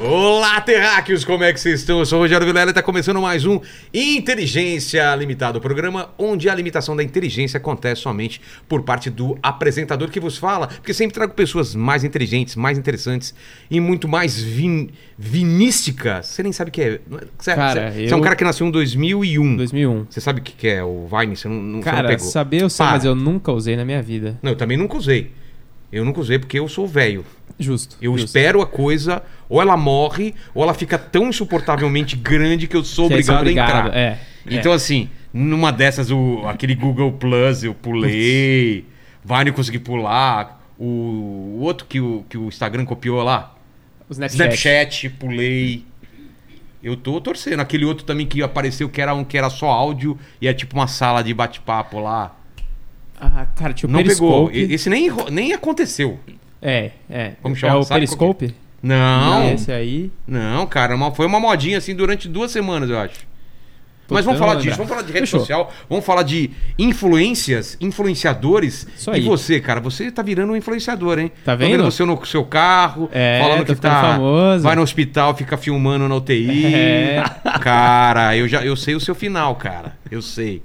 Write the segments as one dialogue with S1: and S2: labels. S1: Olá, terráqueos, como é que vocês estão? Eu sou o Rogério Vilela e está começando mais um Inteligência Limitada, o programa onde a limitação da inteligência acontece somente por parte do apresentador que vos fala, porque sempre trago pessoas mais inteligentes, mais interessantes e muito mais vin vinísticas. Você nem sabe o que é. Você,
S2: Cara,
S1: você-
S2: eu-
S1: você é um cara que nasceu em 2001.
S2: 2001.
S1: Hum. Você sabe o que que é o Vine? Você não, não, você não
S2: Cara,
S1: pegou.
S2: saber eu sei,
S1: Para.
S2: mas eu nunca usei na minha vida.
S1: Não, eu também nunca usei. Eu nunca usei porque eu sou velho.
S2: Justo.
S1: Eu
S2: justo.
S1: espero a coisa, ou ela morre, ou ela fica tão insuportavelmente grande que eu sou
S2: Você é
S1: obrigado, a
S2: obrigado,
S1: entrar.
S2: É.
S1: Então, assim, numa dessas, o, aquele Google Plus eu pulei, vai não consegui pular. O, o outro que o, que o Instagram copiou lá,
S2: é. O Snapchat.
S1: Snapchat, pulei. Eu tô torcendo. Aquele outro também que apareceu que era um que era só áudio e é tipo uma sala de bate-papo lá.
S2: Ah, cara, tinha o
S1: Não pegou.
S2: Periscope.
S1: E- Esse nem, ro- nem aconteceu.
S2: É, é.
S1: Como
S2: É
S1: chama?
S2: o
S1: Sabe qual
S2: Periscope? É
S1: Não.
S2: Esse aí.
S1: Não, cara, uma- foi uma modinha assim durante duas semanas, eu acho.
S2: Puta,
S1: Mas vamos
S2: eu não
S1: falar
S2: lembro.
S1: disso, vamos falar de rede
S2: então, Fechou.
S1: social, vamos falar de influências, influenciadores.
S2: Isso
S1: E
S2: aí.
S1: você, cara, você tá virando um influenciador, hein?
S2: Tá
S1: Tô
S2: vendo?
S1: você no seu carro,
S2: É,
S1: falando
S2: tô
S1: que
S2: ficando
S1: tá.
S2: famoso.
S1: Vai no hospital, fica filmando na UTI.
S2: É.
S1: Cara, eu já eu sei o seu final, cara. Eu sei.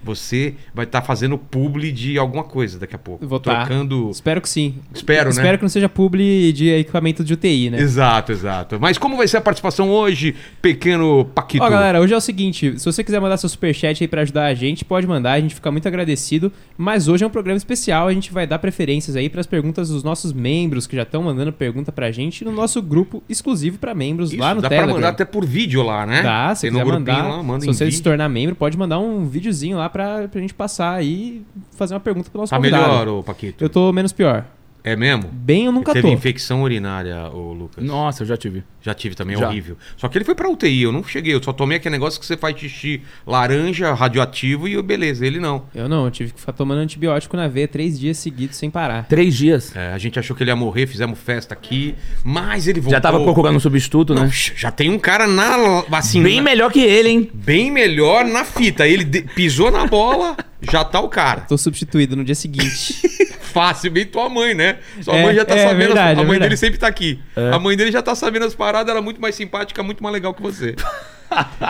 S1: Você vai estar fazendo publi de alguma coisa daqui a pouco.
S2: Vou tá.
S1: Trocando.
S2: Espero que sim.
S1: Espero, né?
S2: Espero que não seja publi de equipamento de UTI, né?
S1: Exato, exato. Mas como vai ser a participação hoje, pequeno Paquito?
S2: Ó, galera, hoje é o seguinte: se você quiser mandar seu superchat aí pra ajudar a gente, pode mandar, a gente fica muito agradecido. Mas hoje é um programa especial, a gente vai dar preferências aí pras perguntas dos nossos membros que já estão mandando pergunta pra gente no nosso grupo exclusivo pra membros
S1: Isso,
S2: lá no
S1: dá
S2: Telegram.
S1: pra mandar até por vídeo lá, né?
S2: Dá, se
S1: Tem no
S2: quiser
S1: grupinho
S2: mandar.
S1: lá, manda
S2: se
S1: em
S2: você se
S1: vídeo.
S2: tornar membro, pode mandar um videozinho lá pra, pra gente passar aí e fazer uma pergunta pro nosso
S1: Tá
S2: convidado.
S1: melhor, ô Paquito.
S2: Eu tô menos pior.
S1: É mesmo?
S2: Bem, eu nunca
S1: Teve
S2: tô.
S1: infecção urinária, ô Lucas.
S3: Nossa, eu já tive.
S1: Já tive também, é
S3: Já.
S1: horrível. Só que ele foi pra UTI, eu não cheguei. Eu só tomei aquele negócio que você faz xixi laranja, radioativo e eu- beleza. Ele não.
S2: Eu não, eu tive que ficar tomando antibiótico na veia três dias seguidos sem parar.
S3: Três dias.
S1: É, a gente achou que ele ia morrer, fizemos festa aqui, mas ele voltou.
S3: Já tava procurando um substituto,
S1: Não,
S3: né?
S1: Já tem um cara na. Assim,
S3: Bem
S1: na-
S3: melhor que ele, hein?
S1: bem melhor na fita. Ele de- pisou na bola, já tá o cara.
S2: Tô substituído no dia seguinte.
S1: Fácil, bem tua mãe, né? Sua
S2: É,
S1: mãe já tá
S2: é
S1: sabendo. as-
S2: verdade, é
S1: a mãe
S2: verdade.
S1: dele sempre tá aqui. A mãe dele já tá sabendo as paradas, ela é muito mais simpática, muito mais legal que você.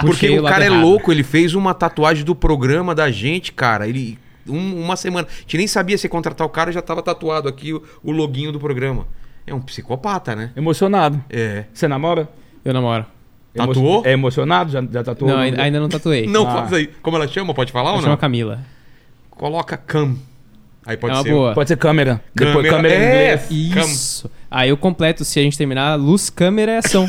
S1: Porque
S2: Puxei
S1: o
S2: lado
S1: cara é
S2: errado.
S1: louco, ele fez uma tatuagem do programa da gente, cara. Ele. um- uma semana. A gente nem sabia se ia contratar o cara, já tava tatuado aqui o, o loguinho do programa. É um psicopata, né?
S3: Emocionado.
S1: É.
S3: Você namora?
S2: Eu namoro.
S3: Emo-
S1: Tatuou?
S3: É emocionado? Já, já tatuou?
S2: não, ainda, ainda não tatuei.
S1: Não
S3: Ah.
S1: faz aí. Como ela chama? Pode falar ou
S2: Eu
S1: não?
S2: chamo a Camila.
S1: Coloca cam. Aí pode
S2: é uma
S1: ser.
S2: boa.
S3: Pode ser câmera.
S1: Câmera.
S3: Depois câmera em
S1: É,
S3: inglês.
S2: Isso. Aí eu completo, se a gente terminar, luz, câmera e ação.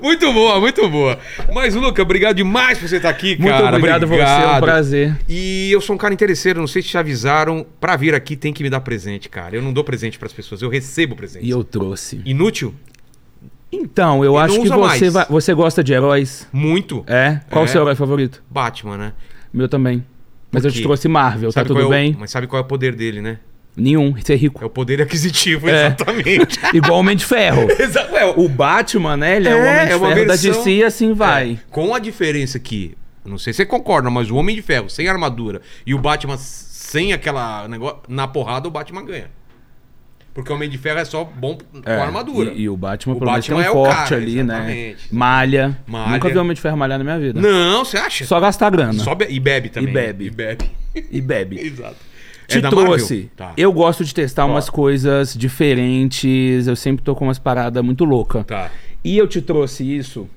S1: Muito boa, muito boa. Mas, Luca, obrigado demais por você estar aqui,
S3: Muito
S1: cara.
S3: obrigado, você. É um prazer.
S1: E eu sou um cara interesseiro, não sei se te avisaram, pra vir aqui tem que me dar presente, cara. Eu não dou presente pras pessoas, eu recebo presente.
S3: E eu trouxe.
S1: Inútil?
S3: Então, eu
S1: E
S3: acho
S1: não
S3: que
S1: usa
S3: você,
S1: mais.
S3: vai- você gosta de heróis.
S1: Muito.
S3: É? Qual
S1: É.
S3: o seu herói favorito?
S1: Batman, né?
S3: Meu também. Mas eu
S1: quê?
S3: te trouxe Marvel, tá tudo
S1: qual é o-
S3: bem?
S1: Mas sabe qual é o poder dele, né?
S3: Nenhum, você é rico.
S1: É o poder aquisitivo,
S3: É.
S1: exatamente.
S3: Igual Homem de Ferro.
S1: Exa- Ué, o-
S3: O Batman, né? Ele é,
S1: É,
S3: o Homem de
S1: é uma
S3: Ferro da
S1: versão- É.
S3: DC e assim vai.
S1: Com a diferença que, não sei se você concorda, mas o Homem de Ferro sem armadura e o Batman sem aquela negócio, na porrada o Batman ganha. Porque o Homem de Ferro é só bom com
S3: É,
S1: armadura.
S3: E, e o Batman,
S1: O
S3: pelo menos, tem um
S1: Batman é o
S3: corte
S1: cara,
S3: ali, né?
S1: exatamente.
S3: Malha.
S1: Malha.
S3: Nunca vi Homem de Ferro malhar na minha vida.
S1: Não, você acha?
S3: Só gastar grana.
S1: Só be- e bebe também.
S3: E bebe.
S1: E bebe.
S3: E bebe.
S1: Exato.
S3: Te
S1: da
S3: trouxe.
S1: Marvel? Tá.
S3: Eu gosto de testar umas coisas diferentes. Eu sempre tô com umas paradas muito loucas.
S1: Tá.
S3: E eu te trouxe isso,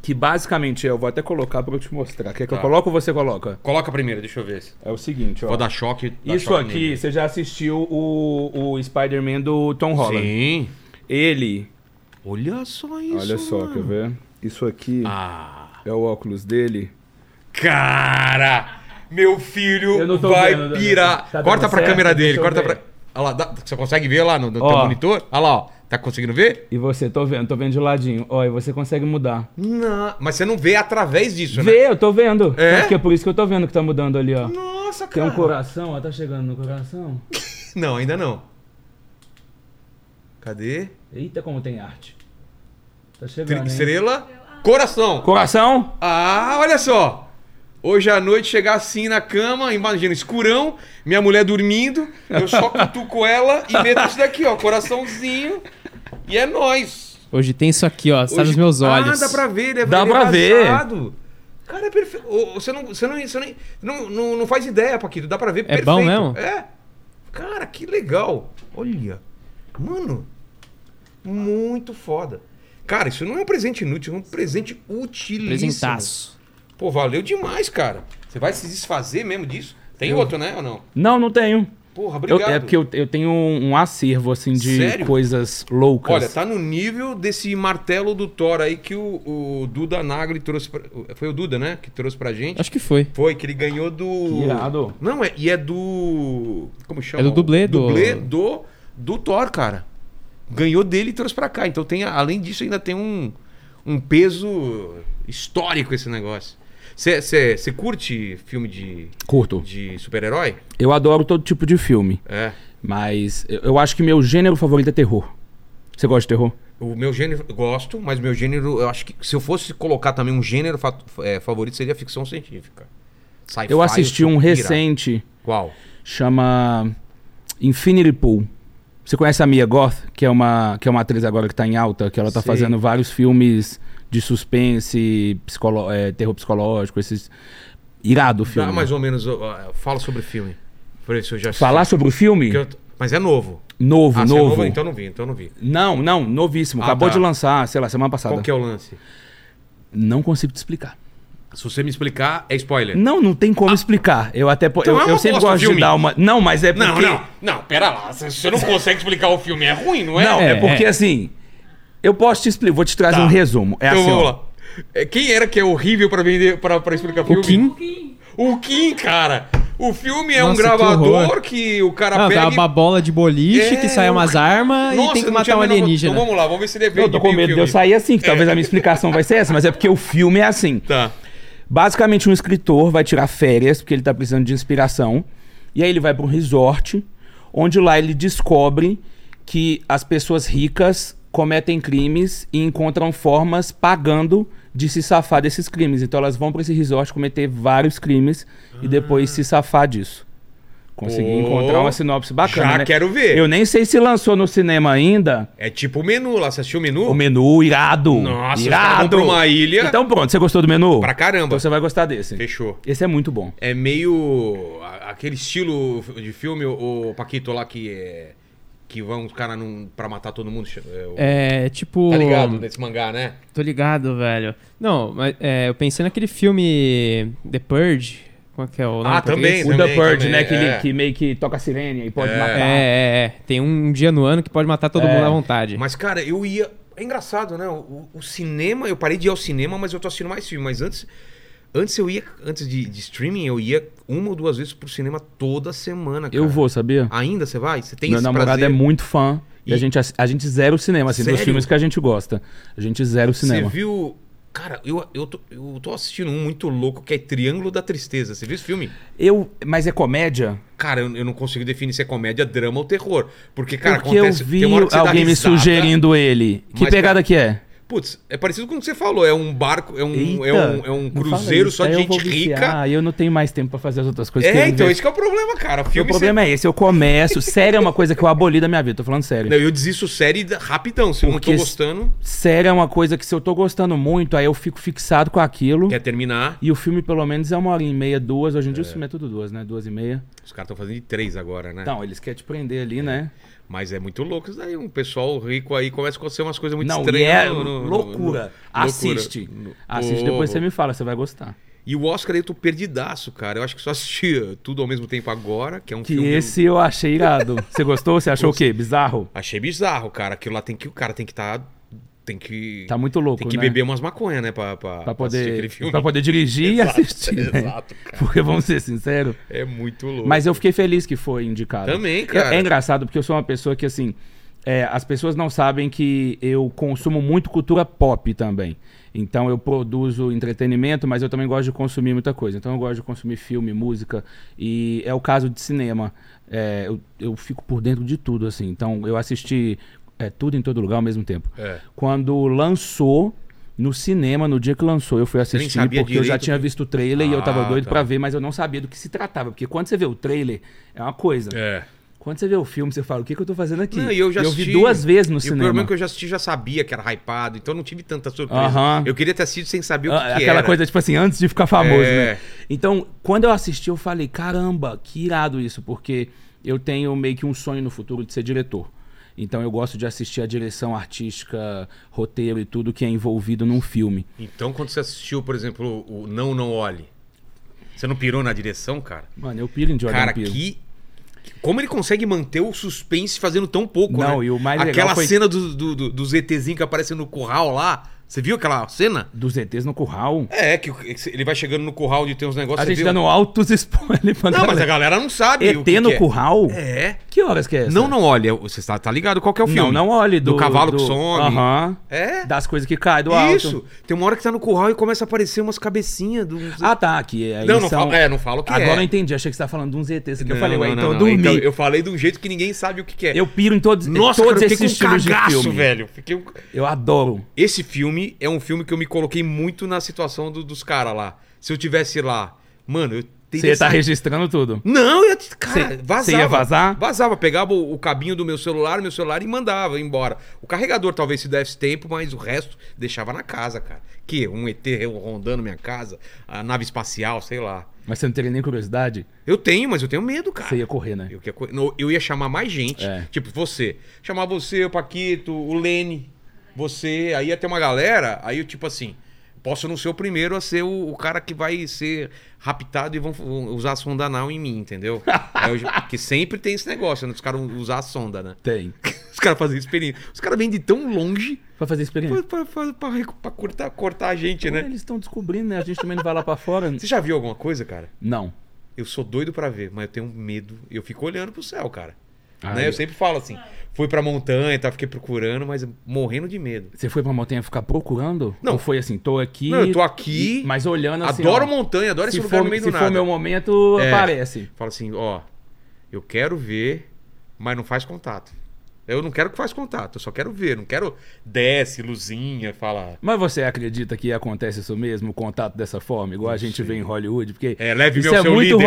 S3: que basicamente eu vou até colocar pra eu te mostrar. Quer que
S1: Tá.
S3: eu coloque ou você coloca?
S1: Coloca primeiro, deixa eu ver. se-
S3: É o seguinte, ó.
S1: Vou dar choque. dar
S3: Isso
S1: choque
S3: aqui,
S1: nele.
S3: você já assistiu o, o Spider-Man do Tom Holland.
S1: Sim.
S3: Ele.
S1: Olha só isso.
S3: Olha só,
S1: mano.
S3: quer ver? Isso aqui
S1: Ah.
S3: é o óculos dele.
S1: Cara! Meu
S3: Eu
S1: filho
S3: não tô
S1: vai
S3: vendo, né?
S1: pirar.
S3: Tá dando
S1: corta pra
S3: certo?
S1: câmera dele,
S3: Deixa eu
S1: corta
S3: ver.
S1: pra. Olha lá, dá- você consegue ver lá no, no teu
S3: Ó.
S1: monitor? Olha lá, ó. Tá conseguindo ver?
S3: E você, tô vendo, tô vendo de ladinho. Ó, e você consegue mudar.
S1: Não. Mas você não vê através disso, né?
S3: Vê, eu tô vendo.
S1: É? Ah.
S3: Acho que é por isso que eu tô vendo que tá mudando ali, ó.
S1: Nossa,
S3: Tem
S1: cara.
S3: um coração, ó, tá chegando no coração.
S1: Não, ainda não. Cadê?
S3: Eita, como tem arte. Tá
S1: Tri-
S3: chegando, hein?
S1: Estrela. Coração.
S3: Coração?
S1: Ah, olha só. Hoje à noite chegar assim na cama, imagina, escurão, minha mulher dormindo, eu só cutuco ela e meto isso daqui, ó, coraçãozinho. E é nóis.
S2: Hoje tem isso aqui, ó. Está Tá nos meus olhos.
S1: Ah, dá pra ver, ele é
S3: Dá
S1: ele é
S3: pra ver.
S1: rachado. Cara, é perfeito. Ô, Você não, você não, você nem- não, não, não faz ideia, Paquito. Dá pra ver
S2: É
S1: perfeito.
S2: bom mesmo?
S1: É. Cara, que legal. Olha. Mano, muito foda. Cara, isso não é um presente inútil, é um presente utilíssimo.
S2: Presentaço.
S1: Pô, valeu demais, cara. Você vai se desfazer mesmo disso? Tem outro, né? Ou não?
S3: Não, não tenho.
S1: Porra,
S3: Eu-
S1: obrigado.
S3: é porque eu, eu tenho um, um acervo, assim, de
S1: Sério?
S3: coisas loucas.
S1: Olha, tá no nível desse martelo do Thor aí que o, o Duda Nagli trouxe. Pra, foi o Duda, né? Que trouxe pra gente.
S2: Acho que foi.
S1: Foi, que ele ganhou do.
S3: Que irado.
S1: Não, é, e é do. Como chama?
S2: É do dublê do-
S1: do. Dublê do, do Thor, cara. Ganhou dele e trouxe pra cá. Então, tem, além disso, ainda tem um, um peso histórico esse negócio. Você curte filme de,
S3: Curto.
S1: de super-herói?
S3: Eu adoro todo tipo de filme,
S1: É.
S3: mas eu, eu acho que meu gênero favorito é terror. Você gosta de terror?
S1: O meu gênero, eu gosto, mas meu gênero, eu acho que se eu fosse colocar também um gênero fa- é, favorito, seria ficção científica. Sci-fi,
S3: Eu assisti
S1: sou
S3: um
S1: pirado.
S3: recente,
S1: Qual?
S3: chama Infinity Pool. Você conhece a Mia Goth, que é uma, que é uma atriz agora que tá em alta, que ela tá
S2: Sei.
S3: fazendo vários filmes de suspense, psicolo- é, terror psicológico, esses... Irado o filme.
S1: Dá mais ou menos, ó, ó, fala sobre o filme. Por isso eu já assisti.
S3: Falar sobre o filme?
S1: Porque eu t- Mas é novo.
S3: Novo,
S1: Ah, se é
S3: novo.
S1: Então não vi, então não vi.
S3: Não, não, novíssimo.
S1: Ah,
S3: Acabou
S1: tá.
S3: de lançar, sei lá, semana passada.
S1: Qual que é o lance?
S3: Não consigo te explicar.
S1: Se você me explicar, é spoiler.
S3: Não, não tem como explicar. Eu até po-
S1: Ah. Então é
S3: eu,
S1: uma
S3: eu sempre
S1: bosta o
S3: gosto de
S1: filme.
S3: dar uma. Não, mas é porque.
S1: não, pera lá. Se você não consegue explicar o filme, é ruim,
S3: Não, é,
S2: É,
S3: porque
S2: é.
S3: assim. Eu posso te explicar, vou te trazer
S1: Tá.
S3: um resumo. É
S1: então
S3: assim,
S1: vamos
S3: ó.
S1: lá. É, Quem era que é horrível pra vender, pra, pra explicar filme?
S2: O Kim?
S1: O Kim, cara. O filme é um
S2: Nossa, que
S1: gravador
S2: horror.
S1: que, o cara
S2: Não,
S1: pega.
S2: dá
S1: e-
S2: uma bola de boliche
S1: Tá É,
S2: que sai umas armas e
S1: Nossa,
S2: tem que
S1: não
S2: matar
S1: tinha
S2: um
S1: a menor-
S2: alienígena.
S1: Então vamos lá, vamos ver se ele é
S3: Eu tô
S1: vende
S3: com
S1: bem o
S3: medo de eu
S1: filme. É.
S3: sair assim, que talvez a minha explicação vai ser essa, mas é porque o filme é assim.
S1: Tá.
S3: Basicamente, um escritor vai tirar férias, porque ele tá precisando de inspiração. E aí ele vai pra um resort, onde lá ele descobre que as pessoas ricas cometem crimes e encontram formas pagando de se safar desses crimes. Então elas vão pra esse resort cometer vários crimes e depois se safar disso. Consegui
S1: Pô,
S3: encontrar uma sinopse bacana.
S1: já
S3: né?
S1: quero ver.
S3: Eu nem sei se lançou no cinema ainda.
S1: É tipo o menu lá. Você assistiu o menu?
S3: O menu irado.
S1: Nossa, os caras vão
S3: irado.
S1: pra uma ilha.
S3: Então pronto, você gostou do menu?
S1: Pra caramba.
S3: Então você vai gostar desse.
S1: Fechou.
S3: Esse é muito bom.
S1: É meio a- aquele estilo de filme, o o Paquito lá que é. Que vão os caras num- pra matar todo mundo. É, o-
S2: É, tipo.
S1: Tá ligado? Nesse mangá, né?
S2: Tô ligado, velho. Não, mas é, eu pensei naquele filme The Purge. Como é que é o nome?
S1: Ah,
S2: em português?
S1: também,
S3: O The
S1: também,
S3: Purge,
S1: também,
S3: né? Que, ele-
S1: é.
S3: que meio que toca a sirene e pode
S1: É.
S3: matar.
S2: É, é, é. Tem um dia no ano que pode matar todo mundo à vontade.
S1: Mas, cara, eu ia. É engraçado, né? O, o cinema, eu parei de ir ao cinema, mas eu tô assistindo mais filme. Mas antes. Antes eu ia. Antes de, de streaming, eu ia uma ou duas vezes pro cinema toda semana, cara.
S3: Eu vou, sabia?
S1: Ainda você vai? Você Ah, tem
S3: Meu
S1: esse
S3: namorado
S1: prazer?
S3: é muito fã. E, a,
S1: E-
S3: gente, ass- a gente zera o cinema, assim, dos
S1: Sério?
S3: filmes que a gente gosta. A gente zera o cinema.
S1: Você viu. Cara, eu, eu, tô, eu tô assistindo um muito louco que é Triângulo da Tristeza. Você viu esse filme?
S3: Eu, mas é comédia?
S1: Cara, eu, eu não consigo definir se é comédia, drama ou terror. Porque, cara,
S3: Porque
S1: acontece.
S3: eu vi
S1: tem uma hora que você dá
S3: alguém me
S1: risada.
S3: sugerindo ele. Que
S1: Mas,
S3: pegada que é?
S1: Putz, é parecido com o que você falou. É um barco, é um, é um, é um
S3: não fala
S1: cruzeiro
S3: isso,
S1: só de
S3: aí eu vou
S1: gente rica.
S3: viciar, e eu não tenho mais tempo pra fazer as outras coisas. que
S1: É,
S3: eu
S1: então,
S3: invejo.
S1: esse que é o problema, cara.
S3: Meu
S1: Filme
S3: problema é esse. Eu começo. Sério é uma coisa que eu aboli da minha vida. Tô falando sério.
S1: Não, eu desisto série da- rapidão. Se eu não tô
S3: Porque-
S1: gostando,
S3: Sério é uma coisa que se eu tô gostando muito, aí eu fico fixado com aquilo.
S1: quer terminar.
S3: E o filme, pelo menos, é uma hora e meia, duas. Hoje em dia o filme é tudo duas, né? Duas e meia.
S1: Os caras estão fazendo de três agora, né?
S3: Então, eles querem te prender ali, né?
S1: Mas é muito louco isso daí. Um pessoal rico aí começa a acontecer umas coisas muito
S3: Não, e
S1: estranhas.
S3: é
S1: no- no- no-
S3: loucura.
S1: no-
S3: Assiste.
S1: loucura. No-
S3: Assiste, depois você me fala, você vai gostar.
S1: E o Oscar eu tô perdidaço, cara. Eu acho que só assisti eh, tudo ao mesmo tempo agora, que é um
S3: Que
S1: filme.
S3: esse eu achei irado. Você gostou? Você achou o quê? Bizarro?
S1: Achei bizarro, cara. Aquilo lá tem que. O cara tem que estar. tem que.
S3: Tá muito louco,
S1: tem que
S3: né?
S1: beber umas maconhas, né? Pra, pra,
S3: Pra
S1: assistir
S3: poder,
S1: aquele filme.
S3: pra poder dirigir
S1: Exato,
S3: e assistir, né?
S1: Exato, cara.
S3: Porque, vamos ser sinceros,
S1: É muito louco.
S3: Mas eu fiquei feliz que foi indicado.
S1: Também, cara.
S3: É, é engraçado, porque eu sou uma pessoa que, assim, é, as pessoas não sabem que eu consumo muito cultura pop também. Então eu produzo entretenimento, mas eu também gosto de consumir muita coisa. Então eu gosto de consumir filme, música, e é o caso de cinema. É, eu, eu fico por dentro de tudo, assim. Então eu assisti é, tudo em todo lugar ao mesmo tempo.
S1: É.
S3: Quando lançou. No cinema, no dia que lançou, eu fui
S1: nem
S3: assistir porque
S1: sabia
S3: eu já
S1: direito
S3: tinha visto o trailer e eu tava
S1: Ah,
S3: doido
S1: tá.
S3: pra ver, mas eu não sabia do que se tratava. Porque quando você vê o trailer, é uma coisa.
S1: É.
S3: Quando você vê o filme, você fala, o que, que eu tô fazendo aqui?
S1: Não, e eu já
S3: vi
S1: assisti-
S3: duas vezes no
S1: e o
S3: cinema.
S1: problema é que eu já assisti já sabia que era hypado, então eu não tive tanta surpresa.
S3: Aham.
S1: Eu queria ter assistido sem saber o que,
S3: Ah,
S1: que
S3: Aquela
S1: era.
S3: coisa, tipo assim, antes de ficar famoso,
S1: É.
S3: né? Então, quando eu assisti, eu falei, caramba, que irado isso, porque eu tenho meio que um sonho no futuro de ser diretor. Então eu gosto de assistir a direção artística, roteiro e tudo que é envolvido num filme.
S1: Então, quando você assistiu, por exemplo, o Não Não Olhe, você não pirou na direção, cara?
S3: Mano, eu piro em Jordan
S1: cara,
S3: Peele.
S1: que. Como ele consegue manter o suspense fazendo tão pouco,
S3: Não,
S1: né?
S3: e o mais legal
S1: Aquela
S3: foi-
S1: cena do, do, do, do ZTzinho que aparece no curral lá. Você viu aquela cena?
S3: Dos ETs no curral.
S1: É, que o- que ele vai chegando no curral e tem uns negócios.
S3: a
S1: você
S3: gente
S1: viu?
S3: dando altos spoilers pra
S1: Não, mas é a
S3: galera.
S1: galera não sabe. o
S3: ET
S1: que
S3: no
S1: que é.
S3: curral?
S1: É.
S3: Que horas que é essa?
S1: Não, não olha. Você está tá ligado qual que é o filme?
S3: Não, não olhe do...
S1: Do cavalo que
S3: do-
S1: some.
S3: Aham.
S1: É.
S3: Das coisas que caem do alto.
S1: Isso. Tem uma hora que tá no curral e começa a aparecer umas cabecinhas do.
S3: Ah, tá, que aí
S1: não, não
S3: são...
S1: falo, é, não falo o que é.
S3: Agora eu entendi, achei que você tá falando de uns ETs que eu
S1: Não,
S3: falei, ué,
S1: não,
S3: então eu
S1: não,
S3: dormi.
S1: então
S3: eu...
S1: eu falei de um jeito que ninguém sabe o que, que é.
S3: piro em todos,
S1: Nossa,
S3: todos
S1: cara, eu
S3: esses
S1: fiquei com um
S3: estilos de
S1: cagaço,
S3: filme.
S1: velho. Fiquei... um-
S3: Eu adoro.
S1: Esse filme é um filme que eu me coloquei muito na situação do- dos caras lá. Se eu tivesse lá, mano, eu teria.
S3: Você tá
S1: sa-
S3: registrando tudo.
S1: Não, eu, cara,
S3: Cê-
S1: vazava.
S3: cê ia vazar?
S1: Vazava, pegava o, o cabinho do meu celular, meu celular e mandava embora. O carregador talvez se desse tempo, mas o resto deixava na casa, cara. Que um ET rondando minha casa, a nave espacial, sei lá.
S3: Mas você não teria nem curiosidade?
S1: Eu tenho, mas eu tenho medo, cara.
S3: Você ia correr, né?
S1: Eu, que- é no- eu ia chamar mais gente.
S3: É.
S1: Tipo, você. Chamar você, o Paquito, o Lene, você. Aí ia ter uma galera. Aí eu, tipo assim, posso não ser o primeiro a ser o, o cara que vai ser raptado e vão, vão usar a sonda anal em mim, entendeu? Aí eu já- que sempre tem esse negócio, né? Os caras usar a sonda, né?
S3: Tem.
S1: Os caras fazem experiência. Os caras vêm de tão longe
S3: Pra fazer experiência.
S1: pra, pra, pra- pra recu- pra cortar, cortar a gente,
S3: Ué,
S1: né?
S3: Eles estão descobrindo, né? A gente também não vai lá pra fora.
S1: Você já viu alguma coisa, cara?
S3: Não.
S1: Eu sou doido pra ver, mas eu tenho medo. Eu fico olhando pro céu, cara.
S3: Ah,
S1: Né?
S3: eu-
S1: Eu sempre falo assim, fui pra montanha, e tal, fiquei procurando, mas morrendo de medo.
S3: Você foi pra montanha ficar procurando?
S1: Não.
S3: Ou foi assim, tô aqui...
S1: Não, eu tô aqui,
S3: Mas olhando assim,
S1: adoro
S3: ó,
S1: montanha, adoro
S3: se
S1: esse um lugar
S3: for,
S1: no meio
S3: Se
S1: do
S3: for
S1: nada.
S3: meu momento,
S1: É.
S3: aparece.
S1: Falo assim, ó, eu quero ver, mas não faz contato. Eu não quero que faz contato, eu só quero ver, não quero desce, luzinha, fala...
S3: Mas você acredita que acontece isso mesmo, o contato dessa forma, igual a gente vê em Hollywood? Porque
S1: É, leve
S3: isso
S1: meu
S3: é
S1: seu
S3: muito
S1: líder, né?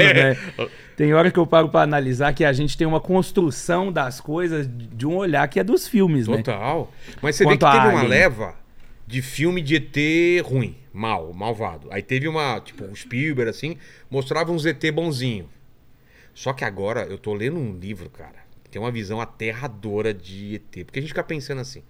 S1: É.
S3: né? Tem hora que eu paro pra analisar que a gente tem uma construção das coisas de um olhar que é dos filmes, né?
S1: Total. Mas você
S3: Quanto
S1: vê que
S3: a
S1: teve uma
S3: Alien.
S1: leva de filme de ET ruim, mal, malvado. Aí teve uma, tipo, o Spielberg, assim, mostrava uns ET bonzinho. Só que agora eu tô lendo um livro, cara, que tem uma visão aterradora de ET. Porque a gente fica pensando assim,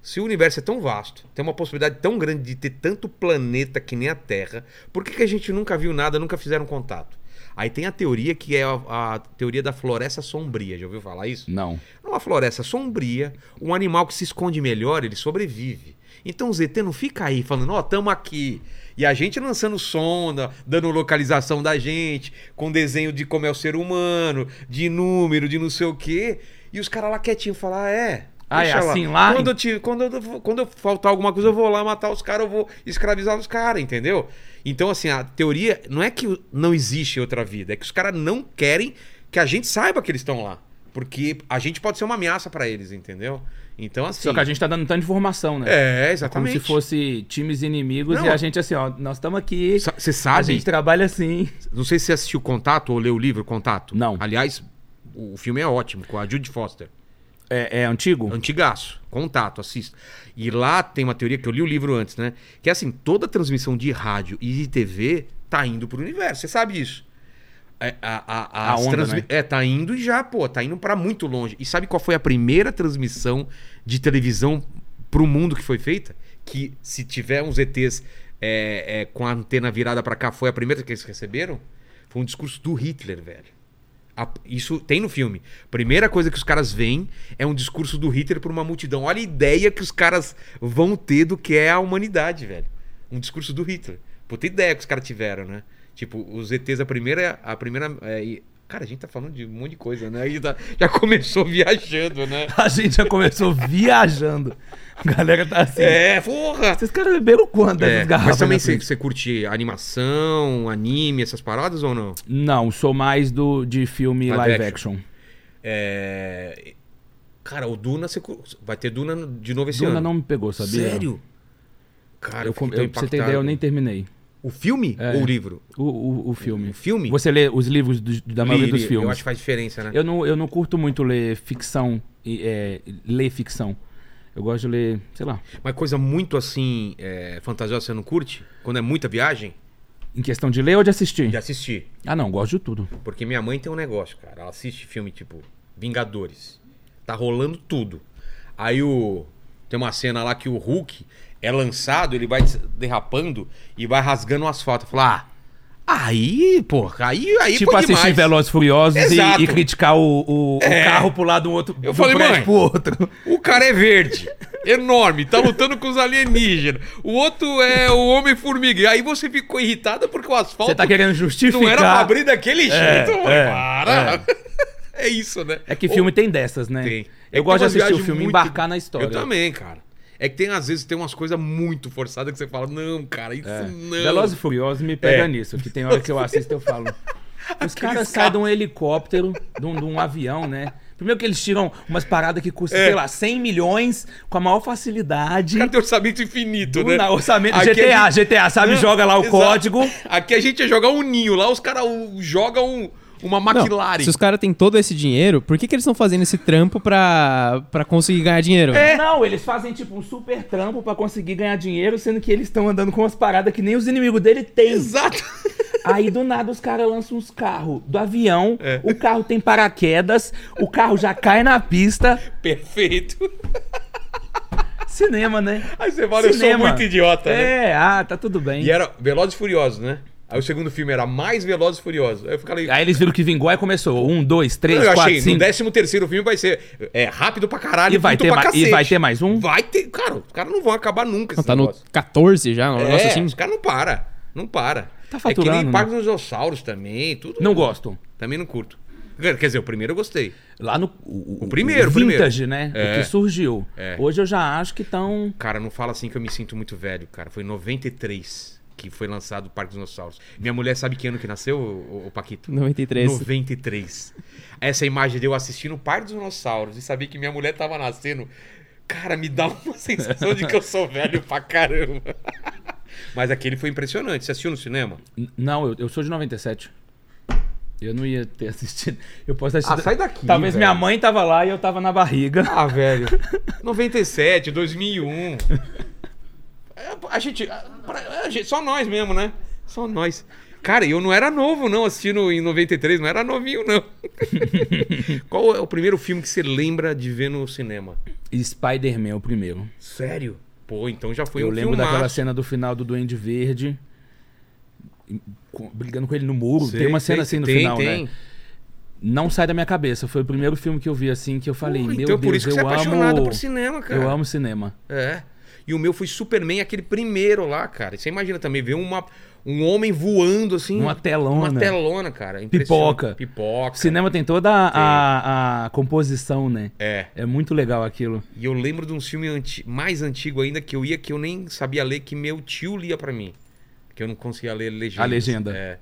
S1: se o universo é tão vasto, tem uma possibilidade tão grande de ter tanto planeta que nem a Terra, por que, que a gente nunca viu nada, nunca fizeram contato? Aí tem a teoria que é a, a teoria da floresta sombria. Já ouviu falar isso?
S3: Não.
S1: Numa floresta sombria, um animal que se esconde melhor, ele sobrevive. Então o ZT não fica aí falando, ó, tamo aqui. E a gente lançando sonda, dando localização da gente, com desenho de como é o ser humano, de número, de não sei o quê. E os caras lá quietinho falar, ah, é.
S3: Ah, é
S1: deixa
S3: assim lá?
S1: Quando eu, te- quando, eu, quando eu faltar alguma coisa, eu vou lá matar os caras, eu vou escravizar os caras, entendeu? Então, assim, a teoria não é que não existe outra vida, é que os caras não querem que a gente saiba que eles estão lá. Porque a gente pode ser uma ameaça pra eles, entendeu? Então, assim.
S3: Só que a gente tá dando tanta informação, né?
S1: É,
S3: Como
S1: exatamente.
S3: se fosse times inimigos
S1: Não.
S3: e a gente assim, ó, nós estamos aqui,
S1: Sa- Você
S3: a
S1: sabe?
S3: gente trabalha assim.
S1: Não sei se você assistiu Contato ou leu o livro Contato.
S3: Não.
S1: Aliás, o filme é ótimo, com a Judy Foster.
S3: É, é antigo?
S1: Antigaço. Contato, assista. E lá tem uma teoria que eu li o livro antes, né? Que é assim, toda transmissão de rádio e de TV tá indo pro universo. Você sabe disso. É, a, a,
S3: A
S1: as
S3: onda,
S1: transmi-
S3: né?
S1: é, tá indo e já, pô, tá indo pra muito longe. E sabe qual foi a primeira transmissão de televisão pro mundo que foi feita? Que se tiver uns ETs é, é, com a antena virada pra cá, foi a primeira que eles receberam? Foi um discurso do Hitler, velho. A- Isso tem no filme. Primeira coisa que os caras veem é um discurso do Hitler pra uma multidão. Olha a ideia que os caras vão ter do que é a humanidade, velho. Um discurso do Hitler. Puta ideia que os caras tiveram, né? Tipo, os ETs, a primeira. A primeira é, e- Cara, a gente tá falando de um monte de coisa, né? Aí tá- já começou viajando, né?
S3: A gente já começou viajando. A galera tá assim.
S1: É, porra!
S3: Vocês caras beberam quando
S1: É,
S3: essas garrafas?
S1: mas também
S3: na
S1: você,
S3: frente?
S1: você curte animação, anime, essas paradas ou não?
S3: Não, sou mais do de filme
S1: Live
S3: live, action.
S1: É. Cara, o Duna, você... cu- vai ter Duna de novo esse
S3: Duna
S1: ano.
S3: não me pegou, sabia?
S1: Sério? Cara,
S3: Eu,
S1: eu,
S3: com-
S1: fiquei
S3: eu,
S1: tão
S3: pra você ter
S1: impactado.
S3: ideia, eu nem terminei.
S1: O filme ou o livro?
S3: O, o, o filme.
S1: O filme?
S3: Você lê os livros do- da maioria
S1: Li-
S3: dos
S1: li-
S3: filmes.
S1: Eu acho que faz diferença, né?
S3: Eu não, eu não curto muito ler ficção, e, é, ler ficção. Eu gosto de ler, sei lá,
S1: Mas coisa muito assim, é, fantasiosa, você não curte? Quando é muita viagem?
S3: em questão de ler ou de assistir?
S1: De assistir.
S3: Ah não, gosto de tudo.
S1: Porque minha mãe tem um negócio, cara. Ela assiste filme tipo Vingadores. Tá rolando tudo. Aí o. Tem uma cena lá que o Hulk é lançado, ele vai des- derrapando e vai rasgando o asfalto. Fala, ah, aí, porra, aí, aí
S3: tipo
S1: foi
S3: assistir
S1: demais.
S3: Velozes e Furiosos
S1: Exato. É.
S3: e, e criticar o, o, o carro pular de um outro
S1: Eu
S3: do
S1: falei,
S3: prédio
S1: mãe.
S3: pro outro.
S1: O cara é verde, enorme, tá lutando com os alienígenas. O outro é o Homem-Formiga. E Aí você ficou irritada porque o asfalto
S3: Você tá querendo justificar...
S1: não era pra abrir daquele
S3: É,
S1: jeito. mano.
S3: é,
S1: Para! É. isso, né?
S3: É que filme tem dessas, né?
S1: Tem. É
S3: Eu
S1: que
S3: gosto de
S1: tem umas
S3: assistir o
S1: viagens
S3: filme e
S1: muito-
S3: embarcar na história.
S1: Eu também, cara. É que tem, às vezes, tem umas coisas muito forçadas que você fala, não, cara, isso
S3: É.
S1: não.
S3: Velozes e Furiosos me pega
S1: É.
S3: nisso, que tem hora que eu assisto e eu falo. Os caras saem de um helicóptero, de um, de um avião, né? Primeiro que eles tiram umas paradas que custam, sei lá, 100 milhões, com a maior facilidade.
S1: É.
S3: um
S1: Cara, tem orçamento infinito, né?
S3: Na orçamento,
S1: Aqui a
S3: GTA,
S1: gente-
S3: GTA, sabe?
S1: Não,
S3: joga lá é o
S1: exato. É.
S3: código.
S1: Aqui a gente ia jogar um ninho, lá os caras uh, jogam um- uma
S2: Não,
S1: McLaren.
S2: se os caras têm todo esse dinheiro, por que, que eles estão fazendo esse trampo pra, pra conseguir ganhar dinheiro?
S1: É
S3: É. Não, eles fazem tipo um super trampo pra conseguir ganhar dinheiro, sendo que eles estão andando com umas paradas que nem os inimigos dele têm.
S1: Exato.
S3: Aí do nada os caras lançam uns carros do avião,
S1: É.
S3: o carro tem paraquedas, o carro já cai na pista.
S1: Perfeito.
S3: Cinema, né?
S1: Aí você fala, eu sou
S3: Cinema.
S1: muito idiota, né?
S3: É, ah, tá tudo bem.
S1: E era Velozes e Furiosos, né? Aí o segundo filme era mais Velozes e Furiosos. Aí eu falei...
S3: Aí eles viram que vingou e começou. Um, dois, três,
S1: eu
S3: quatro,
S1: achei, no
S3: cinco.
S1: décimo terceiro filme vai ser é, rápido pra caralho,
S3: E vai,
S1: bruto
S3: ter
S1: pra
S3: ma-
S1: cacete.
S3: e vai ter mais um?
S1: Vai ter... Cara, os caras não vão acabar nunca
S2: Não,
S1: esse
S2: tá no
S1: negócio.
S2: 14 já, um negócio
S1: é,
S2: assim.
S1: os caras não para, não para.
S3: Tá
S1: É
S3: faturando,
S1: que nem
S3: né?
S1: Parque dos Dinossauros também, tudo.
S3: Não gosto.
S1: Também não curto. Quer quer dizer, o primeiro eu gostei.
S3: Lá no. O,
S1: primeiro, o primeiro.
S3: vintage, né?
S1: É.
S3: O que surgiu.
S1: É.
S3: Hoje eu já acho que estão.
S1: Cara, não fala assim que eu me sinto muito velho, cara. Foi em 93 que foi lançado o Parque dos Dinossauros. Minha mulher sabe que ano que nasceu, o, Paquito?
S2: 93.
S1: 93. Essa imagem de eu assistindo o Parque dos Dinossauros e saber que minha mulher tava nascendo, cara, me dá uma sensação de que eu sou velho pra caramba. Mas aquele foi impressionante. Você assistiu no cinema?
S3: Não, eu, eu sou de 97. Eu não ia ter assistido. Eu posso assistir.
S1: Ah, sai daqui,
S3: Talvez
S1: velho.
S3: minha mãe tava lá e eu tava na barriga.
S1: Ah, velho. 97, 2001. É, um. A gente, a- pra- a gente- Só nós mesmo, né? Só nós. Cara, eu não era novo, não, assistindo em 93. Não era novinho, não. Qual é o primeiro filme que você lembra de ver no cinema?
S3: E Spider-Man, o primeiro.
S1: Sério? Pô, então já foi
S3: eu
S1: um
S3: lembro
S1: filmaço.
S3: daquela cena do final do Duende Verde. em- com- brigando com ele no muro.
S1: Sei,
S3: tem uma
S1: sei,
S3: cena assim no
S1: tem,
S3: final,
S1: tem.
S3: né? Não sai da minha cabeça. Foi o primeiro filme que eu vi assim que eu falei,
S1: Porra,
S3: meu
S1: então
S3: Deus,
S1: por isso que
S3: eu
S1: você é apaixonado
S3: amo
S1: por cinema, cara.
S3: Eu amo cinema.
S1: É. E o meu foi Superman, aquele primeiro lá, cara. E você imagina também ver uma, um homem voando assim.
S3: Uma telona.
S1: Uma telona, cara. é Impressionante.
S3: Pipoca.
S1: Pipoca.
S3: Cinema tem toda a, a- a composição, né?
S1: É.
S3: É muito legal aquilo.
S1: E eu lembro de um filme anti- mais antigo ainda que eu ia que eu nem sabia ler, que meu tio lia pra mim. Que eu não conseguia ler legenda.
S3: A legenda.
S1: É.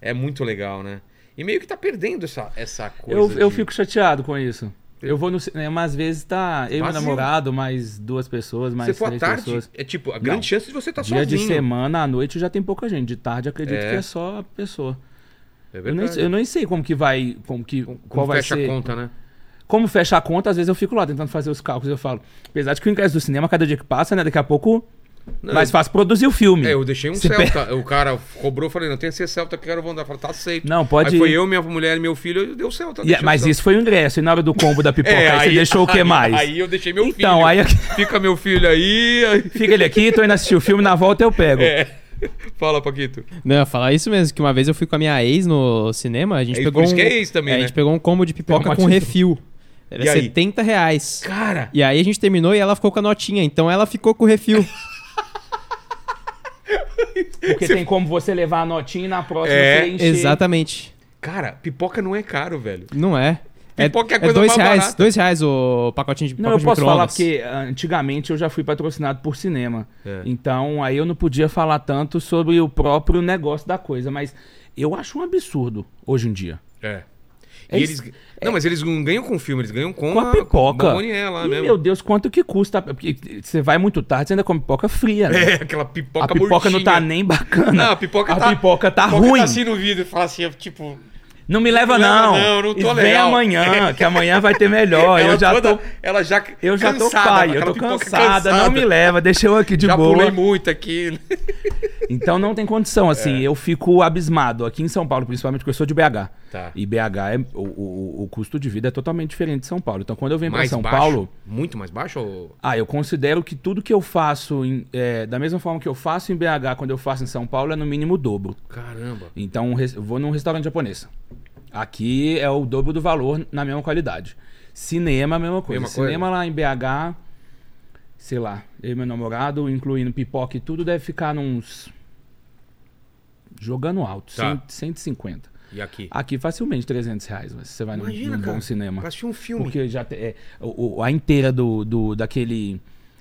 S1: É muito legal, né? E meio que tá perdendo essa, essa coisa.
S3: Eu, eu
S1: de-
S3: fico chateado com isso. Eu vou no cinema, às vezes tá eu e meu
S1: Vazio.
S3: namorado, mais duas pessoas, mais
S1: Se for à
S3: três
S1: tarde,
S3: pessoas.
S1: é tipo, a grande
S3: Não.
S1: chance de você estar tá
S3: Dia
S1: sozinho.
S3: de semana, à noite já tem pouca gente. De tarde acredito
S1: É.
S3: que é só a pessoa.
S1: É
S3: Eu nem,
S1: verdade.
S3: eu nem sei como que vai. Como que. qual
S1: Como
S3: vai
S1: fecha
S3: ser.
S1: a conta, né?
S3: Como fecha a conta, às vezes eu fico lá tentando fazer os cálculos. Eu falo, apesar de que o ingresso do cinema, cada dia que passa, né? Daqui a pouco.
S1: Não,
S3: mais fácil produzir o filme.
S1: É, eu deixei um
S3: Hum. Se pe-
S1: Celta. O cara cobrou, eu falei, não, tem que ser Celta, quero mandar. Eu Falei, tá aceito.
S3: Não, pode
S1: Aí foi
S3: ir.
S1: eu, minha mulher e meu filho, eu dei o Celta.
S3: E- é,
S1: deixei o
S3: mas
S1: Celta.
S3: isso foi o ingresso. E na hora do combo da pipoca, aí, você deixou o que
S1: É, aí-
S3: mais?
S1: Aí eu deixei meu filho.
S3: Então, aí-
S1: Fica meu filho aí. aí-
S3: Fica ele aqui, tô indo assistir o filme, na volta eu pego.
S1: É. Fala, Paquito.
S2: Não, eu ia falar isso mesmo, que uma vez eu fui com a minha ex no cinema, a gente
S1: É,
S2: pegou.
S1: por isso
S2: um,
S1: que é ex também,
S2: A
S1: né?
S2: gente pegou um combo de pipoca
S3: Toma,
S2: com
S3: tio.
S2: refil. Era
S1: E aí?
S2: 70 reais.
S1: Cara,
S2: E aí a gente terminou e ela ficou com a notinha, então ela ficou com o refil.
S3: Porque tem como você levar a notinha e na próxima
S1: É,
S3: você encher.
S2: Exatamente.
S1: cara, pipoca não é caro, velho.
S2: Não é.
S1: Pipoca é a coisa
S2: dois
S1: mais
S2: reais,
S1: barata.
S2: dois reais o pacotinho de pipoca
S3: Não, eu
S2: de
S3: posso falar
S2: micro-ondas.
S3: porque ah, antigamente eu já fui patrocinado por cinema.
S1: É.
S3: Então aí eu não podia falar tanto sobre o próprio negócio da coisa, mas eu acho um absurdo hoje em dia.
S1: É. E
S3: Eles-
S1: eles... Não, mas eles não ganham com o filme, eles ganham com,
S3: Com a
S1: Ah,
S3: pipoca.
S1: Com a bombonier lá
S3: Ih,
S1: mesmo.
S3: meu Deus, quanto que custa? Porque você vai muito tarde, você ainda come pipoca fria, né?
S1: É, aquela pipoca
S3: a pipoca não
S1: murchinha.
S3: tá nem bacana.
S1: Não, a pipoca
S3: a
S1: tá...
S3: pipoca tá
S1: a pipoca
S3: ruim.
S1: tá assim no vidro, fala assim, tipo...
S3: Não me leva,
S1: Não me leva,
S3: não.
S1: não, não tô
S3: E vem
S1: legal.
S3: amanhã, que amanhã vai ter melhor. eu já
S1: toda-
S3: tô.
S1: Ela já
S3: Eu já
S1: cansada,
S3: tô pai, eu
S1: aquela
S3: tô
S1: pipoca
S3: cansada, não me leva, deixa eu aqui de
S1: Já
S3: boa.
S1: pulei muito aqui. né?
S3: Então não tem condição,
S1: É.
S3: assim, eu fico abismado. Aqui em São Paulo, principalmente, porque eu sou de BH.
S1: Tá.
S3: E BH, é, o, o, o custo de vida é totalmente diferente de São Paulo. Então quando eu venho pra
S1: Mais
S3: São
S1: baixo?
S3: Paulo,
S1: Muito mais baixo? Ou...
S3: ah, eu considero que tudo que eu faço, em- é, da mesma forma que eu faço em BH, quando eu faço em São Paulo, é no mínimo o dobro.
S1: Caramba.
S3: Então, um res- eu vou num restaurante japonês. Aqui é o dobro do valor na mesma qualidade. Cinema, a mesma coisa.
S1: Mesma coisa.
S3: Cinema lá em BH, sei lá, eu e meu namorado, incluindo pipoca e tudo, deve ficar nos. Jogando alto,
S1: Tá.
S3: cento- 150.
S1: E aqui?
S3: Aqui facilmente 300 reais, mas você vai num, Né? num bom cinema.
S1: Pra assistir um filme.
S3: Porque já te- é, o- o- a inteira do, do- daquele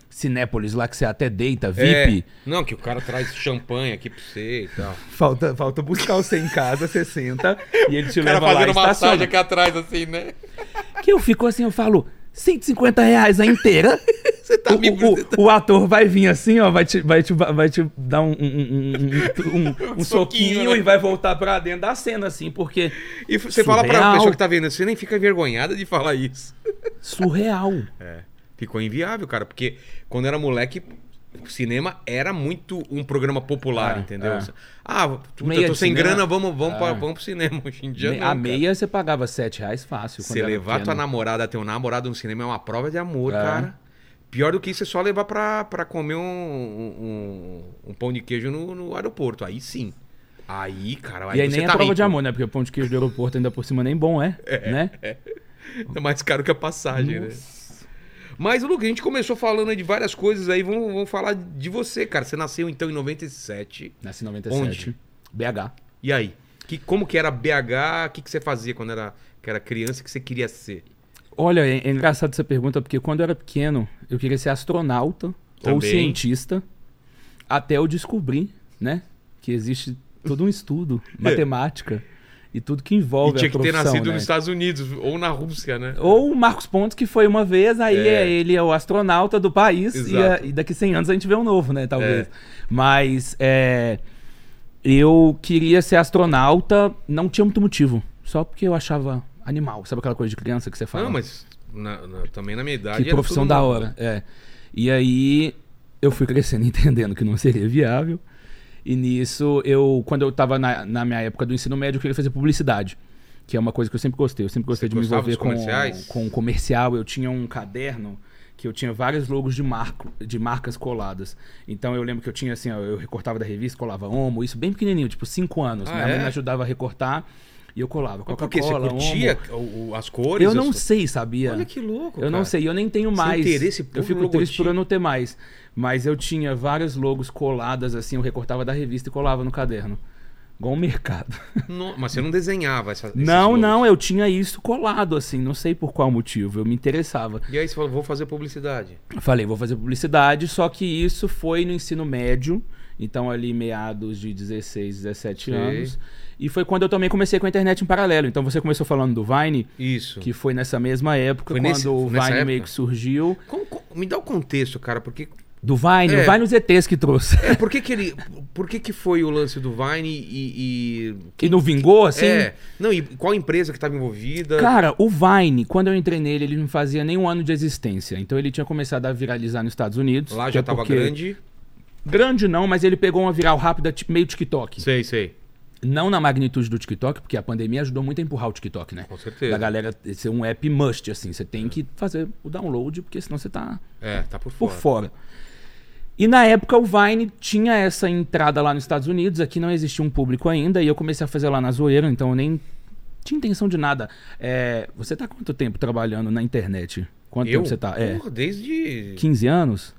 S3: Cinépolis lá que você até deita, VIP.
S1: É. Não, que o cara traz champanhe aqui pra você e tal.
S3: Falta, falta buscar você em casa, você senta e ele te
S1: O cara
S3: leva lá e
S1: fazendo massagem
S3: estaciona.
S1: aqui atrás, assim, né?
S3: Que eu fico assim, eu falo, 150 reais a inteira.
S1: Você tá
S3: o,
S1: me...
S3: o- o ator vai vir assim, ó, vai te, vai te, vai te dar um, um- um- um- um- um
S1: Um
S3: soquinho,
S1: soquinho, né?
S3: e vai voltar pra dentro da cena, assim, porque
S1: E você fala pra
S3: Surreal.
S1: pessoa que tá vendo, você nem fica envergonhada de falar isso.
S3: surreal.
S1: É. Ficou inviável, cara, porque quando era moleque, o cinema era muito um programa popular,
S3: É,
S1: entendeu?
S3: é.
S1: Ah, puta,
S3: Meia
S1: eu tô
S3: de
S1: sem
S3: cinema.
S1: grana, vamos, vamos,
S3: É.
S1: pra- vamos pro cinema. Hoje em dia não,
S3: a
S1: cara.
S3: meia você pagava 7 reais fácil. quando
S1: Você
S3: era
S1: levar tua
S3: pequeno.
S1: namorada, teu namorado no cinema é uma prova de amor,
S3: É.
S1: cara. Pior do que isso é só levar pra, pra comer um, um, um pão de queijo no, no aeroporto. Aí sim. Aí, cara,
S3: E aí
S1: você
S3: nem
S1: tá
S3: a prova
S1: rico.
S3: de amor, né? Porque o pão de queijo do aeroporto ainda por cima nem bom é, né?
S1: É mais caro que a passagem, né? Mas, Luca, a gente começou falando aí de várias coisas aí. Vamos, vamos falar de você, cara. Você nasceu, então, em 97.
S3: Nasci em 97.
S1: Onde?
S3: BH.
S1: E aí? Que, como que era BH? O que, que você fazia quando era, que era criança? O que você queria ser?
S3: Olha, é é engraçado essa pergunta, porque quando eu era pequeno, eu queria ser astronauta ou
S1: Também.
S3: cientista, até eu descobrir, né, que existe todo um estudo, matemática e tudo que
S1: E
S3: envolve
S1: tinha
S3: a
S1: que ter
S3: profissão,
S1: nascido
S3: né?
S1: nos Estados Unidos ou na Rússia, né?
S3: Ou o Marcos Pontes, que foi uma vez, aí
S1: É.
S3: é ele é o astronauta do país, e, a-
S1: Exato.
S3: e daqui 100 anos a gente vê um novo, né, talvez.
S1: É.
S3: Mas é, eu queria ser astronauta, não tinha muito motivo, só porque eu achava animal, sabe aquela coisa de criança que você fala?
S1: Não, mas na- na- também na minha idade.
S3: Que
S1: era
S3: profissão
S1: todo
S3: da
S1: mundo.
S3: hora, é. E aí eu fui crescendo entendendo que não seria viável. E nisso, eu, quando eu tava na, na minha época do ensino médio, eu queria fazer publicidade. Que é uma coisa que eu sempre gostei. Eu sempre gostei
S1: Você
S3: de me
S1: gostava
S3: envolver
S1: dos
S3: com,
S1: comerciais?
S3: com comercial. Eu tinha um caderno que eu tinha vários logos de, marco, de marcas coladas. Então eu lembro que eu tinha assim, ó, eu recortava da revista, colava Omo, isso bem pequenininho, tipo 5 anos.
S1: Ah,
S3: minha mãe
S1: é?
S3: me ajudava a recortar e eu colava
S1: Mas por quê? Você
S3: Coca-Cola,
S1: curtia
S3: Omo.
S1: o- o- as cores?
S3: Eu não
S1: as-
S3: sei, sabia?
S1: Olha que louco.
S3: Eu não
S1: cara.
S3: sei, eu nem tenho mais.
S1: interesse por
S3: eu fico triste
S1: logotipo.
S3: por eu não ter mais. Mas eu tinha vários logos coladas, assim, eu recortava da revista e colava no caderno. Igual um mercado.
S1: No- mas você não desenhava essa. esses
S3: não,
S1: logos.
S3: não, eu tinha isso colado, assim, não sei por qual motivo, eu me interessava.
S1: E aí você falou, vou fazer publicidade.
S3: Eu Falei, vou fazer publicidade, só que isso foi no ensino médio, então ali meados de 16, 17
S1: Sei.
S3: anos. E foi quando eu também comecei com a internet em paralelo. Então você começou falando do Vine,
S1: Isso.
S3: que foi nessa mesma época,
S1: Foi
S3: quando
S1: nesse-
S3: o Vine
S1: nessa
S3: meio
S1: época?
S3: que surgiu.
S1: Como- como- me dá o contexto, cara, porque
S3: Do Vine,
S1: É.
S3: o Vine os ETs que trouxe.
S1: É, por que, que ele. Por que, que foi o lance do Vine e. e-
S3: E não vingou, assim?
S1: É. Não, e qual empresa que estava envolvida?
S3: Cara, o Vine, quando eu entrei nele, ele não fazia nem um ano de existência. Então ele tinha começado a viralizar nos Estados Unidos.
S1: Lá já
S3: até
S1: tava
S3: é porque-
S1: grande.
S3: Grande não, mas ele pegou uma viral rápida, tipo, meio TikTok.
S1: Sei, sei.
S3: Não na magnitude do TikTok, porque a pandemia ajudou muito a empurrar o TikTok, né?
S1: Com certeza.
S3: Da galera ser um app must, assim. Você tem que fazer o download, porque senão você tá
S1: É, tá por
S3: por
S1: fora.
S3: fora. E na época o Vine tinha essa entrada lá nos Estados Unidos, aqui não existia um público ainda, e eu comecei a fazer lá na zoeira, então eu nem tinha intenção de nada. É, você tá quanto tempo trabalhando na internet? Quanto
S1: eu?
S3: tempo você tá? É,
S1: Porra, desde.
S3: 15 anos?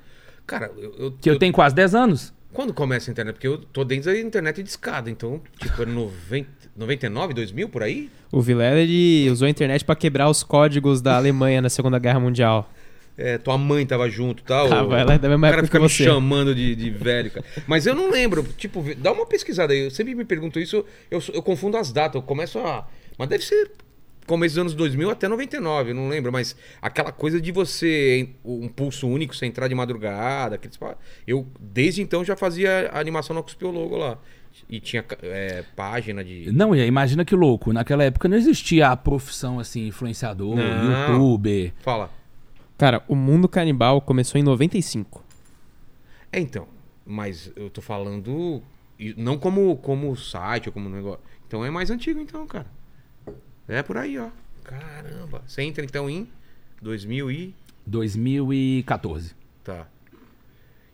S1: Cara, eu. eu-
S3: Que eu,
S1: eu-
S3: tenho quase 10 anos?
S1: Quando começa a internet? Porque eu tô dentro da internet de escada, então, tipo, era 90, 99, 2000 por aí?
S2: O Vilela, ele usou a internet pra quebrar os códigos da Alemanha na Segunda Guerra Mundial.
S1: É, tua mãe tava junto e tal.
S2: Tava, ela é da
S1: o
S2: mesma
S1: cara
S2: época
S1: fica
S2: que
S1: me
S2: você.
S1: chamando de, de velho, cara. Mas eu não lembro. Tipo, vê- dá uma pesquisada aí. Eu sempre me pergunto isso, eu, sou- eu confundo as datas. Eu começo a. Mas deve ser começo dos anos 2000 até 99, não lembro, mas aquela coisa de você, um pulso único, você entrar de madrugada, aqueles... pa- eu desde então já fazia a animação no Cuspiu Logo lá. E tinha é, página de...
S3: Não, e aí, imagina que louco. Naquela época não existia a profissão assim, influenciador,
S1: Não.
S3: youtuber.
S1: Fala.
S2: Cara, o mundo canibal começou em 95.
S1: É, então. Mas eu tô falando. e Não como, como site ou como negócio. Então é mais antigo, então, cara. É por aí, ó. Caramba. Você entra então em 2000 e.
S3: 2014.
S1: Tá.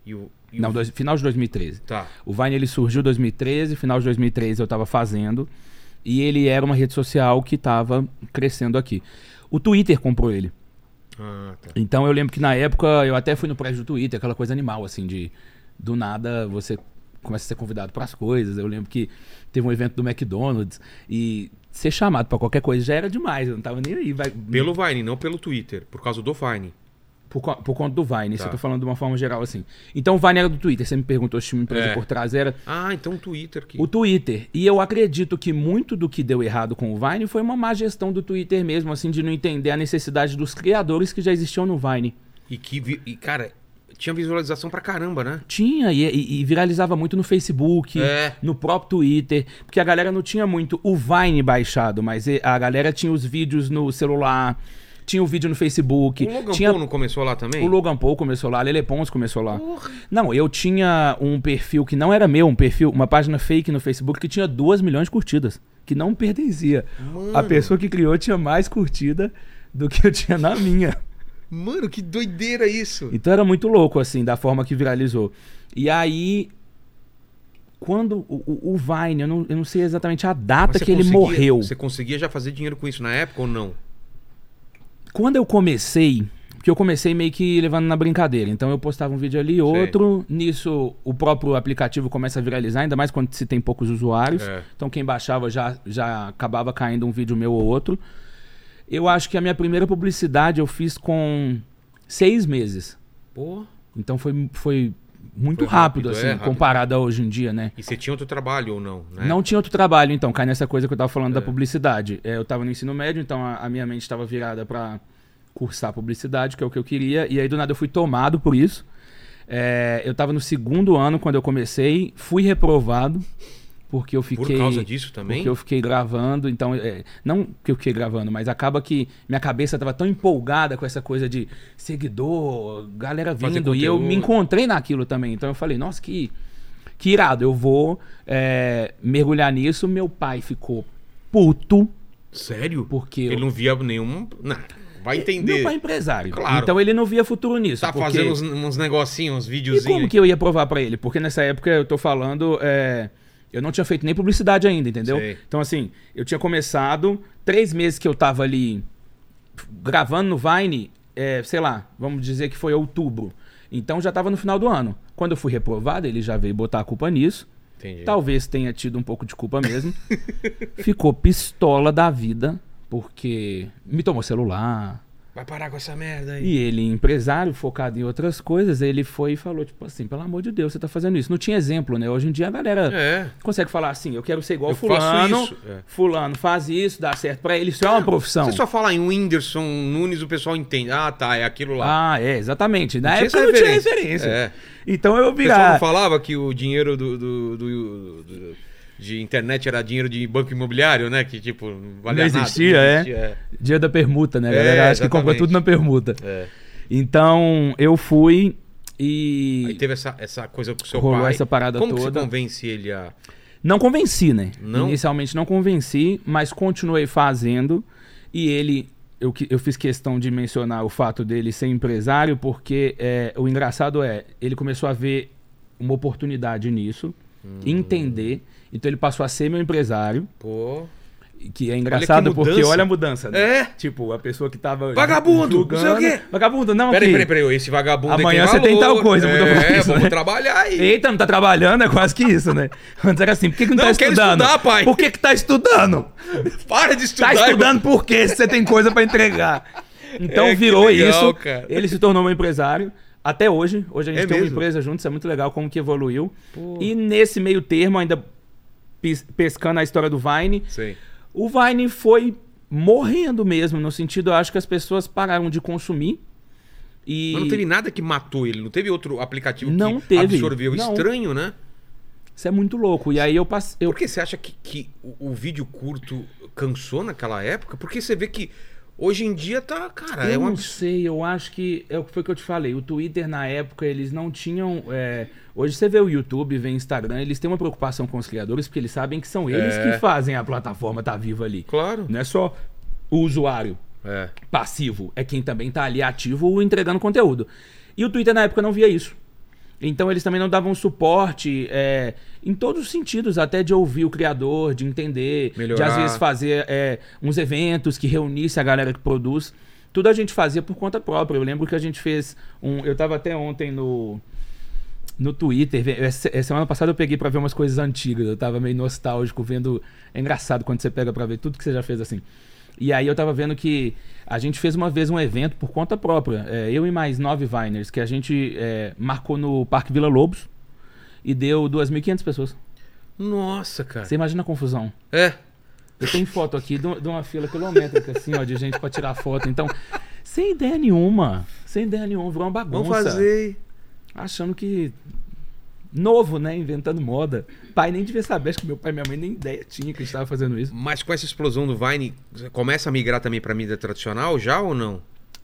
S1: E o. e
S3: Não,
S1: o...
S3: dois- final de 2013.
S1: Tá.
S3: O Vine ele surgiu em 2013, final de 2013 eu tava fazendo, e ele era uma rede social que tava crescendo aqui. O Twitter comprou ele.
S1: Ah, tá.
S3: Então eu lembro que na época eu até fui no prédio do Twitter, aquela coisa animal assim de do nada você começa a ser convidado para as coisas. Eu lembro que teve um evento do McDonald's e ser chamado para qualquer coisa já era demais, eu não tava nem aí, vai
S1: Pelo Vine, não pelo Twitter. Por causa do Vine.
S3: por, co- por conta do Vine, isso
S1: Tá.
S3: eu tô falando de uma forma geral assim. Então o Vine era do Twitter, você me perguntou se tinha uma empresa
S1: É.
S3: por trás, era
S1: Ah, então o Twitter que.
S3: O Twitter. E eu acredito que muito do que deu errado com o Vine foi uma má gestão do Twitter mesmo, assim, de não entender a necessidade dos criadores que já existiam no Vine.
S1: E que. vi- E, cara, tinha visualização pra caramba, né?
S3: Tinha, e, e- e viralizava muito no Facebook,
S1: É.
S3: no próprio Twitter, porque a galera não tinha muito o Vine baixado, mas e- a galera tinha os vídeos no celular, tinha o vídeo no Facebook,
S1: o Um Logan
S3: tinha
S1: Paul não começou lá também?
S3: O Logan Paul começou lá, a Lele Pons começou lá. Não, eu tinha um perfil que não era meu, um perfil, uma página fake no Facebook que tinha 2 milhões de curtidas, que não me pertencia. A pessoa que criou tinha mais curtida do que eu tinha na minha.
S1: Mano, que doideira isso.
S3: Então era muito louco, assim, da forma que viralizou. E aí, quando o, o- o Vine, eu não, eu não sei exatamente a
S1: Mas
S3: data
S1: você
S3: que ele
S1: conseguia-
S3: morreu.
S1: Você conseguia já fazer dinheiro com isso na época ou não?
S3: Quando eu comecei, porque eu comecei meio que levando na brincadeira. Então eu postava um vídeo ali, outro. Nisso o próprio aplicativo começa a viralizar, ainda mais quando se tem poucos usuários.
S1: É.
S3: Então quem baixava já, já acabava caindo um vídeo meu ou outro. Eu acho que a minha primeira publicidade eu fiz com seis meses.
S1: Pô.
S3: Então foi, foi muito
S1: Foi rápido,
S3: rápido,
S1: é,
S3: assim,
S1: rápido.
S3: comparado a hoje em dia, né?
S1: E você tinha outro trabalho ou não, né?
S3: Não tinha outro trabalho, então, cai nessa coisa que eu tava falando da publicidade. É, eu tava no ensino médio, então a, a minha mente estava virada para cursar publicidade, que é o que eu queria, e aí do nada eu fui tomado por isso. É, eu tava no segundo ano quando eu comecei, fui reprovado, porque eu
S1: Por
S3: fiquei.
S1: causa disso também?
S3: Porque eu fiquei gravando, então. é, não que eu fiquei gravando, mas acaba que minha cabeça tava tão empolgada com essa coisa de seguidor, galera
S1: Fazer
S3: vindo. E eu
S1: conteúdo.
S3: me encontrei naquilo também. Então eu falei, nossa, que, que irado, eu vou é, mergulhar nisso. Meu pai ficou puto,
S1: Sério?
S3: porque. eu-
S1: Ele não via nenhum. Nada. Vai entender.
S3: Meu pai é empresário.
S1: Claro.
S3: Então ele não via futuro nisso.
S1: Tá
S3: porque-
S1: fazendo uns, uns negocinhos, uns
S3: E
S1: videozinhos.
S3: como que eu ia provar pra ele? Porque nessa época eu tô falando, é, eu não tinha feito nem publicidade ainda, entendeu?
S1: Sei.
S3: Então assim, eu tinha começado, três meses que eu tava ali gravando no Vine, é, sei lá, vamos dizer que foi outubro. Então já tava no final do ano. Quando eu fui reprovado, ele já veio botar a culpa nisso.
S1: Entendi.
S3: Talvez tenha tido um pouco de culpa mesmo. Ficou pistola da vida, porque me tomou celular,
S1: Vai parar com essa merda aí.
S3: e ele, empresário, focado em outras coisas, ele foi e falou, tipo assim, pelo amor de Deus, você tá fazendo isso. Não tinha exemplo, né? Hoje em dia a galera
S1: É.
S3: consegue falar assim, eu quero ser igual
S1: Eu faço
S3: fulano,
S1: isso, é.
S3: fulano faz isso, dá certo pra ele, isso é uma profissão.
S1: Você só fala em Whindersson Nunes, o pessoal entende. Ah, tá, é aquilo lá.
S3: Ah, é, exatamente. Na
S1: tinha
S3: época
S1: essa
S3: não tinha
S1: referência.
S3: referência.
S1: É.
S3: Então eu
S1: o pessoal não
S3: virar...
S1: falava que o dinheiro do, do- do- do- de internet era dinheiro de banco imobiliário, né? Que tipo, valia
S3: Não existia,
S1: nada.
S3: é. Dia da permuta, né? A galera
S1: É,
S3: acha que compra
S1: exatamente.
S3: tudo na permuta.
S1: é.
S3: Então eu fui e...
S1: Aí teve essa, essa coisa com o seu
S3: Rolou
S1: pai.
S3: essa parada
S1: Como que
S3: toda.
S1: você convence ele a...
S3: Não convenci, né?
S1: Não?
S3: Inicialmente não convenci, mas continuei fazendo. E ele. Eu, que- eu fiz questão de mencionar o fato dele ser empresário, porque é, o engraçado é, ele começou a ver uma oportunidade nisso,
S1: Hum.
S3: entender. Então ele passou a ser meu empresário,
S1: Pô...
S3: que é engraçado porque
S1: mudança.
S3: olha a mudança, né?
S1: É.
S3: Tipo, a pessoa que tava.
S1: Vagabundo, não sei o quê.
S3: Vagabundo, não,
S1: Peraí,
S3: filho.
S1: peraí, peraí, esse vagabundo aí
S3: Amanhã você tem
S1: valor.
S3: tal coisa, mudou
S1: é,
S3: pra isso,
S1: vamos
S3: né?
S1: trabalhar aí.
S3: Eita, não tá trabalhando? É quase que isso, né? Antes era assim, por que, que
S1: Não,
S3: não, tá
S1: eu quero
S3: estudando?
S1: estudar, pai.
S3: Por que, que tá estudando?
S1: Para de estudar.
S3: Tá
S1: irmão.
S3: estudando por quê? Se você tem coisa pra entregar. Então
S1: É, que
S3: virou
S1: legal,
S3: isso.
S1: cara.
S3: Ele se tornou um empresário. Até hoje. Hoje a gente
S1: É
S3: tem
S1: mesmo?
S3: uma empresa juntos. É muito legal como que evoluiu. E nesse meio termo, ainda pes- pescando a história do Vine,
S1: Sei.
S3: o Vine foi morrendo mesmo, no sentido, eu acho que as pessoas pararam de consumir. E
S1: Mas não teve nada que matou ele, não teve outro aplicativo
S3: Não
S1: que
S3: teve,
S1: absorveu.
S3: não.
S1: Estranho, né?
S3: isso é muito louco. E aí eu passei. Eu...
S1: Por que você acha que, que o, o vídeo curto cansou naquela época? Porque você vê que hoje em dia tá, cara, é
S3: eu
S1: um
S3: não
S1: absurdo.
S3: sei, eu acho que é o que foi que eu te falei. O Twitter na época eles não tinham. é, Hoje você vê o YouTube, vê o Instagram, eles têm uma preocupação com os criadores porque eles sabem que são eles
S1: É.
S3: que fazem a plataforma estar viva ali.
S1: Claro.
S3: Não é só o usuário
S1: É.
S3: passivo, é quem também tá ali ativo ou entregando conteúdo. E o Twitter na época não via isso. Então eles também não davam suporte é, em todos os sentidos, até de ouvir o criador, de entender, de
S1: Melhorar.
S3: às vezes fazer é, uns eventos que reunisse a galera que produz. Tudo a gente fazia por conta própria. Eu lembro que a gente fez um. Eu tava até ontem no. No Twitter, ve- essa- essa semana passada eu peguei pra ver umas coisas antigas, eu tava meio nostálgico vendo. É engraçado quando você pega pra ver tudo que você já fez assim. E aí eu tava vendo que a gente fez uma vez um evento por conta própria, é, eu e mais nove Viners, que a gente é, marcou no Parque Vila Lobos e deu 2.500 pessoas.
S1: Nossa, cara.
S3: Você imagina a confusão.
S1: É.
S3: Eu tenho foto aqui de um- de uma fila quilométrica, assim, ó, de gente pra tirar foto. Então, sem ideia nenhuma, sem ideia nenhuma, virou uma bagunça
S1: Vamos fazer.
S3: achando que. Novo, né? Inventando moda. Pai nem devia saber, acho que meu pai e minha mãe nem ideia tinha que estava fazendo isso.
S1: Mas com essa explosão do Vine, você começa a migrar também pra mídia tradicional já ou não?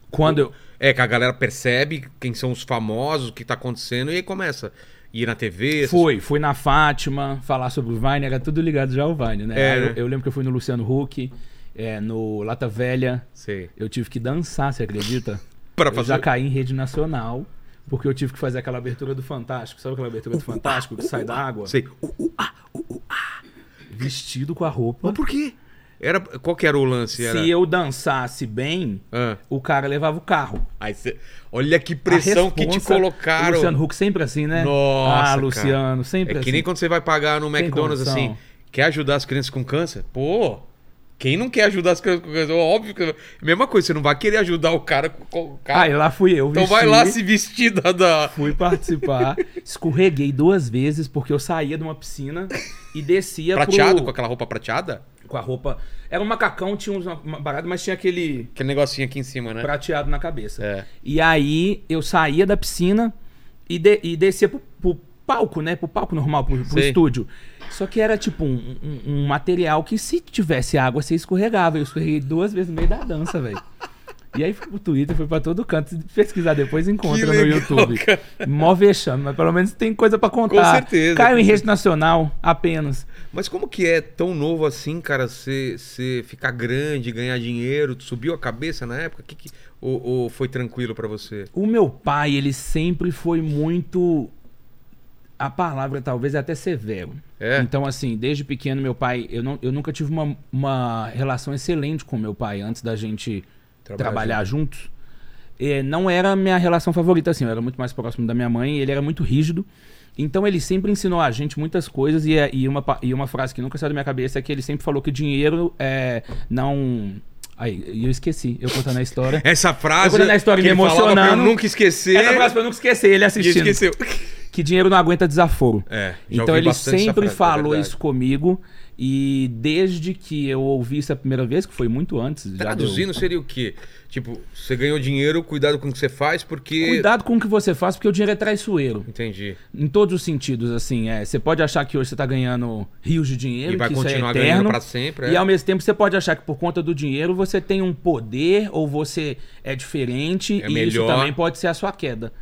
S3: Quando eu.
S1: É, que a galera percebe quem são os famosos, o que tá acontecendo, e aí começa. Ir na TV, essas
S3: Fui, fui na Fátima falar sobre o Vine, era tudo ligado já ao Vine, né?
S1: É,
S3: Aí eu,
S1: né?
S3: eu lembro que eu fui no Luciano Huck, é, no Lata Velha.
S1: Sei.
S3: Eu tive que dançar, você acredita?
S1: Pra
S3: Eu
S1: fazer.
S3: já caí em rede nacional, porque eu tive que fazer aquela abertura do Fantástico. Sabe aquela abertura do Fantástico que sai da água?
S1: Sei. Uh, uh, ah.
S3: Vestido com a
S1: Mas
S3: roupa.
S1: por quê? Era... Qual que era o lance? Era...
S3: Se eu dançasse bem,
S1: Ah.
S3: o cara levava o carro.
S1: Aí cê- Olha que
S3: A
S1: pressão que te
S3: responsa- O
S1: colocaram.
S3: Luciano Huck sempre assim, né?
S1: Nossa,
S3: Ah,
S1: cara.
S3: Luciano, sempre
S1: É
S3: assim.
S1: que nem quando você vai pagar no
S3: Tem
S1: McDonald's
S3: condição.
S1: assim, quer ajudar as crianças com câncer? Pô, quem não quer ajudar as crianças com câncer? Óbvio que. Mesma coisa, você não vai querer ajudar o cara com- com o cara.
S3: Ah, e lá fui eu.
S1: então
S3: vesti,
S1: vai lá se vestir da. da-
S3: Fui participar. Escorreguei duas vezes porque eu saía de uma piscina e descia pro-
S1: prateado, com aquela roupa prateada?
S3: com a roupa. Era um macacão, tinha uns uma barata, mas tinha aquele
S1: Aquele negocinho aqui em cima, né?
S3: prateado na cabeça.
S1: É.
S3: E aí eu saía da piscina e, de- e descia pro, pro palco, né? Pro palco normal, pro, pro
S1: Sei.
S3: estúdio. Só que era tipo um, um- um material que se tivesse água, você escorregava. Eu escorreguei duas vezes no meio da dança, velho. E aí fui pro Twitter, fui pra todo canto. Se pesquisar depois, encontra no
S1: legal,
S3: YouTube.
S1: cara.
S3: Mó vexame, mas pelo menos tem coisa pra contar.
S1: certeza.
S3: Caiu em rede nacional, apenas.
S1: Mas como que é tão novo assim, cara, você você ficar grande, ganhar dinheiro? Tu Subiu a cabeça na época? Que que- ou, ou foi tranquilo pra você?
S3: O meu pai, ele sempre foi muito. A palavra talvez é até severo.
S1: É.
S3: Então, assim, desde pequeno, meu pai. Eu, não, eu nunca tive uma, uma relação excelente com meu pai antes da gente
S1: Trabalhar
S3: trabalhar, juntos. É, não era a minha relação favorita, assim. Eu era muito mais próximo da minha mãe, ele era muito rígido. Então, ele sempre ensinou a gente muitas coisas. E, é- e, uma, pa- e uma frase que nunca saiu da minha cabeça é que ele sempre falou que dinheiro é, não. Aí, eu esqueci, eu contando a história.
S1: Essa
S3: Eu
S1: frase.
S3: contando a história
S1: que ele
S3: me
S1: falava pra
S3: emocionando.
S1: Eu nunca esquecer.
S3: Essa frase pra eu nunca esquecer, ele
S1: E
S3: assistindo.
S1: esqueceu.
S3: Que dinheiro não aguenta desaforo.
S1: É, já
S3: Então
S1: ouvi
S3: ele
S1: bastante essa
S3: sempre
S1: frase, é
S3: falou
S1: verdade.
S3: isso comigo. E desde que eu ouvi isso a primeira vez, que foi muito antes. já
S1: Traduzindo seria o quê? Tipo, você ganhou dinheiro, cuidado com o que você faz, porque.
S3: deu- Cuidado com o que você faz, porque o dinheiro é traiçoeiro.
S1: Entendi.
S3: Em todos os sentidos, assim. é, você pode achar que hoje você tá ganhando rios de dinheiro,
S1: E vai
S3: que isso é
S1: continuar
S3: eterno,
S1: ganhando pra sempre.
S3: E
S1: é.
S3: ao mesmo tempo você pode achar que por conta do dinheiro você tem um poder ou você é diferente
S1: É
S3: e isso
S1: melhor.
S3: também pode ser a sua queda.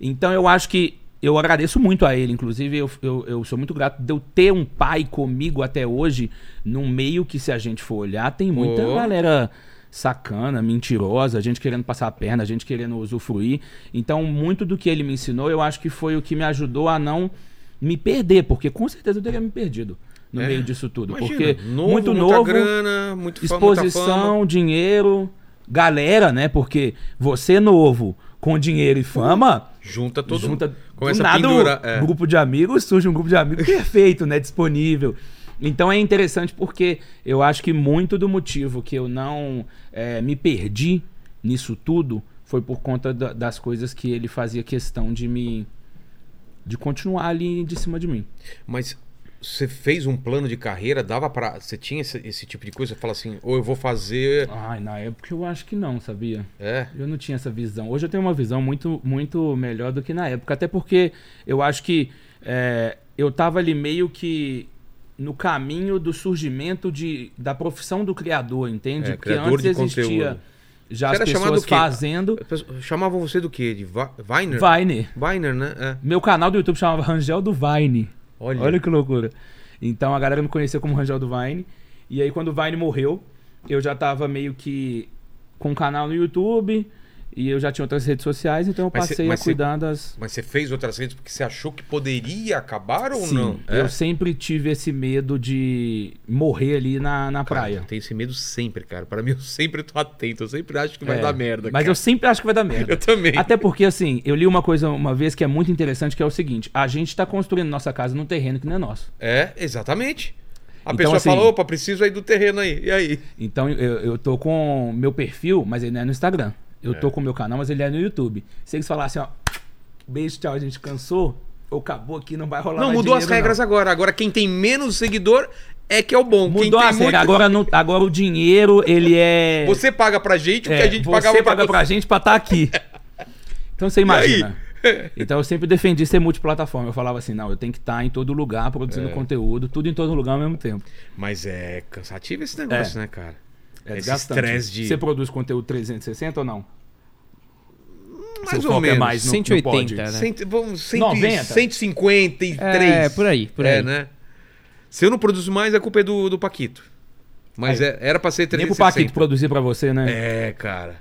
S3: Então eu acho que eu agradeço muito a ele, inclusive eu, eu, eu sou muito grato de eu ter um pai comigo até hoje, num meio que se a gente for olhar tem muita
S1: Oh.
S3: galera sacana, mentirosa, gente querendo passar a perna, gente querendo usufruir. Então muito do que ele me ensinou eu acho que foi o que me ajudou a não me perder, porque com certeza eu teria me perdido no
S1: É.
S3: meio disso tudo,
S1: Imagina,
S3: porque
S1: novo, muita
S3: muito novo,
S1: grana, muito fa- muita
S3: exposição, dinheiro, galera, né? Porque você novo com dinheiro e fama,
S1: Junta todo
S3: junta
S1: mundo. Começa
S3: do
S1: a
S3: nada
S1: pendurar.
S3: um
S1: é.
S3: grupo de amigos, surge um grupo de amigos perfeito, né? Disponível. Então é interessante porque eu acho que muito do motivo que eu não eh, me perdi nisso tudo foi por conta da- das coisas que ele fazia questão de me de continuar ali de cima de mim.
S1: Mas Você fez um plano de carreira, dava para Você tinha esse, esse tipo de coisa? Você fala assim, ou eu vou fazer.
S3: Ai, na época eu acho que não, sabia?
S1: É.
S3: Eu não tinha essa visão. Hoje eu tenho uma visão muito, muito melhor do que na época. Até porque eu acho que é, eu tava ali meio que no caminho do surgimento de, da profissão do criador, entende?
S1: É, criador de conteúdo.
S3: já
S1: Você
S3: as
S1: era chamado
S3: pessoas
S1: o quê?
S3: fazendo.
S1: As pessoas- Chamavam você do quê? De Va- Viner?
S3: Vine.
S1: Viner, né? É.
S3: Meu canal do YouTube chamava Rangel do Vine.
S1: Olha.
S3: Olha que loucura. Então a galera me conheceu como Rangel do Vine. E aí quando o Vine morreu, eu já tava meio que com um canal no YouTube e eu já tinha outras redes sociais, então eu
S1: Mas cê-
S3: passei
S1: mas
S3: a
S1: cê-
S3: cuidar das.
S1: Mas você fez outras redes porque você achou que poderia acabar ou
S3: Sim,
S1: não?
S3: eu
S1: É?
S3: sempre tive esse medo de morrer ali na, na
S1: Cara,
S3: praia.
S1: Eu tenho esse medo sempre, cara. Pra mim, eu sempre tô atento. Eu sempre acho que vai
S3: É,
S1: dar merda.
S3: Mas
S1: cara.
S3: eu sempre acho que vai dar merda.
S1: Eu também.
S3: Até porque, assim, eu li uma coisa uma vez que é muito interessante, que é o seguinte: a gente tá construindo nossa casa num terreno que não é nosso.
S1: É, exatamente. A
S3: Então,
S1: pessoa
S3: assim-
S1: fala, opa, preciso aí do terreno aí. E aí?
S3: Então eu, eu tô com meu perfil, mas ele não é no Instagram. Eu tô com meu canal, mas ele é no YouTube. Se eles falassem, ó, beijo, tchau, a gente cansou, ou acabou aqui, não vai rolar
S1: não,
S3: mais
S1: mudou as
S3: dinheiro,
S1: regras
S3: não.
S1: agora. Agora, quem tem menos seguidor é que é o bom. Quem
S3: Mudou
S1: tem
S3: as
S1: muito-
S3: regras. Agora, não, agora o dinheiro, ele é.
S1: Você paga pra gente o
S3: é,
S1: que a gente
S3: você
S1: pagava
S3: paga pra gente pra estar aqui. Então você imagina. Então eu sempre defendi ser multiplataforma. Eu falava assim, não, eu tenho que estar em todo lugar,
S1: É.
S3: produzindo conteúdo, tudo em todo lugar ao mesmo tempo.
S1: Mas é cansativo esse negócio,
S3: É.
S1: né, cara?
S3: É
S1: esse
S3: desgastante.
S1: estresse de...
S3: Você produz conteúdo 360 ou não?
S1: mais
S3: seu
S1: ou
S3: foco é
S1: menos.
S3: mais no- é, no
S2: 180,
S3: pod.
S2: né?
S1: Cento, vamos, cento,
S3: 90.
S1: 153.
S2: É, por aí, por
S1: É,
S2: aí.
S1: né? Se eu não produzo mais, a culpa é do, do Paquito. Mas é- era pra ser
S3: Nem pro
S1: 360.
S3: Paquito produzir pra você, né?
S1: É, cara.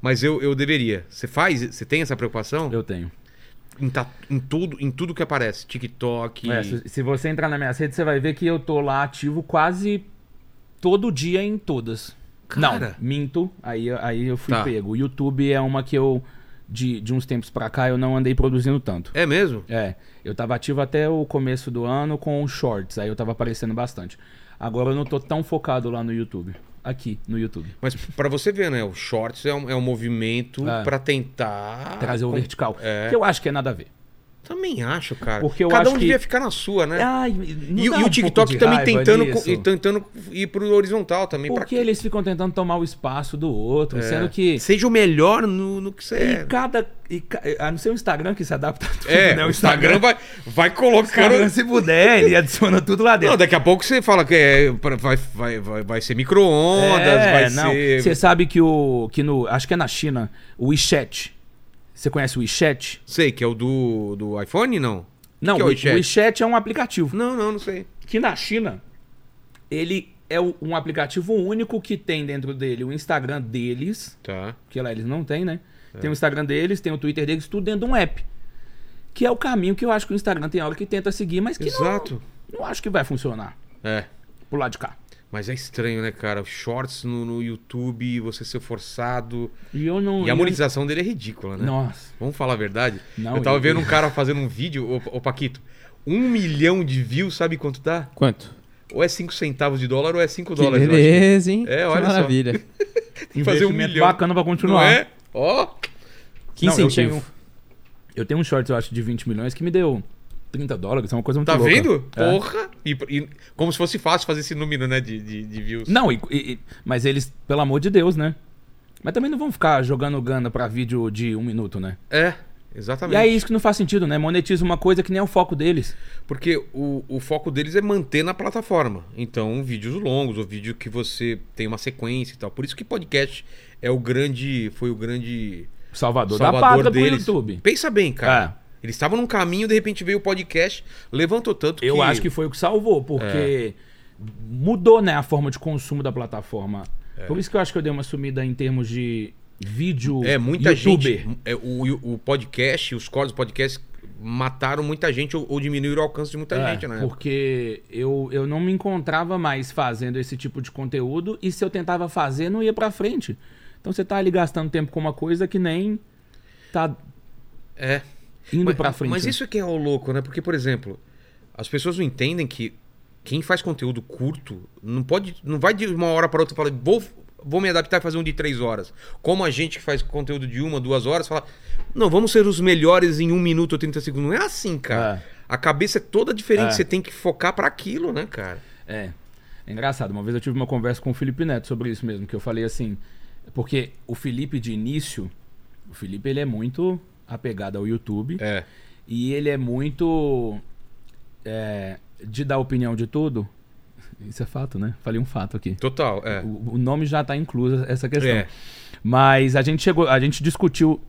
S1: Mas eu, eu deveria. Você faz? Você tem essa preocupação?
S3: Eu tenho.
S1: Em, ta- em tudo, em tudo que aparece. TikTok.
S3: É, se, se você entrar nas minhas redes, você vai ver que eu tô lá ativo quase todo dia em todas.
S1: Cara.
S3: Não, minto. Aí, aí eu fui
S1: Tá.
S3: pego. O YouTube é uma que eu, de, de uns tempos pra cá, eu não andei produzindo tanto.
S1: É mesmo?
S3: É, eu tava ativo até o começo do ano com shorts, aí eu tava aparecendo bastante. Agora eu não tô tão focado lá no YouTube. Aqui, no YouTube.
S1: Mas pra você ver, né? O shorts é um, é um movimento
S3: É.
S1: pra tentar.
S3: Trazer o
S1: com-
S3: vertical.
S1: É.
S3: Que eu acho que é nada a ver.
S1: Também acho, cara.
S3: Porque eu
S1: Cada
S3: acho
S1: um
S3: que-
S1: devia ficar na sua, né?
S3: Ai, não
S1: E,
S3: dá
S1: e o
S3: um pouco
S1: TikTok
S3: de
S1: também
S3: raiva
S1: tentando,
S3: nisso?
S1: co- e tentando ir pro horizontal também. pra
S3: Porque
S1: quê?
S3: eles ficam tentando tomar o espaço do outro, sendo que.
S1: Seja o melhor no, no que você
S3: E
S1: é.
S3: cada. E, ca- a não ser o Instagram que se adapta a tudo,
S1: É,
S3: né?
S1: o Instagram vai, vai colocando.
S3: Instagram, se puder, ele adiciona tudo lá dentro.
S1: Não, daqui a pouco você fala que é, pra- vai, vai, vai, vai ser micro-ondas, vai ser.
S3: Você É, sabe que o. Que no, acho que é na China, o WeChat. Você conhece o WeChat?
S1: Sei, que é o do, do iPhone, não?
S3: Não,
S1: que é o WeChat?
S3: é um aplicativo.
S1: Não, não, não sei.
S3: Que na China, ele é o- um aplicativo único que tem dentro dele o Instagram deles,
S1: Tá.
S3: que lá eles não têm, né?
S1: É.
S3: Tem o Instagram deles, tem o Twitter deles, tudo dentro de um app. Que é o caminho que eu acho que o Instagram tem hora que tenta seguir, mas que
S1: Exato.
S3: não, não acho que vai funcionar
S1: É.
S3: pro lado de cá.
S1: Mas é estranho, né, cara? Shorts no, no YouTube, você ser forçado.
S3: E eu não.
S1: E a
S3: eu-
S1: monetização dele é ridícula, né?
S3: Nossa.
S1: Vamos falar a verdade?
S3: Não,
S1: eu tava
S3: eu-
S1: vendo um cara fazendo um vídeo, ô, ô Paquito, um milhão de views, sabe quanto dá?
S2: Quanto?
S1: Ou é 5 centavos de dólar ou é 5
S2: Que
S1: dólares. eu acho.
S2: beleza, hein?
S1: É,
S2: Que
S1: olha só.
S2: maravilha.
S1: Fazer um
S3: Investimento
S1: milhão.
S3: bacana pra
S1: Não
S3: continuar.
S1: é? Ó,
S2: Que
S3: Não, eu
S2: incentivo.
S3: tenho- Eu tenho um short, eu acho, de 20 milhões que me deu 30 dólares, é uma coisa muito
S1: tá
S3: louca.
S1: vendo?
S3: É.
S1: Porra! E, e como se fosse fácil fazer esse número, né, de, de, de views.
S3: Não, e- e- e- mas eles, pelo amor de Deus, né? Mas também não vão ficar jogando gana pra vídeo de um minuto, né?
S1: É,
S3: E
S1: exatamente.
S3: é isso que não faz sentido, né? Monetiza uma coisa que nem é o foco deles.
S1: Porque o, o foco deles é manter na plataforma. Então, vídeos longos, ou vídeo que você tem uma sequência e tal. Por isso que podcast é o grande. Foi o grande
S3: Salvador, da
S1: salvador
S3: pátria
S1: deles.
S3: pro YouTube. É.
S1: Pensa bem, cara. Eles estavam num caminho, de repente veio o podcast, levantou tanto
S3: É, Eu
S1: que. É.
S3: acho que foi o que salvou, porque mudou, né, a forma de consumo da plataforma.
S1: É.
S3: Por isso que eu acho que eu dei uma sumida em termos de vídeo
S1: É, muita
S3: youtuber.
S1: gente. é, o, o podcast, os cortes do podcast mataram muita gente ou, ou diminuíram o alcance de muita
S3: É,
S1: gente, né?
S3: Porque eu, eu não me encontrava mais fazendo esse tipo de conteúdo e se eu tentava fazer, não ia pra frente. Então você tá ali gastando tempo com uma coisa que nem tá
S1: É.
S3: indo
S1: Mas-
S3: pra frente.
S1: Mas isso que é o louco, né? Porque, por exemplo, as pessoas não entendem que quem faz conteúdo curto não pode, não vai de uma hora para outra falar, vou vou me adaptar e fazer um de três horas. Como a gente que faz conteúdo de uma, duas horas, fala, não, vamos ser os melhores em um minuto ou 30 segundos. Não é assim, cara. A cabeça é toda diferente,
S3: É.
S1: você tem que focar pra aquilo, né, cara?
S3: É. É engraçado. Uma vez eu tive uma conversa com o Felipe Neto sobre isso mesmo, que eu falei assim. Porque o Felipe de início, o Felipe ele é muito apegado ao YouTube
S1: É.
S3: e ele é muito é, de dar opinião de tudo. Isso é fato, né? Falei um fato aqui.
S1: Total, é.
S3: O, o nome já está incluso essa questão.
S1: É.
S3: Mas a gente chegou, a gente discutiu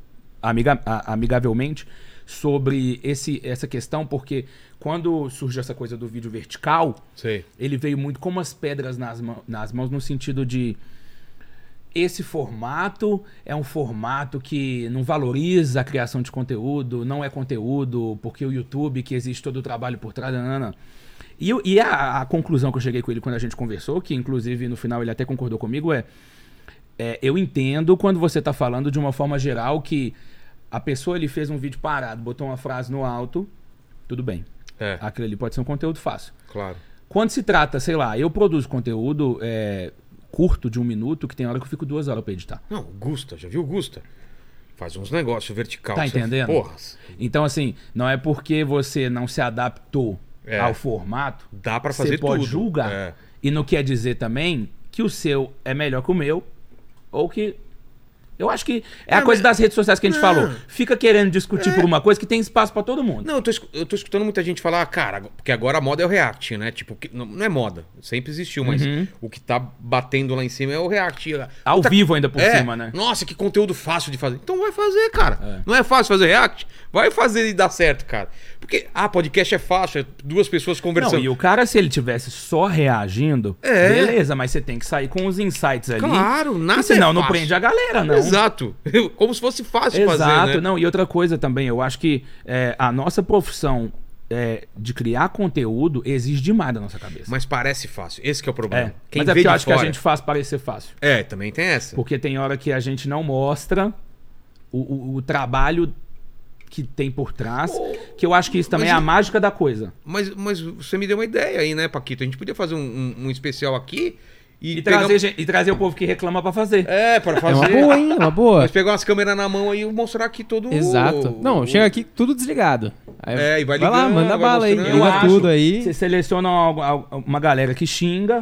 S3: amiga- a- amigavelmente sobre esse, essa questão, porque quando surge essa coisa do vídeo vertical,
S1: Sei.
S3: ele veio muito com umas pedras nas, mã- nas mãos, no sentido de. Esse formato é um formato que não valoriza a criação de conteúdo, não é conteúdo, porque o YouTube, que existe todo o trabalho por trás. Nanana. E, eu- e a, a conclusão que eu cheguei com ele quando a gente conversou, que inclusive no final ele até concordou comigo, é. É, eu entendo quando você está falando de uma forma geral que a pessoa ele fez um vídeo parado, botou uma frase no alto, tudo bem.
S1: É,
S3: Aquilo ali pode ser um conteúdo fácil.
S1: claro.
S3: Quando se trata, sei lá, eu produzo conteúdo é, curto de um minuto, que tem hora que eu fico duas horas pra editar.
S1: Não, Gusta, já viu Gusta? Faz uns negócios vertical.
S3: Tá
S1: você-
S3: entendendo?
S1: Porra,
S3: Então, assim, não é porque você não se adaptou
S1: É.
S3: ao formato,
S1: dá pra fazer
S3: você pode
S1: tudo.
S3: julgar.
S1: É.
S3: E não quer dizer também que o seu é melhor que o meu, ou que. Eu acho que é a
S1: Não,
S3: coisa
S1: mas-
S3: das redes sociais que a gente
S1: Não. É.
S3: falou. Fica querendo discutir por uma coisa que tem espaço pra todo mundo.
S1: Não, eu tô, escu- eu tô escutando muita gente falar, "Ah, cara, ag- porque agora a moda é o React, né? Tipo, que- não, não é moda, sempre existiu, mas o que tá batendo lá em cima é o React.
S3: Uhum. Ao
S1: Outra-
S3: vivo ainda por
S1: É,
S3: cima, né?
S1: Nossa, que conteúdo fácil de fazer. Então vai fazer, cara. Não é fácil fazer React? Vai fazer e dar certo, cara. Porque, ah, podcast é fácil, é duas pessoas
S3: Não,
S1: conversando.
S3: e o cara, se ele tivesse só reagindo,
S1: É.
S3: beleza, mas você tem que sair com os insights ali.
S1: Claro, nada
S3: E senão
S1: é
S3: não
S1: fácil.
S3: prende a galera, não.
S1: Exato. Como se fosse fácil
S3: Exato,
S1: fazer, né?
S3: não. E outra coisa também, eu acho que é, a nossa profissão é, de criar conteúdo exige demais da nossa cabeça.
S1: Mas parece fácil. Esse que é o
S3: é.
S1: problema. Quem
S3: Mas é
S1: vê
S3: porque eu
S1: de
S3: acho que a
S1: fora-
S3: gente faz parecer fácil.
S1: É, também tem essa.
S3: Porque tem hora que a gente não mostra o, o- o trabalho que tem por trás, que eu acho que isso também
S1: Mas
S3: é a
S1: e-
S3: mágica da coisa.
S1: Mas, mas você me deu uma ideia aí, né, Paquito? A gente podia fazer um, um- um especial aqui e,
S3: E,
S1: pegar- um-
S3: trazer, gen- e trazer o povo que reclama pra fazer.
S1: É, para
S2: É uma
S1: fazer.
S2: boa, hein? É Uma boa.
S1: Mas pegar umas câmeras na mão aí e mostrar aqui todo o-
S2: Exato. Não,
S1: o-
S2: chega aqui tudo desligado. Aí
S1: É, e vai
S2: lá,
S1: ligando,
S2: manda
S1: vai
S2: bala aí,
S1: mostrando.
S3: Eu
S2: liga
S3: acho.
S2: tudo aí.
S3: Você seleciona uma, uma galera que xinga,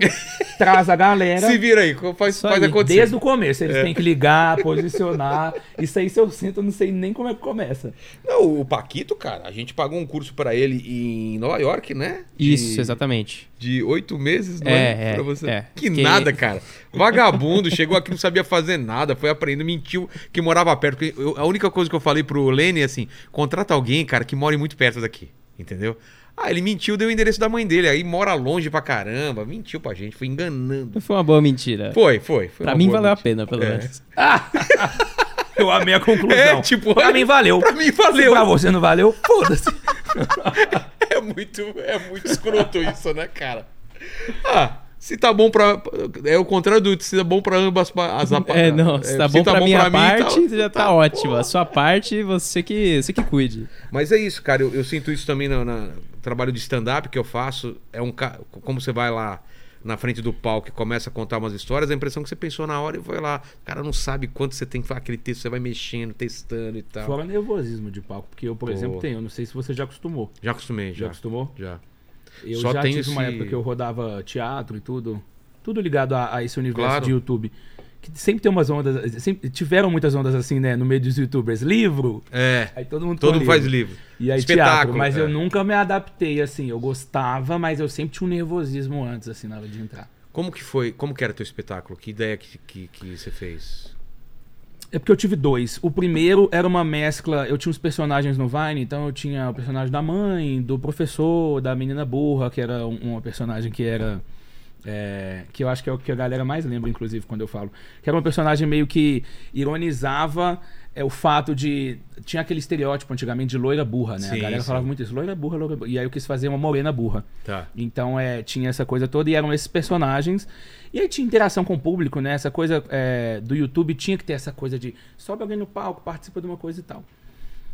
S3: traz a galera.
S1: Se vira É. aí, faz,
S2: Isso
S1: faz
S2: aí,
S1: acontecer.
S3: Desde o começo, eles têm que ligar, posicionar. Isso aí, se eu sinto, eu não sei nem como é que começa.
S1: Não, o Paquito, cara, a gente pagou um curso pra ele em Nova York, né? De-
S2: Isso, exatamente.
S1: De oito meses, não
S2: É, é,
S1: pra você.
S2: é.
S1: Que
S2: Que-
S1: nada, cara. Vagabundo, chegou aqui, não sabia fazer nada, foi aprendendo, mentiu que morava perto. Porque eu- a única coisa que eu falei pro Lene é assim: contrata alguém, cara, que more muito perto daqui. Entendeu? Ah, ele mentiu, deu o endereço da mãe dele, aí mora longe pra caramba, mentiu pra gente, foi enganando.
S2: Foi uma boa mentira.
S1: Foi, foi. foi
S2: pra
S1: uma
S2: mim
S1: boa
S2: valeu a
S1: mentira.
S2: pena, pelo
S1: É.
S2: menos.
S3: Eu amei a conclusão.
S1: É, tipo,
S3: pra mim valeu.
S1: Pra mim
S3: Se
S1: valeu.
S3: pra você não valeu, foda-se.
S1: É muito, é muito escroto isso, né, cara? Ah, se tá bom pra. É o contrário do se tá bom pra ambas pa- as apa-
S2: É, não, se tá bom pra minha parte,
S1: tá-
S2: já tá, ótimo. A sua parte, você que, você que cuide.
S1: Mas é isso, cara. Eu, eu sinto isso também no, na- no trabalho de stand-up que eu faço. É um ca- Como você vai lá na frente do palco e começa a contar umas histórias, a impressão que você pensou na hora e vai lá. O cara não sabe quanto você tem que falar aquele texto, você vai mexendo, testando e tal.
S3: Fora nervosismo de palco, porque eu, por
S1: Pô.
S3: exemplo, tenho. Não sei se você já acostumou.
S1: Já acostumei,
S3: Já
S1: já.
S3: acostumou?
S1: Já.
S3: Eu
S1: Só
S3: já
S1: tenho
S3: tive uma
S1: esse-
S3: época que eu rodava teatro e tudo. Tudo ligado a, a esse universo
S1: Claro.
S3: de YouTube. Que sempre tem umas ondas. Sempre tiveram muitas ondas assim, né? No meio dos youtubers. Livro.
S1: É.
S3: Aí todo mundo
S1: Todo
S3: com
S1: mundo faz livro.
S3: E aí, teatro, mas
S1: é.
S3: eu nunca me adaptei, assim. Eu gostava, mas eu sempre tinha um nervosismo antes, assim, na hora de entrar.
S1: Como que foi? Como que era teu espetáculo? Que ideia que, que, que você fez?
S3: É porque eu tive dois. O primeiro era uma mescla. Eu tinha uns personagens no Vine, então eu tinha o personagem da mãe, do professor, da menina burra, que era um- uma personagem que era. é, que eu acho que é o que a galera mais lembra, inclusive, quando eu falo. Que era uma personagem meio que ironizava é, o fato de. Tinha aquele estereótipo antigamente de loira burra, né?
S1: Sim,
S3: a galera
S1: sim.
S3: falava muito isso, loira burra, loira burra. E aí eu quis fazer uma morena burra.
S1: Tá.
S3: Então é, tinha essa coisa toda e eram esses personagens. E aí tinha interação com o público, né? Essa coisa é, do YouTube tinha que ter essa coisa de sobe alguém no palco, participa de uma coisa e tal.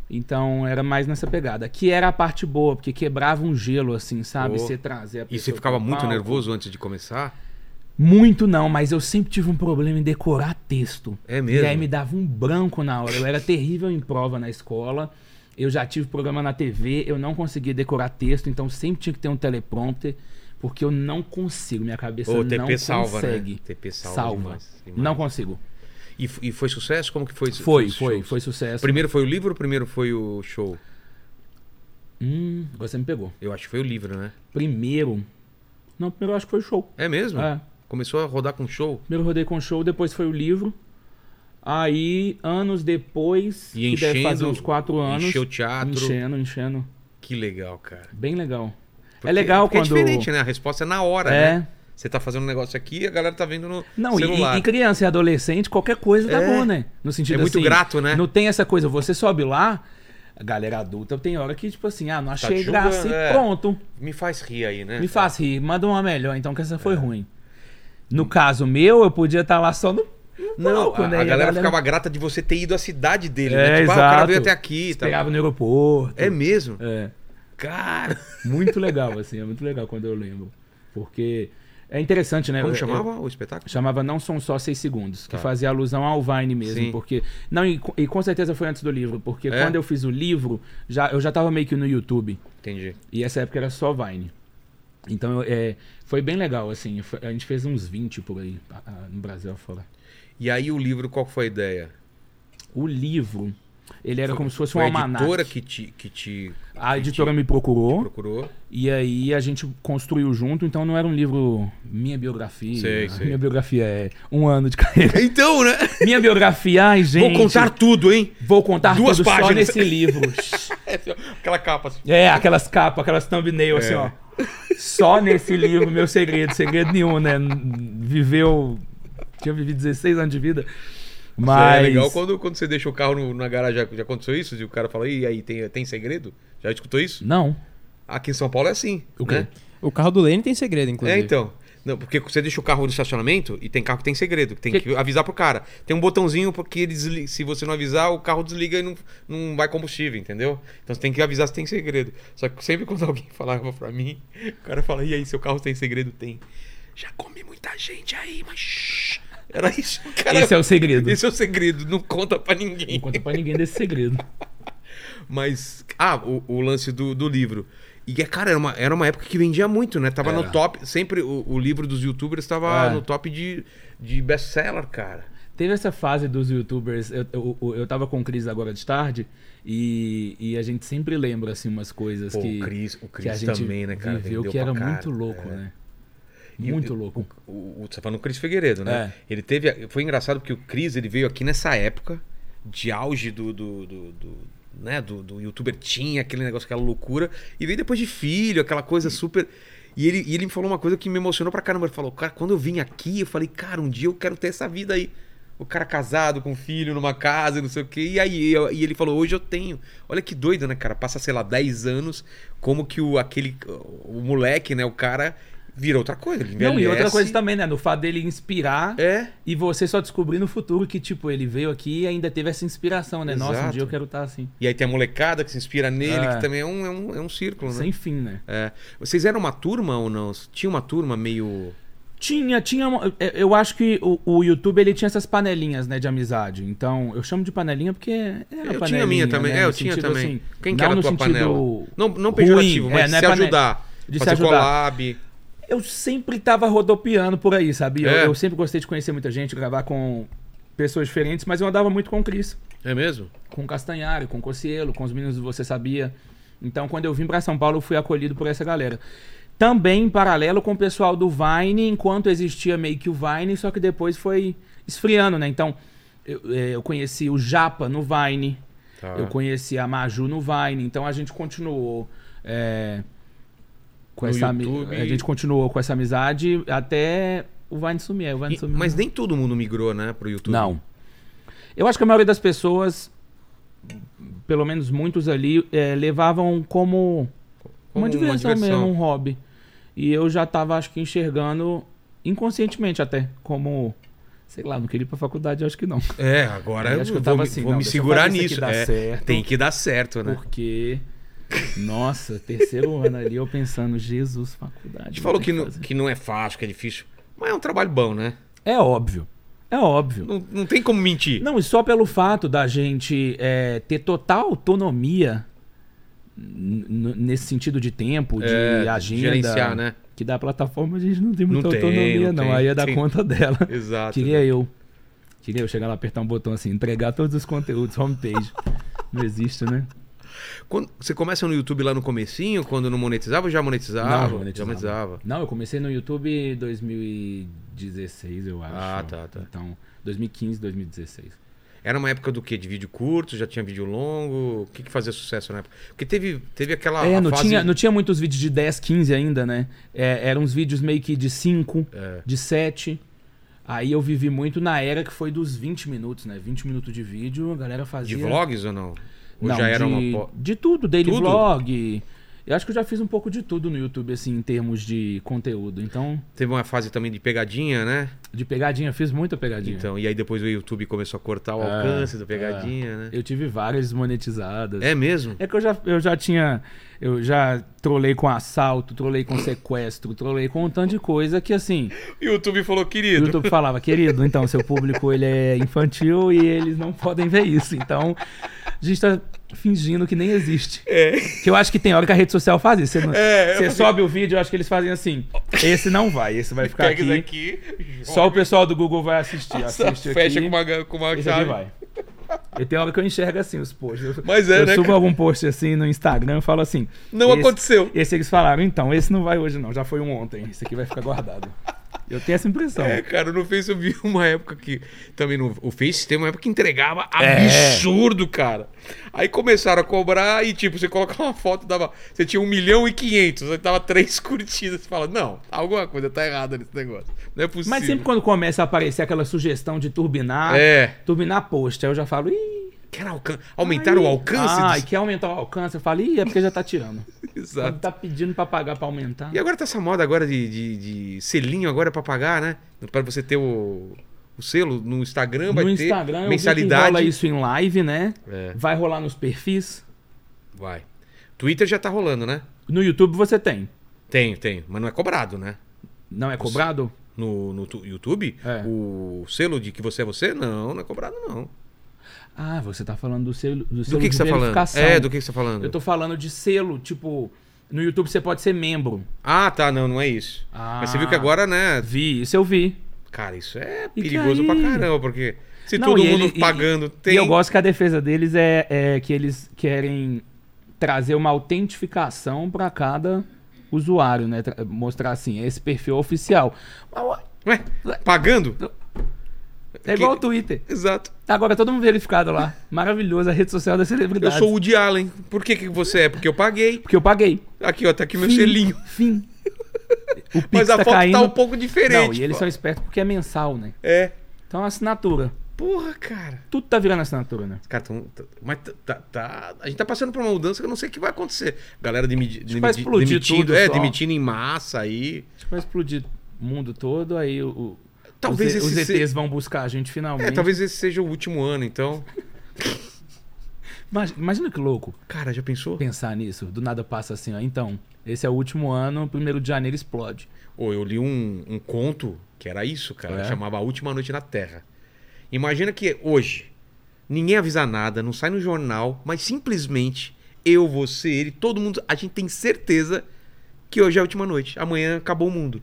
S3: Então era mais nessa pegada. Que era a parte boa, porque quebrava um gelo, assim, sabe?
S1: Pô.
S3: Você trazer a
S1: E você
S3: pessoa
S1: ficava
S3: pro
S1: muito
S3: é palco.
S1: nervoso antes de começar?
S3: Muito não, mas eu sempre tive um problema em decorar texto.
S1: É mesmo?
S3: E aí me dava um branco na hora. Eu era terrível em prova na escola. Eu já tive programa na TV, eu não conseguia decorar texto, então sempre tinha que ter um teleprompter, porque eu não consigo, minha cabeça
S1: Ô,
S3: não
S1: TP salva, né?
S3: consegue.
S1: TP salva demais, demais.
S3: Não consigo.
S1: E, f- e foi sucesso? Como que foi? esse-
S3: Foi,
S1: os
S3: foi,
S1: shows?
S3: foi sucesso.
S1: Primeiro foi o livro ou primeiro foi o show?
S3: Hum, agora você me pegou.
S1: Eu acho que foi o livro, né?
S3: Primeiro. Não, primeiro eu acho que foi o show.
S1: É mesmo?
S3: É.
S1: Começou a rodar com show?
S3: Primeiro eu rodei com show, depois foi o livro. Aí, anos depois,
S1: E
S3: que deve fazer
S1: enchendo-
S3: uns quatro anos.
S1: encheu o teatro.
S3: Enchendo, enchendo.
S1: Que legal, cara.
S3: Bem legal.
S1: Porque-
S3: é legal
S1: porque
S3: quando.
S1: É diferente, né? A resposta é na hora,
S3: É.
S1: né? Você tá fazendo um negócio aqui e a galera tá vendo no
S3: Não, e-
S1: celular.
S3: e, e criança e adolescente, qualquer coisa tá
S1: É.
S3: bom, né? No sentido
S1: É muito
S3: assim,
S1: grato, né?
S3: Não tem essa coisa, você sobe lá, a galera adulta tem hora que, tipo assim, ah, não
S1: te
S3: achei
S1: julgando,
S3: graça
S1: é.
S3: e pronto.
S1: Me faz rir aí, né?
S3: Me faz rir, manda uma melhor, então, que essa
S1: É.
S3: foi ruim. No caso meu, eu podia estar lá só no. no
S1: Não,
S3: palco,
S1: a,
S3: né?
S1: a
S3: E
S1: galera ficava grata de você ter ido à cidade dele,
S3: É,
S1: né? Tipo, ah, o cara
S3: exato.
S1: veio até aqui e tal.
S3: Esperava no aeroporto.
S1: É mesmo?
S3: É.
S1: Cara.
S3: Muito legal, assim, é muito legal quando eu lembro. Porque é interessante, né?
S1: Como
S3: Eu-
S1: chamava o espetáculo?
S3: Chamava Não São Só Seis Segundos, que
S1: Tá.
S3: fazia alusão ao Vine mesmo,
S1: Sim.
S3: porque... Não, e, co- e com certeza foi antes do livro, porque
S1: É?
S3: quando eu fiz o livro, já, eu já tava meio que no YouTube,
S1: Entendi.
S3: e essa época era só Vine. Então, eu- é, foi bem legal, assim, foi- a gente fez uns 20 por aí, a- a- no Brasil fora.
S1: E aí o livro, qual foi a ideia?
S3: O livro, ele era como se fosse um
S1: Foi a
S3: almanac.
S1: editora que te, que te
S3: A
S1: que te
S3: editora me procurou,
S1: procurou.
S3: E aí a gente construiu junto, então não era um livro minha biografia. né?
S1: Sei, sei.
S3: Minha biografia é um ano de carreira.
S1: Então, né?
S3: minha biografia, ai gente.
S1: Vou contar tudo, hein?
S3: vou contar
S1: duas
S3: tudo só
S1: páginas.
S3: nesse livro.
S1: É, Aquela capa assim.
S3: é, aquelas capas, aquelas thumbnail assim,
S1: É.
S3: ó. Só nesse livro, meu segredo, segredo nenhum, né? Viveu tinha vivido 16 anos de vida. Mas
S1: É legal quando, quando você deixa o carro no- na garagem. Já, já aconteceu isso? E o cara fala, e aí, tem, tem segredo? Já escutou isso?
S3: não.
S1: Aqui em São Paulo é assim.
S3: O quê?
S1: né?
S2: O carro do Lênin tem segredo,
S1: É,
S2: inclusive.
S1: então. Não, porque você deixa o carro no estacionamento e tem carro que tem segredo, que tem que,
S3: Que-
S1: avisar pro cara. Tem um botãozinho porque ele desli- se você não avisar, o carro desliga e não, não vai combustível, entendeu? Então você tem que avisar se tem segredo. Só que sempre quando alguém falava pra mim, o cara fala, e aí, seu carro tem segredo? Tem. Já comi muita gente aí, mas... shh." Era isso, cara.
S3: Esse é o segredo.
S1: Esse é o segredo, não conta pra ninguém.
S3: Não conta pra ninguém desse segredo.
S1: Mas. Ah, o, o lance do, do livro. E, é, cara, era uma, era uma época que vendia muito, né? Tava no
S3: Era.
S1: top. Sempre o, o livro dos youtubers tava
S3: É.
S1: no top de, de best-seller, cara.
S3: Teve essa fase dos youtubers. Eu, eu, eu- eu tava com o Cris agora de tarde e, e a gente sempre lembra assim, umas coisas
S1: Pô, o
S3: que.
S1: Cris- o
S3: que a
S1: Cris
S3: gente
S1: também, né, cara?
S3: Viveu
S1: Vendeu
S3: que era
S1: pra cara,
S3: muito louco,
S1: é.
S3: né?
S1: E
S3: Muito
S1: o-
S3: louco.
S1: O, o, você tá falando do Cris Figueiredo, né?
S3: É.
S1: Ele teve. Foi engraçado porque o Cris ele veio aqui nessa época de auge do. do, do- do- né, do, do youtuber tinha aquele negócio, aquela loucura, e veio depois de filho, aquela coisa super. E ele, e ele me falou uma coisa que me emocionou pra caramba. Ele falou, cara, quando eu vim aqui, eu falei, cara, um dia eu quero ter essa vida aí. O cara casado, com filho, numa casa, não sei o quê. E aí eu- e ele falou, hoje eu tenho. Olha que doido, né, cara? Passa, sei lá, 10 anos, como que o aquele. O moleque, né? O cara vira outra coisa. Ele
S3: Não, e outra
S1: envelhece.
S3: coisa também, né? No fato dele inspirar
S1: É.
S3: e você só descobrir no futuro que, tipo, ele veio aqui e ainda teve essa inspiração, né? Nossa, um
S1: Exato.
S3: dia eu quero estar assim.
S1: E aí tem a molecada que se inspira nele,
S3: É.
S1: que também é um, é um, é um círculo, né?
S3: Sem fim, né?
S1: É. Vocês eram uma turma ou não? Tinha uma turma meio.
S3: Tinha, tinha. uma- eu- Eu acho que o, o YouTube ele tinha essas panelinhas, né, de amizade. Então, eu chamo de panelinha porque. Era
S1: Eu tinha
S3: panelinha,
S1: a minha também.
S3: né,
S1: é, eu
S3: no
S1: tinha
S3: sentido,
S1: também.
S3: assim,
S1: Quem que
S3: não
S1: era a
S3: no
S1: tua
S3: sentido
S1: panela? Não, não
S3: ruim,
S1: pejorativo,
S3: é,
S1: mas
S3: não é
S1: se
S3: pane-
S1: ajudar.
S3: de se
S1: fazer
S3: ajudar.
S1: collab.
S3: Eu sempre tava rodopiando por aí, sabe? Eu,
S1: É.
S3: eu sempre gostei de conhecer muita gente, gravar com pessoas diferentes, mas eu andava muito com o Cris,
S1: É mesmo?
S3: com o Castanhari, com o Cocielo, com os meninos do Você Sabia. Então, quando eu vim pra São Paulo, eu fui acolhido por essa galera. Também em paralelo com o pessoal do Vine, enquanto existia meio que o Vine, só que depois foi esfriando, né? Então, eu, eh, eu conheci o Japa no Vine,
S1: Tá.
S3: eu conheci a Maju no Vine, então a gente continuou é, com
S1: No
S3: essa ami-
S1: YouTube.
S3: A gente continuou com essa amizade até o Vine sumir. aí O Vine
S1: E-
S3: sumiu.
S1: mas nem todo mundo migrou, né, pro YouTube.
S3: Não. Eu acho que a maioria das pessoas, pelo menos muitos ali, é, levavam como,
S1: Como
S3: uma, diversão
S1: uma diversão.
S3: mesmo, um hobby. E eu já tava, acho que, enxergando inconscientemente até, como. Sei lá, não queria ir pra faculdade, eu acho que não.
S1: É, agora
S3: Eu
S1: eu,
S3: acho que eu
S1: vou,
S3: tava
S1: me-
S3: assim,
S1: vou
S3: não,
S1: me
S3: deixa eu
S1: segurar
S3: fazer isso aqui
S1: nisso.
S3: dar
S1: é,
S3: certo.
S1: Tem que dar certo, né?
S3: Porque. Nossa, terceiro ano ali, eu pensando, Jesus, faculdade.
S1: A gente
S3: não
S1: falou
S3: tem
S1: que
S3: o
S1: não,
S3: fazer.
S1: que não é fácil, que é difícil. Mas é um trabalho bom, né?
S3: É óbvio. É óbvio.
S1: Não, não tem como mentir.
S3: Não, e só pelo fato da gente é, ter total autonomia n- n- nesse sentido de tempo, de
S1: É,
S3: agenda.
S1: gerenciar, né?
S3: Que da plataforma a gente não tem muita
S1: Não tem,
S3: autonomia,
S1: não
S3: não.
S1: tem.
S3: Aí é da
S1: Tem-
S3: conta dela.
S1: Exato. né?
S3: Queria eu. Queria eu chegar lá, apertar um botão assim, entregar todos os conteúdos, homepage. não existe, né?
S1: Quando- você começa no YouTube lá no comecinho, quando não monetizava, ou já monetizava?
S3: Não, monetizava.
S1: Já monetizava.
S3: Não, eu comecei no YouTube em 2016, eu acho.
S1: Ah, tá, tá.
S3: Então, 2015, 2016.
S1: Era uma época do quê? De vídeo curto, já tinha vídeo longo? O que, que fazia sucesso na época? Porque teve, teve aquela
S3: é,
S1: Ah, a
S3: não,
S1: fase...
S3: tinha, não tinha muitos vídeos de 10, 15 ainda, né? É, eram uns vídeos meio que de 5,
S1: É.
S3: de 7. Aí eu vivi muito na era que foi dos 20 minutos, né? 20 minutos de vídeo, a galera
S1: De
S3: fazia...
S1: vlogs ou não? Ou
S3: Não,
S1: já era
S3: de,
S1: uma... po-
S3: De tudo, daily
S1: Tudo?
S3: vlog. Eu acho que eu já fiz um pouco de tudo no YouTube, assim, em termos de conteúdo. Então,
S1: Teve uma fase também de pegadinha, né?
S3: de pegadinha, fiz muita pegadinha. É,
S1: Então, e aí depois o YouTube começou a cortar o alcance da pegadinha, né?
S3: Eu tive várias desmonetizadas.
S1: É mesmo?
S3: É que eu já, eu já tinha. Eu já trolei com assalto, trolei com sequestro, trolei com um tanto de coisa que assim.
S1: E o YouTube falou,
S3: O
S1: querido.
S3: YouTube falava, querido, então, seu público ele é infantil e eles não podem ver isso. Então, a gente tá fingindo que nem existe. Que eu acho que tem hora que a rede social faz isso. Você, não-
S1: É, eu
S3: você
S1: fico-
S3: sobe o vídeo, eu acho que eles fazem assim. Esse não vai, esse vai
S2: Tá
S3: ficar
S1: Pega
S3: aqui.
S1: isso aqui.
S3: Só o pessoal do Google vai assistir.
S1: Nossa,
S3: Assiste
S1: fecha
S3: aqui,
S1: com uma, com uma
S3: esse aqui
S1: chave.
S3: vai. E tem hora que eu enxergo assim os posts. Eu-
S1: Mas é,
S3: eu
S1: né,
S3: subo
S1: cara?
S3: algum post assim no Instagram e falo assim.
S1: Não
S3: "Esse-
S1: aconteceu."
S3: Esse eles falaram, então, esse não vai hoje não, já foi um ontem. Esse aqui vai ficar guardado. Eu tenho essa impressão.
S1: É, cara, no Face eu vi uma época que. Também no. O Face tem uma época que entregava
S3: É.
S1: absurdo, cara. Aí começaram a cobrar e, tipo, você colocava uma foto, dava. Você tinha 1 milhão e 500, aí tava três curtidas. Você fala, não, alguma coisa tá errada nesse negócio. Não é possível.
S3: Mas sempre quando começa a aparecer aquela sugestão de turbinar,
S1: É.
S3: turbinar post, aí eu já falo, ih.
S1: Quer alcan... aumentar o
S3: aí-
S1: alcance?
S3: Ah, e
S1: dos-
S3: quer aumentar o alcance? Eu falo, ih, é porque já tá tirando.
S1: Exato.
S3: Tá pedindo pra pagar pra aumentar.
S1: E agora tá essa moda agora de, de, de selinho agora pra pagar, né? Pra você ter o, o selo no Instagram, vai
S3: no
S1: ter
S3: Instagram,
S1: mensalidade.
S3: eu vi que rola isso em live, né?
S1: É.
S3: Vai rolar nos perfis.
S1: Vai. Twitter já tá rolando, né?
S3: No YouTube você tem.
S1: Tenho, tenho. Mas não é cobrado, né?
S3: Não é cobrado?
S1: No, no tu- YouTube,
S3: É.
S1: o selo de que você é você, não, não é cobrado, não.
S3: Ah, você tá falando do selo, do
S1: Do
S3: selo
S1: que, que
S3: de
S1: você tá falando?
S3: verificação.
S1: É, do que que você tá falando?
S3: Eu tô falando de selo, tipo, no YouTube você pode ser membro.
S1: Ah, tá, não, não é isso.
S3: Ah.
S1: Mas você viu que agora, né?
S3: Vi, isso eu vi.
S1: Cara, isso é
S3: E que
S1: perigoso
S3: aí?
S1: pra caramba, porque se
S3: Não,
S1: todo
S3: e
S1: mundo
S3: ele- e-
S1: pagando tem.
S3: E eu gosto que a defesa deles é, é que eles querem trazer uma autentificação pra cada usuário, né? Tra- Mostrar assim, esse perfil é oficial. Mas, ué,
S1: Ué, pagando?
S3: É igual o Twitter.
S1: Exato.
S3: Tá agora todo mundo verificado lá. Maravilhoso, a rede social da
S1: Eu
S3: celebridade.
S1: sou o Woody Allen. Por que, que você é? Porque eu paguei.
S3: Porque eu paguei.
S1: Aqui, ó, tá aqui meu
S3: Fim,
S1: selinho.
S3: Fim. O Pix
S1: Mas a
S3: tá
S1: foto
S3: caindo.
S1: tá um pouco diferente.
S3: Não, e eles
S1: pô.
S3: são espertos porque é mensal, né?
S1: É.
S3: Então é uma assinatura.
S1: Porra, cara.
S3: Tudo tá virando assinatura, né?
S1: Os caras tão. tá- Mas tá, tá- tá- A gente tá passando por uma mudança que eu não sei o que vai acontecer. Galera demiti,
S3: que vai
S1: demiti,
S3: explodir
S1: demitindo.
S3: tudo
S1: é,
S3: só.
S1: demitindo em massa aí. É,
S3: Acho que vai explodir o mundo todo, aí o- o-
S1: Talvez
S3: os,
S1: esse
S3: os ETs
S1: seja-
S3: vão buscar a gente finalmente.
S1: É, talvez esse seja o último ano, então.
S3: Imagina, imagina que louco
S1: Cara, já pensou?
S3: pensar nisso. Do nada passa assim, ó. Então, esse é o último ano, primeiro de janeiro explode.
S1: Ô, eu li um, um conto que era isso, cara.
S3: É?
S1: Chamava A Última Noite na Terra. Imagina que hoje ninguém avisa nada, não sai no jornal, mas simplesmente eu, você, ele, todo mundo, a gente tem certeza que hoje é a última noite. Amanhã acabou o mundo.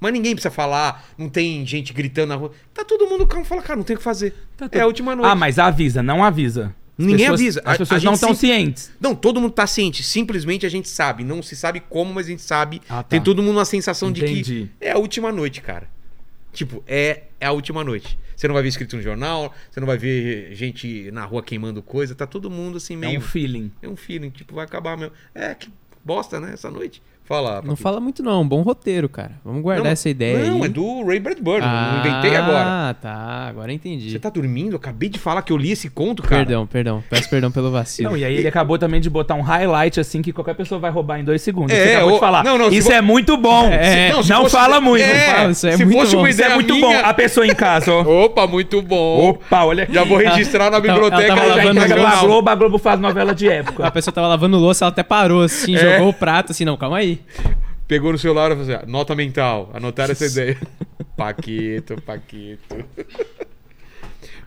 S1: Mas ninguém precisa falar, não tem gente gritando na rua. Tá todo mundo calmo, fala, cara, não tem o que fazer.
S3: Tá
S1: é
S3: todo-
S1: a última noite.
S3: Ah, mas avisa, não avisa. As
S1: Ninguém
S3: pessoas-
S1: avisa. A-
S3: As pessoas
S1: a
S3: não
S1: gente
S3: estão
S1: sim-
S3: cientes.
S1: Não, todo mundo tá ciente. Simplesmente a gente sabe. Não se sabe como, mas a gente sabe.
S3: Ah, tá.
S1: Tem todo mundo uma sensação de
S3: Entendi.
S1: que é a última noite, cara. Tipo, é, é a última noite. Você não vai ver escrito no jornal, você não vai ver gente na rua queimando coisa. Tá todo mundo assim
S3: É
S1: meio.
S3: um feeling.
S1: É um, feeling, tipo, vai acabar mesmo. É, que bosta, né? Essa noite. Fala.
S2: Não
S1: Paquito.
S2: fala muito não, um bom roteiro, cara. Vamos guardar
S1: Não,
S2: essa ideia
S1: Não,
S2: aí.
S1: é do Ray Bradbury. não
S2: Ah,
S1: inventei agora.
S2: Ah, tá, agora entendi.
S1: Você tá dormindo? Eu acabei de falar que eu li esse conto, cara.
S2: Perdão, perdão. Peço perdão pelo vacilo.
S3: Não, e aí ele acabou também de botar um highlight assim que qualquer pessoa vai roubar em dois segundos.
S1: É,
S3: Você acabou
S1: ô,
S3: de falar.
S1: não, não, se
S3: isso
S1: vo-
S3: é muito bom.
S2: É,
S3: não
S1: se fosse-
S3: fala muito.
S1: É,
S3: Fala.
S2: isso é
S1: se
S2: muito
S1: fosse
S2: bom.
S1: uma
S3: Isso
S1: ideia
S3: é muito
S1: minha-
S3: bom. A pessoa em casa, ó.
S1: Opa, muito bom.
S3: Opa, Tá, olha aqui.
S1: Já vou registrar na
S2: Ela tava-
S1: biblioteca.
S2: ela tava
S1: já
S2: lavando
S1: entrega
S3: Entrega
S1: no
S3: pra
S1: jornal.
S3: Globo, a Globo faz novela de
S2: A
S3: época.
S2: pessoa tava lavando louça, ela até parou assim,
S1: É.
S2: jogou o prato assim, não, calma aí.
S1: Pegou no celular e falou assim: "Ah, nota mental, anotar essa ideia. Paquito, Paquito.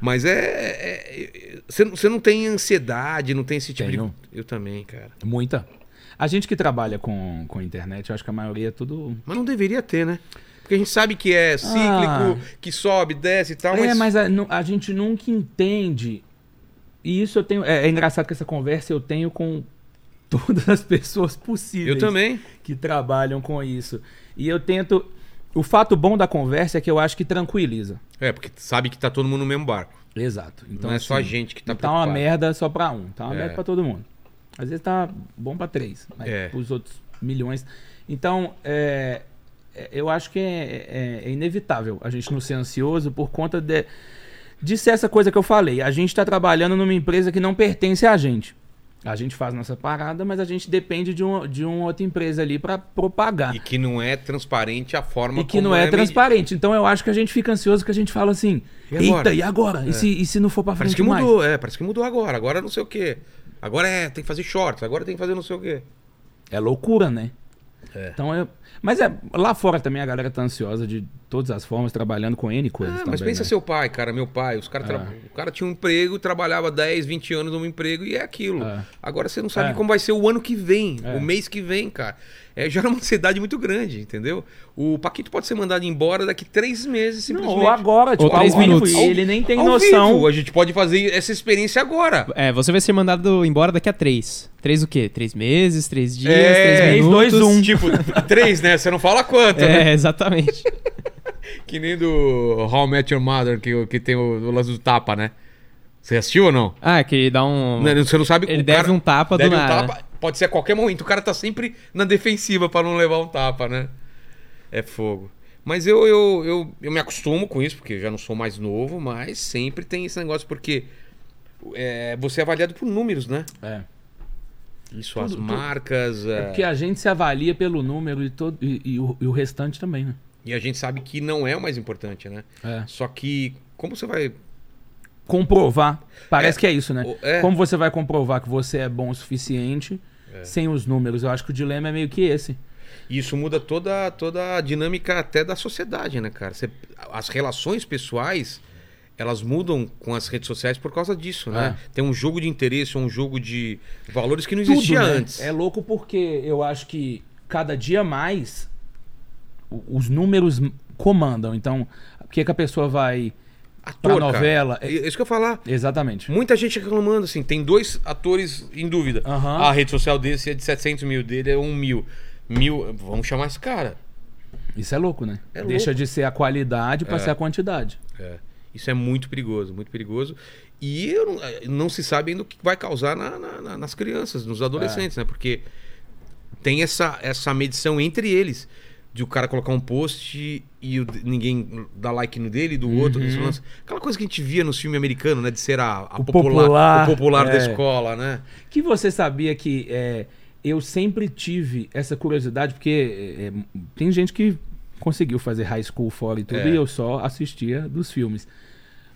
S1: Mas é. é- Você não- você não tem ansiedade, não tem esse tipo
S3: Tenho.
S1: de. Eu também, cara.
S3: Muita. A gente que trabalha com, com internet, eu acho que a maioria é tudo.
S1: Mas não deveria ter, né? Porque a gente sabe que é cíclico,
S3: Ah.
S1: que sobe, desce e tal,
S3: É,
S1: mas.
S3: mas a, nu- a gente nunca entende. E isso eu tenho. É, é engraçado que essa conversa eu tenho com todas as pessoas possíveis.
S1: Eu também.
S3: que trabalham com isso. E eu tento. O fato bom da conversa é que eu acho que tranquiliza.
S1: É, porque sabe que tá todo mundo no mesmo barco.
S3: Exato. Então
S1: não é só a
S3: assim,
S1: gente que tá
S3: não tá uma
S1: preocupado.
S3: merda só pra um, tá uma
S1: É.
S3: merda pra todo mundo. Às vezes tá bom pra três, mas
S1: É.
S3: pros outros milhões. Então, é, é, eu acho que é, é- é inevitável a gente não ser ansioso por conta de. Disse essa coisa que eu falei, a gente tá trabalhando numa empresa que não pertence a gente. A gente faz nossa parada, mas a gente depende de, um, de uma outra empresa ali pra propagar.
S1: E que não é transparente a forma
S3: E que
S1: como
S3: não é,
S1: medi-
S3: transparente. Então eu acho que a gente fica ansioso que a gente fala assim:
S1: E agora? É.
S3: eita, e agora? E, se, e se não for pra frente
S1: Parece que
S3: mais?
S1: mudou, é, parece que mudou agora. Agora não sei o quê. Agora é, tem que fazer shorts, agora tem que fazer não sei o quê.
S3: É loucura, né?
S1: É.
S3: Então eu... Mas é, lá fora também a galera tá ansiosa de todas as formas, trabalhando com N
S1: Ah,
S3: coisas também.
S1: mas pensa
S3: né?
S1: seu pai, cara, meu pai. Os cara tra- O cara tinha um emprego, trabalhava 10, 20 anos num emprego e é aquilo.
S3: É.
S1: Agora você não sabe
S3: É.
S1: como vai ser o ano que vem,
S3: É.
S1: o mês que vem, cara. É, gera uma ansiedade muito grande, entendeu? O Paquito pode ser mandado embora daqui três meses,
S3: Não,
S1: simplesmente.
S3: ou agora, tipo,
S2: três
S3: ao vivo,
S2: minutos.
S3: e Ele nem tem
S1: Ao
S3: noção.
S1: vivo, A gente pode fazer essa experiência agora.
S2: É, você vai ser mandado embora daqui a três. Três o quê? Três meses, três dias,
S1: É,
S2: três
S3: três,
S2: minutos.
S3: dois, um.
S1: Tipo, três, né? Você não fala quanto, né?
S2: É, exatamente.
S1: Que nem do How I Met Your Mother, que, que tem o, o lance do tapa, né? Você assistiu ou não?
S2: Ah, que dá um.
S1: Não, Você não sabe
S2: Ele
S1: o
S2: deve
S1: cara
S2: um tapa do
S1: deve um
S2: nada.
S1: tapa, Pode ser a qualquer momento. O cara tá sempre na defensiva pra não levar um tapa, né? É fogo. Mas eu, eu, eu, eu me acostumo com isso, porque eu já não sou mais novo, mas sempre tem esse negócio, porque é, você é avaliado por números, né?
S3: É.
S1: Isso,
S3: Tudo-
S1: as
S3: tudo.
S1: marcas.
S3: É
S1: é,
S3: porque a gente se avalia pelo número e, todo, e, e o, e o restante também, né?
S1: E a gente sabe que não é o mais importante, né?
S3: É.
S1: Só que, como você vai.
S3: Comprovar. Parece que é isso, né?
S1: o- é.
S3: Como você vai comprovar que você é bom o suficiente sem os números? Eu acho que o dilema é meio que esse.
S1: E isso muda toda, toda a dinâmica até da sociedade, né, cara? Você- as relações pessoais, elas mudam com as redes sociais por causa disso, né?
S3: É.
S1: Tem um jogo de interesse, um jogo de valores que não existia
S3: né?
S1: antes.
S3: É louco porque eu acho que cada dia mais o- os números m- comandam. Então, o que, que a pessoa vai.
S1: Ator,
S3: pra novela,
S1: Cara. É Isso que eu ia falar.
S3: Exatamente.
S1: Muita gente reclamando, assim, tem dois atores em dúvida.
S3: Aham.
S1: Ah, A rede social desse é de 700 mil, dele é 1 mil. Mil, vamos chamar esse cara.
S3: Isso é louco, né?
S1: É
S3: Deixa de ser a qualidade pra ser a quantidade.
S1: É. Isso é muito perigoso, muito perigoso. E eu não, eh, não se sabe ainda o que vai causar na- na- na- nas crianças, nos adolescentes,
S3: É.
S1: né? Porque tem essa, essa medição entre eles. De o cara colocar um post e o de- ninguém dá like no dele, do outro. esse lance. Aquela coisa que a gente via nos filmes americanos, né? De ser a, a
S3: Uhum. O
S1: popular,
S3: popular,
S1: o popular da
S3: é.
S1: escola, né?
S3: Que você sabia que é, eu sempre tive essa curiosidade, porque é, é, tem gente que conseguiu fazer high school fora e tudo,
S1: É.
S3: e eu só assistia dos filmes.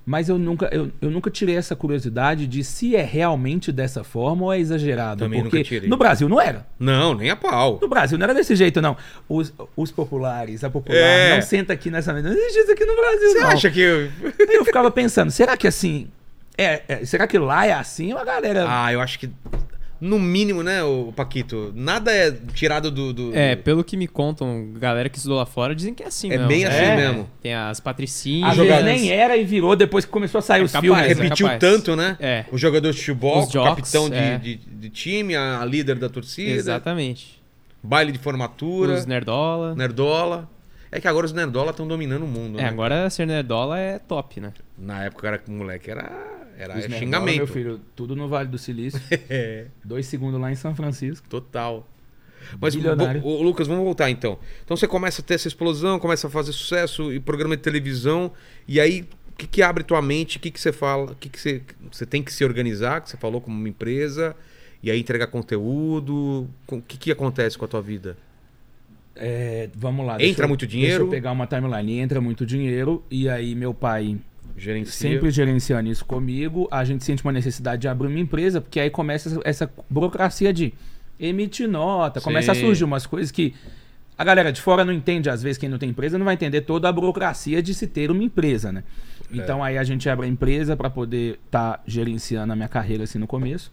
S3: Mas eu nunca, eu, eu nunca tirei essa curiosidade de se é realmente dessa forma ou é exagerado.
S1: Também nunca
S3: porque
S1: tirei.
S3: no Brasil não era.
S1: Não, nem a pau.
S3: No Brasil não era desse jeito, não. Os, os populares, a popular,
S1: É.
S3: não senta aqui nessa mesa. Não existe isso aqui no Brasil,
S1: Você
S3: não.
S1: acha que. eu-
S3: Aí eu ficava pensando, será que assim. É, é, será que lá é assim ou a galera.
S1: Ah, eu acho que. No mínimo, né, o Paquito? Nada é tirado do. do-
S2: É, pelo que me contam, galera que estudou lá fora dizem que é assim
S1: É
S2: mesmo.
S1: bem assim
S2: É.
S1: mesmo.
S2: Tem as patricinhas.
S3: Às vezes
S1: jogadores.
S3: nem era e virou depois que começou a sair os
S2: capaz,
S3: filmes.
S2: é
S3: né?
S1: repetiu
S2: capaz.
S1: tanto, né?
S2: É.
S1: O jogador de futebol,
S2: Os jocks,
S1: o capitão de,
S2: é.
S1: de- de time, a, a líder da
S3: é.
S1: torcida,
S2: Exatamente.
S1: baile de formatura,
S2: Os nerdola.
S1: nerdola. É que agora os nerdola estão dominando o mundo,
S2: É,
S1: né?
S2: agora ser nerdola é top, né?
S1: Na época era que o moleque era, era
S3: Os nerdola,
S1: É xingamento.
S3: Meu filho, tudo no Vale do Silício.
S1: É,
S3: Dois segundos lá em São Francisco.
S1: total. Mas,
S3: Bilionário.
S1: bo- ô, Lucas, vamos voltar então. Então você começa a ter essa explosão, começa a fazer sucesso e programa de televisão, e aí o que, que abre tua mente? O que, que você fala? O que, que você, você tem que se organizar, que você falou como uma empresa, e aí entregar conteúdo? Com- O que, que acontece com a tua vida?
S3: É, vamos lá.
S1: Entra
S3: deixa eu-
S1: muito dinheiro?
S3: Deixa eu pegar uma timeline. Entra muito dinheiro. E aí meu pai
S1: Gerencia.
S3: sempre gerenciando isso comigo. A gente sente uma necessidade de abrir uma empresa, porque aí começa essa, essa burocracia de emitir nota. Começa a
S1: Sim.
S3: surgir umas coisas que A galera de fora não entende, às vezes, quem não tem empresa não vai entender toda a burocracia de se ter uma empresa, né?
S1: É.
S3: Então aí a gente abre a empresa para poder estar gerenciando a minha carreira assim no começo.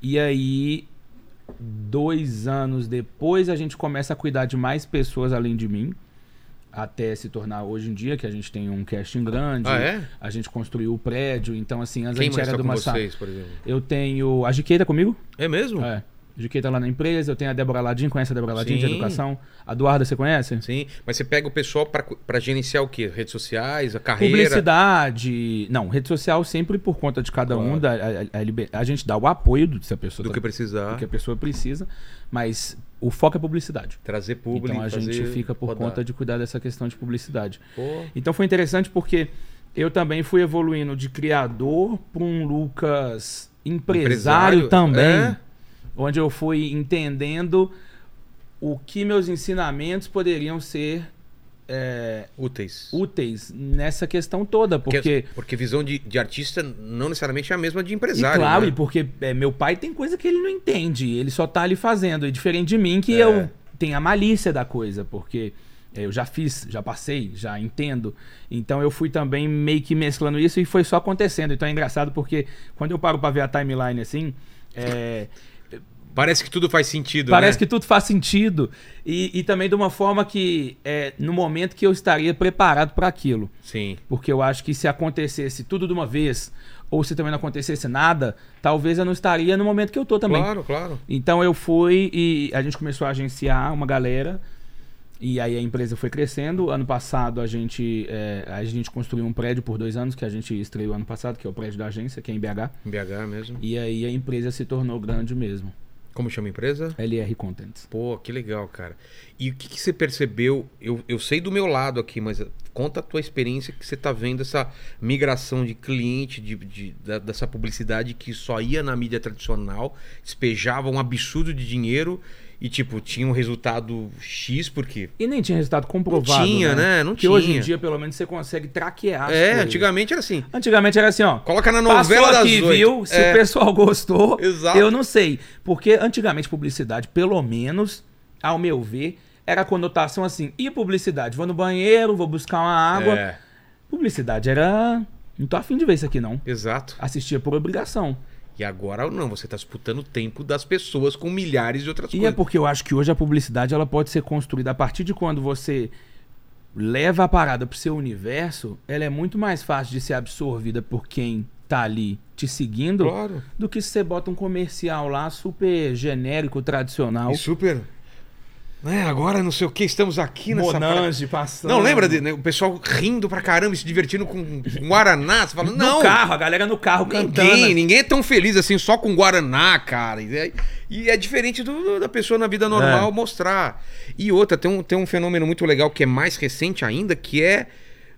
S3: E aí, dois anos depois, a gente começa a cuidar de mais pessoas além de mim. Até se tornar hoje em dia, que a gente tem um casting grande,
S1: Ah, é?
S3: a gente construiu o prédio, então assim, antes a
S1: Quem
S3: gente
S1: mais
S3: era
S1: tá
S3: de
S1: com
S3: uma sa-
S1: vocês, por exemplo?
S3: Eu tenho. A Giqueira comigo?
S1: É mesmo?
S3: É. Giquei tá lá na empresa, eu tenho a Débora Ladim, conhece a Débora Ladim de
S1: Sim.
S3: educação? A Eduarda, você conhece?
S1: Sim. Mas você pega o pessoal pra pra gerenciar o quê? Redes sociais, a carreira?
S3: Publicidade. Não, rede social sempre por conta de cada um. Da, a, a- a liber- a gente dá o apoio do, se a pessoa
S1: Do
S3: tá-
S1: que precisar.
S3: do que a pessoa precisa, mas o foco é publicidade.
S1: Trazer público.
S3: então a gente
S1: fazer
S3: fica por
S1: rodar.
S3: conta de cuidar dessa questão de publicidade.
S1: Pô,
S3: Então foi interessante porque eu também fui evoluindo de criador para um Lucas empresário,
S1: Empresário?
S3: também.
S1: É?
S3: Onde eu fui entendendo o que meus ensinamentos poderiam ser é,
S1: úteis.
S3: úteis nessa questão toda.
S1: é
S3: Porque.
S1: porque visão de, de artista não necessariamente é a mesma de
S3: E
S1: empresário.
S3: claro,
S1: né?
S3: e porque é, meu pai tem coisa que ele não entende, ele só tá ali fazendo. E diferente de mim, que
S1: É.
S3: eu tenho a malícia da coisa, porque é, eu já fiz, já passei, já entendo. Então eu fui também meio que mesclando isso e foi só acontecendo. Então é engraçado porque quando eu paro pra ver a timeline assim. é,
S1: Parece que tudo faz sentido.
S3: Parece
S1: né?
S3: que tudo faz sentido. E, e também de uma forma que, é, no momento que eu estaria preparado para aquilo.
S1: Sim.
S3: Porque eu acho que se acontecesse tudo de uma vez, ou se também não acontecesse nada, talvez eu não estaria no momento que eu tô também.
S1: Claro, claro.
S3: Então eu fui e a gente começou a agenciar uma galera. E aí a empresa foi crescendo. Ano passado a gente, é, a gente construiu um prédio por dois anos, que a gente estreou ano passado, que é o prédio da agência, que é em BH.
S1: Em BH mesmo.
S3: E aí a empresa se tornou grande mesmo.
S1: Como chama a empresa?
S3: LR Content.
S1: Pô, que legal, cara. E o que, que você percebeu? Eu, eu sei do meu lado aqui, mas conta a tua experiência que você tá vendo essa migração de cliente, de, de- da- dessa publicidade que só ia na mídia tradicional, despejava um absurdo de dinheiro e, tipo, tinha um resultado X, porque.
S3: E nem tinha resultado comprovado.
S1: Não tinha, né? Não
S3: que hoje em
S1: tinha.
S3: dia, pelo menos, você consegue traquear. as
S1: é,
S3: coisas.
S1: antigamente era assim.
S3: Antigamente era assim, ó.
S1: Coloca na novela
S3: Passou
S1: das
S3: aqui,
S1: oito.
S3: viu? Se
S1: É.
S3: o pessoal gostou,
S1: Exato.
S3: eu não sei. Porque antigamente publicidade, pelo menos, ao meu ver, era a conotação assim. E publicidade? Vou no banheiro, vou buscar uma água.
S1: É,
S3: Publicidade era... Não tô afim de ver isso aqui, não.
S1: exato.
S3: Assistia por obrigação.
S1: E agora não, você tá disputando o tempo das pessoas com milhares de outras
S3: E é
S1: coisas.
S3: porque eu acho que hoje a publicidade ela pode ser construída a partir de quando você leva a parada pro seu universo, ela é muito mais fácil de ser absorvida por quem tá ali te seguindo
S1: Claro.
S3: do que se você bota um comercial lá super genérico, tradicional.
S1: E super. Né, agora não sei o que, estamos aqui nessa. pra-
S3: passando.
S1: Não, lembra de, né, o pessoal rindo pra caramba, e se divertindo com com Guaraná? Você fala,
S3: No
S1: não,
S3: carro, a galera no carro cantando.
S1: ninguém, ninguém é tão feliz assim só com Guaraná, cara. E é, e é diferente do- do- da pessoa na vida
S3: É.
S1: normal mostrar. E outra, tem um, tem um fenômeno muito legal que é mais recente ainda, que é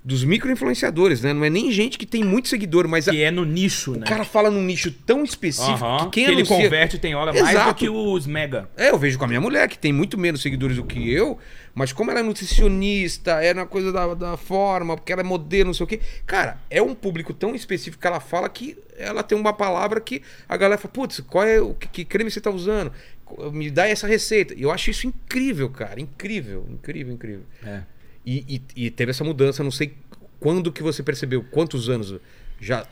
S1: dos micro-influenciadores, né? Não é nem gente que tem muito seguidor, mas a-
S3: Que é no nicho, né?
S1: o cara fala num nicho tão específico
S3: Aham,
S1: que quem
S3: ele
S1: anuncia-
S3: converte tem hora mais do
S1: Exato.
S3: que os mega.
S1: é, eu vejo com a minha mulher, que tem muito menos seguidores do que eu, mas como ela é nutricionista, é na coisa da, da forma, porque ela é modelo, não sei o quê. Cara, é um público tão específico que ela fala que ela tem uma palavra que a galera fala, putz, qual é o que, que creme você tá usando? Co- Me dá essa receita. E Eu acho isso incrível, cara. Incrível, incrível, incrível.
S3: É.
S1: E, e- e teve essa mudança, não sei quando que você percebeu, quantos anos já.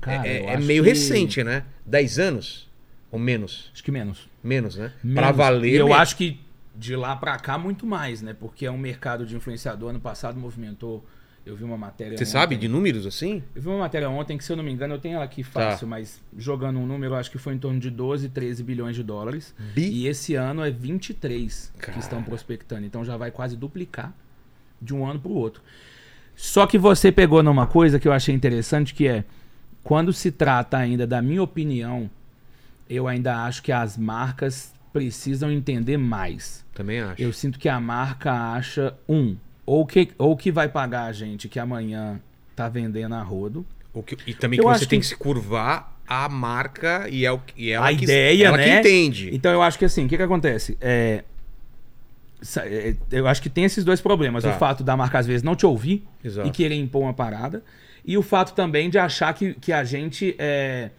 S3: Cara,
S1: é
S3: eu
S1: é
S3: acho
S1: meio
S3: que-
S1: recente, né? Dez anos? Ou menos?
S3: Acho que menos.
S1: Menos, né? Pra
S3: Menos.
S1: valer.
S3: E eu
S1: mesmo.
S3: acho que de lá pra cá muito mais, né? Porque é um mercado de influenciador. Ano passado movimentou. Eu vi uma matéria.
S1: Você
S3: ontem-
S1: sabe de números assim?
S3: Eu vi uma matéria ontem que, se eu não me engano, eu tenho ela aqui fácil, mas jogando um número, eu acho que foi em torno de 12, 13 bilhões de dólares.
S1: Bi-
S3: E esse ano é 23
S1: Cara.
S3: que estão prospectando. Então já vai quase duplicar de um ano pro outro. Só que você pegou numa coisa que eu achei interessante, que é quando se trata ainda da minha opinião, eu ainda acho que as marcas precisam entender mais.
S1: Também acho.
S3: Eu sinto que a marca acha um ou que ou que vai pagar a gente que amanhã tá vendendo a rodo.
S1: O que- e também
S3: Eu
S1: que
S3: acho
S1: você tem
S3: que-
S1: que se curvar à marca e, é o, e ela
S3: a
S1: que,
S3: ideia,
S1: ela
S3: né?
S1: que entende.
S3: Então eu acho que assim, o que que acontece? É, sa- é, eu acho que tem esses dois problemas.
S1: Tá.
S3: O fato da marca às vezes não te ouvir
S1: Exato.
S3: e querer impor uma parada. E o fato também de achar que, que a gente... é,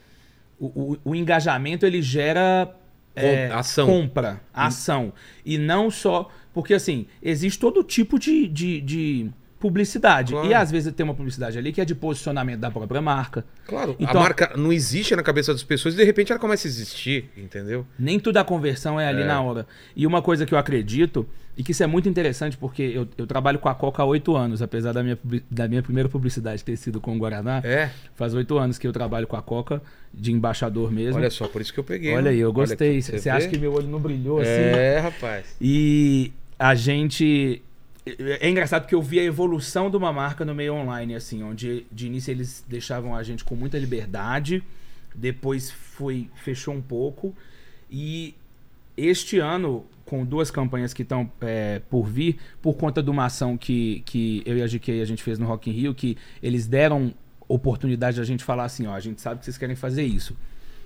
S3: o, o- o engajamento ele gera é,
S1: ação. Hum.
S3: compra, ação. E não só. Porque, assim, existe todo tipo de, de, de publicidade.
S1: Claro.
S3: E às vezes tem uma publicidade ali que é de posicionamento da própria marca.
S1: Claro, a
S3: Então-
S1: marca não existe na cabeça das pessoas e de repente ela começa a existir, entendeu?
S3: Nem toda a conversão é ali na hora. E uma coisa que eu acredito, e que isso é muito interessante, porque eu, eu trabalho com a Coca há oito anos, apesar da minha, publi- da minha primeira publicidade ter sido com o Guaraná.
S1: É.
S3: Faz oito anos que eu trabalho com a Coca, de embaixador mesmo.
S1: Olha só, por isso que eu peguei. né?
S3: Olha aí, eu gostei.
S1: aqui,
S3: Você acha
S1: vê?
S3: que meu olho não brilhou assim?
S1: É, rapaz.
S3: E a gente. É engraçado porque eu vi a evolução de uma marca no meio online, assim, onde de início eles deixavam a gente com muita liberdade, depois foi fechou um pouco. E este ano, com duas campanhas que estão é, por vir, por conta de uma ação que, que eu e a GK a gente fez no Rock in Rio, que eles deram oportunidade da gente falar assim, ó, a gente sabe que vocês querem fazer isso.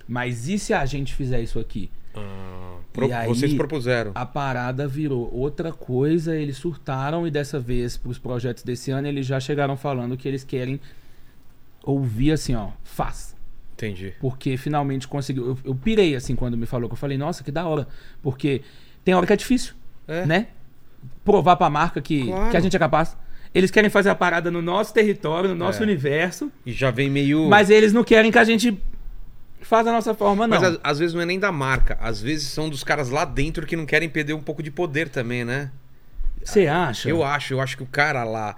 S3: Mas e se a gente fizer isso aqui? Ah,
S1: Pro-
S3: E aí-
S1: Vocês propuseram.
S3: A parada virou outra coisa, eles surtaram e dessa vez, pros projetos desse ano, eles já chegaram falando que eles querem ouvir assim, ó, faz.
S1: Entendi.
S3: Porque finalmente conseguiu. Eu, eu pirei assim quando me falou, que eu falei, nossa, que da hora. Porque tem hora que é difícil,
S1: É.
S3: né? Provar pra marca que,
S1: Claro.
S3: que a gente é capaz. Eles querem fazer a parada no nosso território, no nosso
S1: É.
S3: universo,
S1: E já vem meio.
S3: mas eles não querem que a gente faça a nossa forma, não.
S1: Mas às- às vezes não é nem da marca, às vezes são dos caras lá dentro que não querem perder um pouco de poder também, né?
S3: Você acha?
S1: Eu acho, eu acho que o cara lá,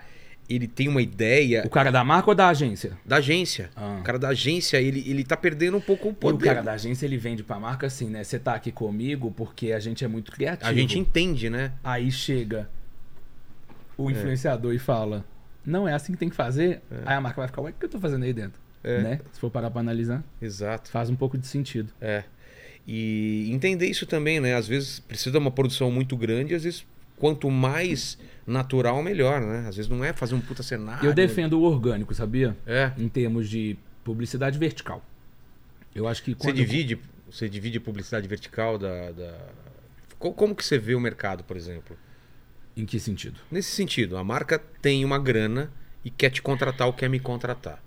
S1: ele tem uma ideia
S3: O cara da marca ou da agência?
S1: da agência.
S3: Ah.
S1: O cara da agência, ele, ele tá perdendo um pouco o
S3: E o
S1: poder.
S3: cara da agência, ele vende pra marca assim, né? Você tá aqui comigo porque a gente é muito criativo.
S1: A gente entende, né?
S3: Aí chega o
S1: É.
S3: influenciador e fala, não é assim que tem que fazer. Aí a marca vai ficar, ué, o que eu tô fazendo aí dentro?
S1: É.
S3: Né? Se for parar pra analisar,
S1: Exato.
S3: faz um pouco de sentido.
S1: É. E entender isso também, né? Às vezes precisa de uma produção muito grande, às vezes quanto mais natural, melhor, né? Às vezes não é fazer um puta cenário.
S3: eu defendo o orgânico, sabia?
S1: É.
S3: Em termos de publicidade vertical. Eu acho que
S1: Você
S3: quando...
S1: divide, você divide publicidade vertical da, da- Co- Como que você vê o mercado, por exemplo?
S3: Em que sentido?
S1: Nesse sentido, a marca tem uma grana e quer te contratar ou quer me contratar.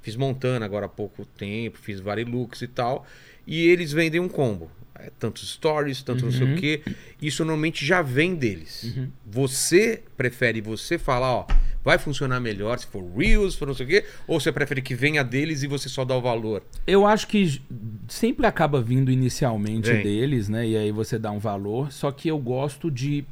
S1: Fiz Montana agora há pouco tempo, fiz Varilux e tal, e eles vendem um combo. É, tantos stories, tanto não
S3: Uhum.
S1: sei o quê. Isso normalmente já vem deles. Você prefere você falar, ó, vai funcionar melhor se for Reels, se for não sei o quê, ou você prefere que venha deles e você só dá o valor?
S3: Eu acho que j- sempre acaba vindo inicialmente
S1: Vem.
S3: deles, né? E aí você dá um valor. Só que eu gosto de.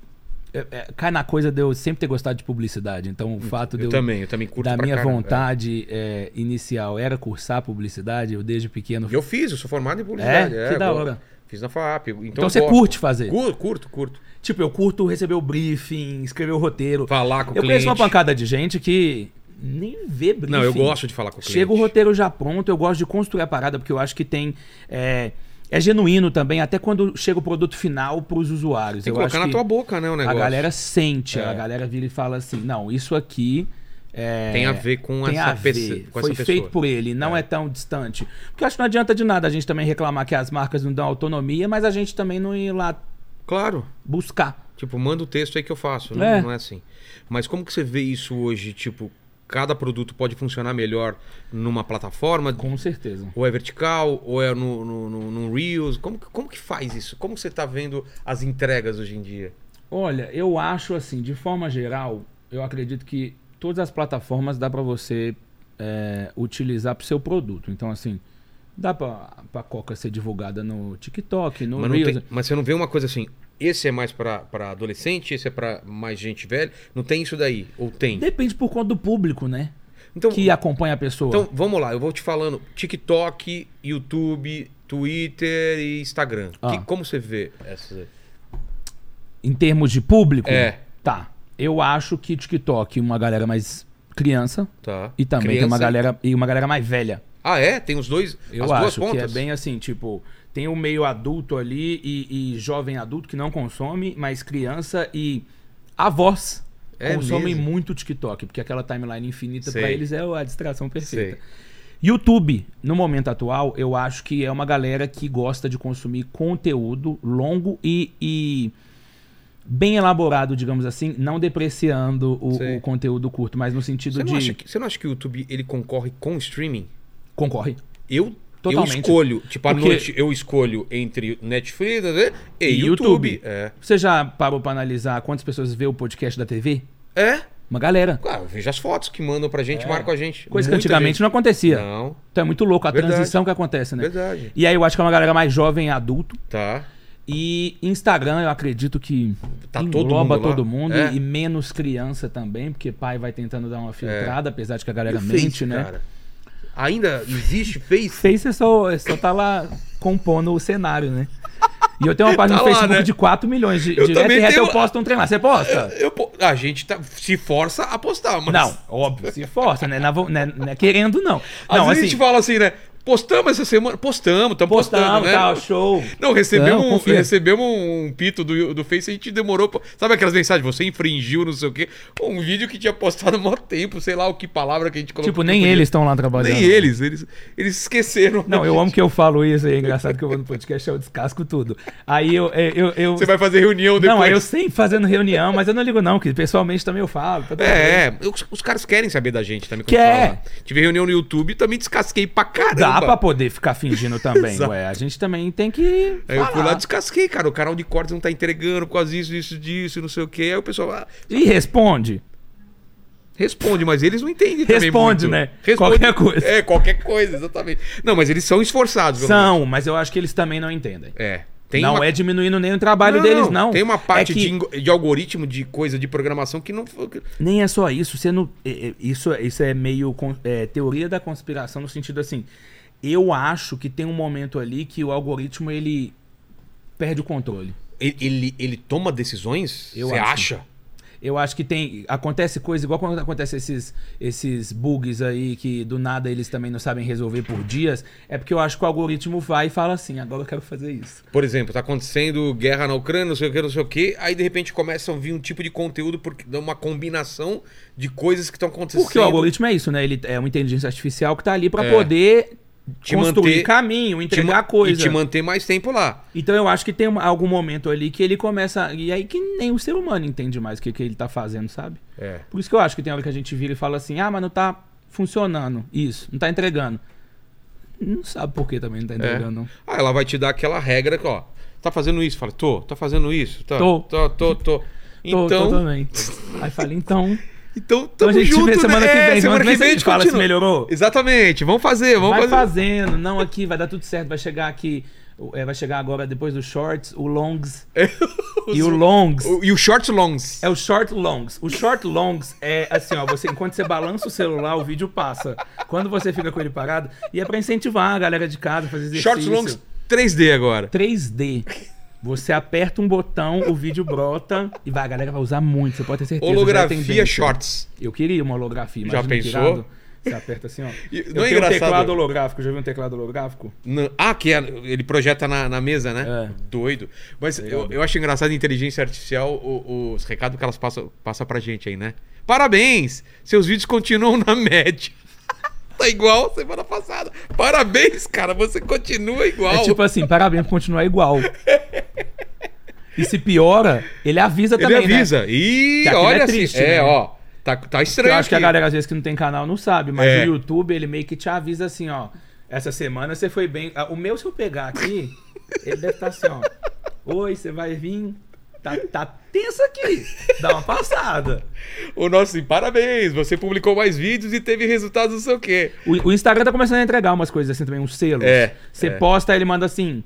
S3: é, é, cai na coisa de eu sempre ter gostado de publicidade. Então o fato
S1: Hum,
S3: de
S1: Eu,
S3: eu.
S1: também, eu também curto
S3: da
S1: pra
S3: minha
S1: caramba, é.
S3: vontade é, inicial era cursar publicidade, eu desde pequeno.
S1: E Eu fiz, eu sou formado em publicidade.
S3: É? Que da
S1: eu-
S3: hora.
S1: Fiz na FAP. Então,
S3: Então
S1: eu
S3: você
S1: gosto.
S3: curte fazer?
S1: Curto, curto, curto.
S3: Tipo, eu curto receber o briefing, escrever o roteiro.
S1: Falar com o
S3: eu
S1: cliente.
S3: conheço uma pancada de gente que nem vê briefing.
S1: Não, eu gosto de falar com o cliente.
S3: Chega o roteiro já pronto, eu gosto de construir a parada, porque eu acho que tem. É, é genuíno também, até quando chega o produto final pros usuários.
S1: Tem
S3: eu
S1: que colocar na
S3: acho que
S1: tua boca, né, o
S3: A
S1: negócio.
S3: galera sente,
S1: É.
S3: a galera vira e fala assim: não, isso aqui. é,
S1: Tem a ver com
S3: tem
S1: essa
S3: a
S1: pessoa-
S3: ver.
S1: com essa
S3: Foi
S1: pessoa.
S3: feito por ele, não é. tão distante. Porque eu acho que não adianta de nada a gente também reclamar que as marcas não dão autonomia, mas a gente também não ir lá
S1: Claro.
S3: buscar.
S1: Tipo, manda o texto aí que eu faço. Não
S3: É.
S1: não é assim. Mas como que você vê isso hoje? Tipo, cada produto pode funcionar melhor numa plataforma?
S3: Com certeza.
S1: Ou é vertical? Ou é no, no, no- no Reels? Como, que- como que faz isso? Como que você tá vendo as entregas hoje em dia?
S3: Olha, eu acho assim, de forma geral, eu acredito que todas as plataformas dá pra você é, utilizar pro seu produto. Então, assim, dá pra, pra Coca ser divulgada no TikTok, no
S1: Mas, não
S3: Reels.
S1: tem- mas você não vê uma coisa assim, esse é mais pra, pra adolescente, esse é pra mais gente velha? Não tem isso daí? Ou tem?
S3: Depende por conta do público, né?
S1: Então,
S3: que acompanha a pessoa.
S1: então vamos lá, eu vou te falando TikTok, YouTube, Twitter e Instagram.
S3: Ah.
S1: Que- como você vê essas aí?
S3: em termos de público,
S1: É.
S3: tá. Eu acho que TikTok, uma galera mais criança,
S1: Tá.
S3: e também tem
S1: Criança-
S3: uma galera e uma galera mais velha.
S1: Ah, é? Tem os dois,
S3: Eu
S1: as duas
S3: acho que é
S1: pontas?
S3: bem assim, tipo, tem o meio adulto ali e, e jovem adulto que não consome, mas criança e avós
S1: É
S3: consomem
S1: mesmo?
S3: muito TikTok, porque aquela timeline infinita
S1: Sei.
S3: pra eles é a distração perfeita.
S1: Sei.
S3: YouTube, no momento atual, eu acho que é uma galera que gosta de consumir conteúdo longo e, e bem elaborado, digamos assim, não depreciando
S1: Sei.
S3: o, o conteúdo curto, mas no sentido
S1: Você,
S3: de
S1: não acha que, você não acha que o YouTube ele concorre com o streaming?
S3: concorre.
S1: Eu Eu
S3: Totalmente.
S1: escolho, tipo, à
S3: Porque-
S1: noite eu escolho entre Netflix né, e,
S3: E
S1: YouTube.
S3: YouTube.
S1: É.
S3: Você já parou pra analisar quantas pessoas vê o podcast da TV?
S1: É?
S3: Uma galera.
S1: Claro, eu vejo as fotos que mandam pra gente, marcam a gente.
S3: Coisa
S1: Muita
S3: que antigamente
S1: gente.
S3: não acontecia.
S1: Não,
S3: Então é muito louco a
S1: Verdade.
S3: transição que acontece, né?
S1: verdade.
S3: E aí eu acho que é uma galera mais jovem e adulto.
S1: Tá.
S3: E Instagram, eu acredito que
S1: Tá todo
S3: engloba
S1: mundo lá.
S3: todo mundo
S1: É.
S3: e menos criança também, porque pai vai tentando dar uma filtrada, apesar de que a
S1: E
S3: galera
S1: o
S3: mente,
S1: Face,
S3: né?
S1: cara? Ainda existe Face?
S3: Face você só, só tá lá compondo o cenário, né? E eu tenho uma página
S1: Tá
S3: no
S1: lá,
S3: Facebook
S1: né?
S3: de 4 milhões. De,
S1: Eu
S3: direto
S1: também
S3: e reto
S1: tenho-
S3: eu posto um trem lá. Você posta?
S1: Eu po- a gente tá- se força a postar, mas.
S3: Não, óbvio, se força, né? Na vo- né- né, querendo, não.
S1: Às
S3: não,
S1: vezes
S3: assim,
S1: a gente fala assim, né? Postamos essa semana? Postamos, estamos postando,
S3: postamos,
S1: né?
S3: tal, show.
S1: Não, recebemos,
S2: Não,
S1: um,
S2: confia.
S1: recebemos um pito do, do Face, a gente demorou. pra- Sabe aquelas mensagens? Você infringiu, não sei o quê. Um vídeo que tinha postado há mó tempo, sei lá o que palavra que a gente colocou.
S3: Tipo,
S1: que
S3: nem
S1: podia.
S3: eles estão lá trabalhando.
S1: Nem eles, eles, eles esqueceram.
S3: Não, eu amo que eu falo isso aí. É engraçado que eu vou no podcast, eu descasco tudo. Aí eu. é, eu, eu- eu-
S1: Você vai fazer reunião depois.
S3: Não, aí eu sempre fazendo reunião, mas eu não ligo, não, que pessoalmente também eu falo. tá tudo bem.
S1: É, é, os, os caras querem saber da gente também. quando
S3: Quer.
S1: fala. Tive reunião no YouTube e também descasquei pra caramba.
S3: Dá pra poder ficar fingindo também,
S1: Exato.
S3: ué. A gente também tem que.
S1: Aí eu fui lá
S3: falar.
S1: e descasquei, cara. O canal de cortes não tá entregando por causa disso, isso, disso, não sei o quê. Aí o pessoal ah,
S3: E responde.
S1: responde, mas eles não entendem também
S3: Responde,
S1: muito.
S3: né? Qualquer coisa.
S1: É, qualquer coisa, exatamente. Não, mas eles são esforçados. pelo menos.
S3: São, mas eu acho que eles também não entendem.
S1: É.
S3: não é diminuindo nem o trabalho
S1: Não,
S3: deles, não.
S1: Tem uma parte
S3: É que
S1: de, ingo- de algoritmo, de coisa, de programação que não...
S3: Nem é só isso. Você não, é- é- isso, isso é meio con- é, teoria da conspiração no sentido assim. Eu acho que tem um momento ali que o algoritmo ele perde o controle.
S1: Ele, ele, ele toma decisões?
S3: Eu
S1: Você
S3: acho.
S1: acha?
S3: Eu acho que tem. Acontece coisa igual quando acontece esses, esses bugs aí que do nada eles também não sabem resolver por dias. É porque eu acho que o algoritmo vai e fala assim: agora eu quero fazer isso.
S1: Por exemplo, tá acontecendo guerra na Ucrânia, não sei o que, não sei o que, aí de repente começa a vir um tipo de conteúdo, porque dá uma combinação de coisas que estão acontecendo.
S3: Porque o algoritmo é isso, né? Ele é uma inteligência artificial que tá ali pra
S1: É.
S3: poder
S1: Te
S3: construir
S1: manter-
S3: caminho,
S1: te
S3: entregar
S1: ma-
S3: coisa.
S1: E te manter mais tempo lá.
S3: Então eu acho que tem uma- algum momento ali que ele começa. E aí que nem o ser humano entende mais o que, que ele tá fazendo, sabe?
S1: É.
S3: Por isso que eu acho que tem hora que a gente vira e fala assim, ah, mas não tá funcionando isso, não tá entregando. Não sabe por que também não tá entregando, não.
S1: Ah, ela vai te dar aquela regra que, ó, tá fazendo isso, fala, tô, tá fazendo isso, tá,
S3: Tô.
S1: tô, tô, tô. Então,
S3: Tô, tô também. Aí fala, então.
S1: então
S3: Então
S1: tamo
S3: a gente
S1: junto,
S3: vê semana
S1: né?
S3: que
S1: É,
S3: vem.
S1: semana que vem a
S3: a
S1: gente
S3: gente fala se
S1: continua.
S3: melhorou.
S1: Exatamente, vamos fazer, vamos
S3: vai
S1: fazer. um
S3: fazendo, não aqui, vai dar tudo certo, vai chegar aqui. o- é, vai chegar agora depois do shorts, o longs. e o longs.
S1: O- E o short longs.
S3: É o short longs. O short longs é assim, ó, você enquanto você balança o celular, o vídeo passa. Quando você fica com ele parado, e é pra incentivar a galera de casa a fazer exercício.
S1: Shorts longs 3D agora.
S3: 3D. Você aperta um botão, o vídeo brota e vai, a galera vai usar muito, você pode ter certeza. já é
S1: Holografia
S3: tendência.
S1: shorts.
S3: Eu queria uma holografia,
S1: Já
S3: imagina um
S1: pensou?
S3: tirado. Você aperta assim, ó.
S1: E-
S3: Eu
S1: não é
S3: tenho um
S1: engraçado?
S3: teclado holográfico, já viu um teclado holográfico?
S1: Não, Ah, que é- ele projeta na, na mesa, né?
S3: É.
S1: Doido. Mas eu, eu acho engraçado a inteligência artificial, o- os recados que elas passam, passam pra gente aí, né? Parabéns! Seus vídeos continuam na média. tá igual semana passada. Parabéns, cara, você continua igual.
S3: É tipo assim, parabéns por continuar igual. E se piora, ele avisa
S1: ele
S3: também. né?
S1: avisa. Ih,
S3: Que aquilo
S1: olha
S3: é
S1: assim.
S3: triste,
S1: é,
S3: né?
S1: ó. Tá, tá estranho.
S3: Eu acho que a
S1: aqui.
S3: galera, às vezes, que não tem canal, não sabe, mas
S1: É.
S3: o YouTube, ele meio que te avisa assim, ó. Essa semana você foi bem. Ah, O meu, se eu pegar aqui, ele deve estar assim, ó. Oi, você vai vir. Tá, tá tenso aqui. Dá uma passada.
S1: O nosso, assim, parabéns, você publicou mais vídeos e teve resultados não sei o quê.
S3: O, o Instagram tá começando a entregar umas coisas assim também, uns selos.
S1: É,
S3: Você
S1: é.
S3: posta, ele manda assim.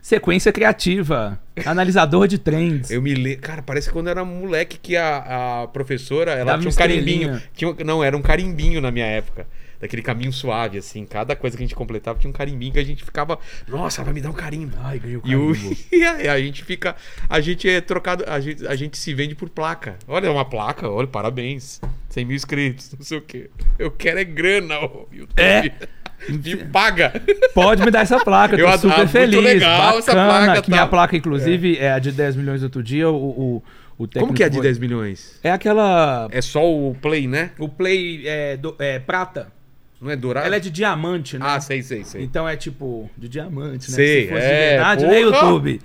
S3: Sequência criativa. Analisador de trends.
S1: Eu me lembro. Cara, parece que quando eu era moleque que a, a professora, ela
S3: Dava
S1: tinha um
S3: uma
S1: carimbinho.
S3: estrelinha.
S1: Tinha, um- não, era um carimbinho na minha época. Daquele caminho suave, assim. Cada coisa que a gente completava tinha um carimbinho que a gente ficava. Nossa, vai me dar um carimbo.
S3: Ai, ganhei o
S1: E, o,
S3: carimbo.
S1: e a, a gente fica. A gente é trocado. A gente, a gente se vende por placa. Olha, é uma placa, olha, parabéns. 100 mil inscritos, não sei o quê. Eu quero é grana, ô, YouTube.
S3: É?
S1: Me paga.
S3: Pode me dar essa placa, eu
S1: Eu
S3: tô
S1: adoro,
S3: super
S1: muito
S3: feliz.
S1: legal
S3: bacana,
S1: essa placa,
S3: que minha
S1: tá?
S3: placa, inclusive, é. a de 10 milhões outro dia. O, o, o técnico
S1: Como que é de
S3: foi-
S1: 10 milhões?
S3: É aquela.
S1: É só o play, né?
S3: O Play é, do- é prata.
S1: Não é dourado?
S3: Ela é de diamante, né?
S1: Ah, sei, sei, sei.
S3: Então é tipo. De diamante, né?
S1: Sei,
S3: Se fosse
S1: é,
S3: de verdade, né,
S1: porra!
S3: YouTube?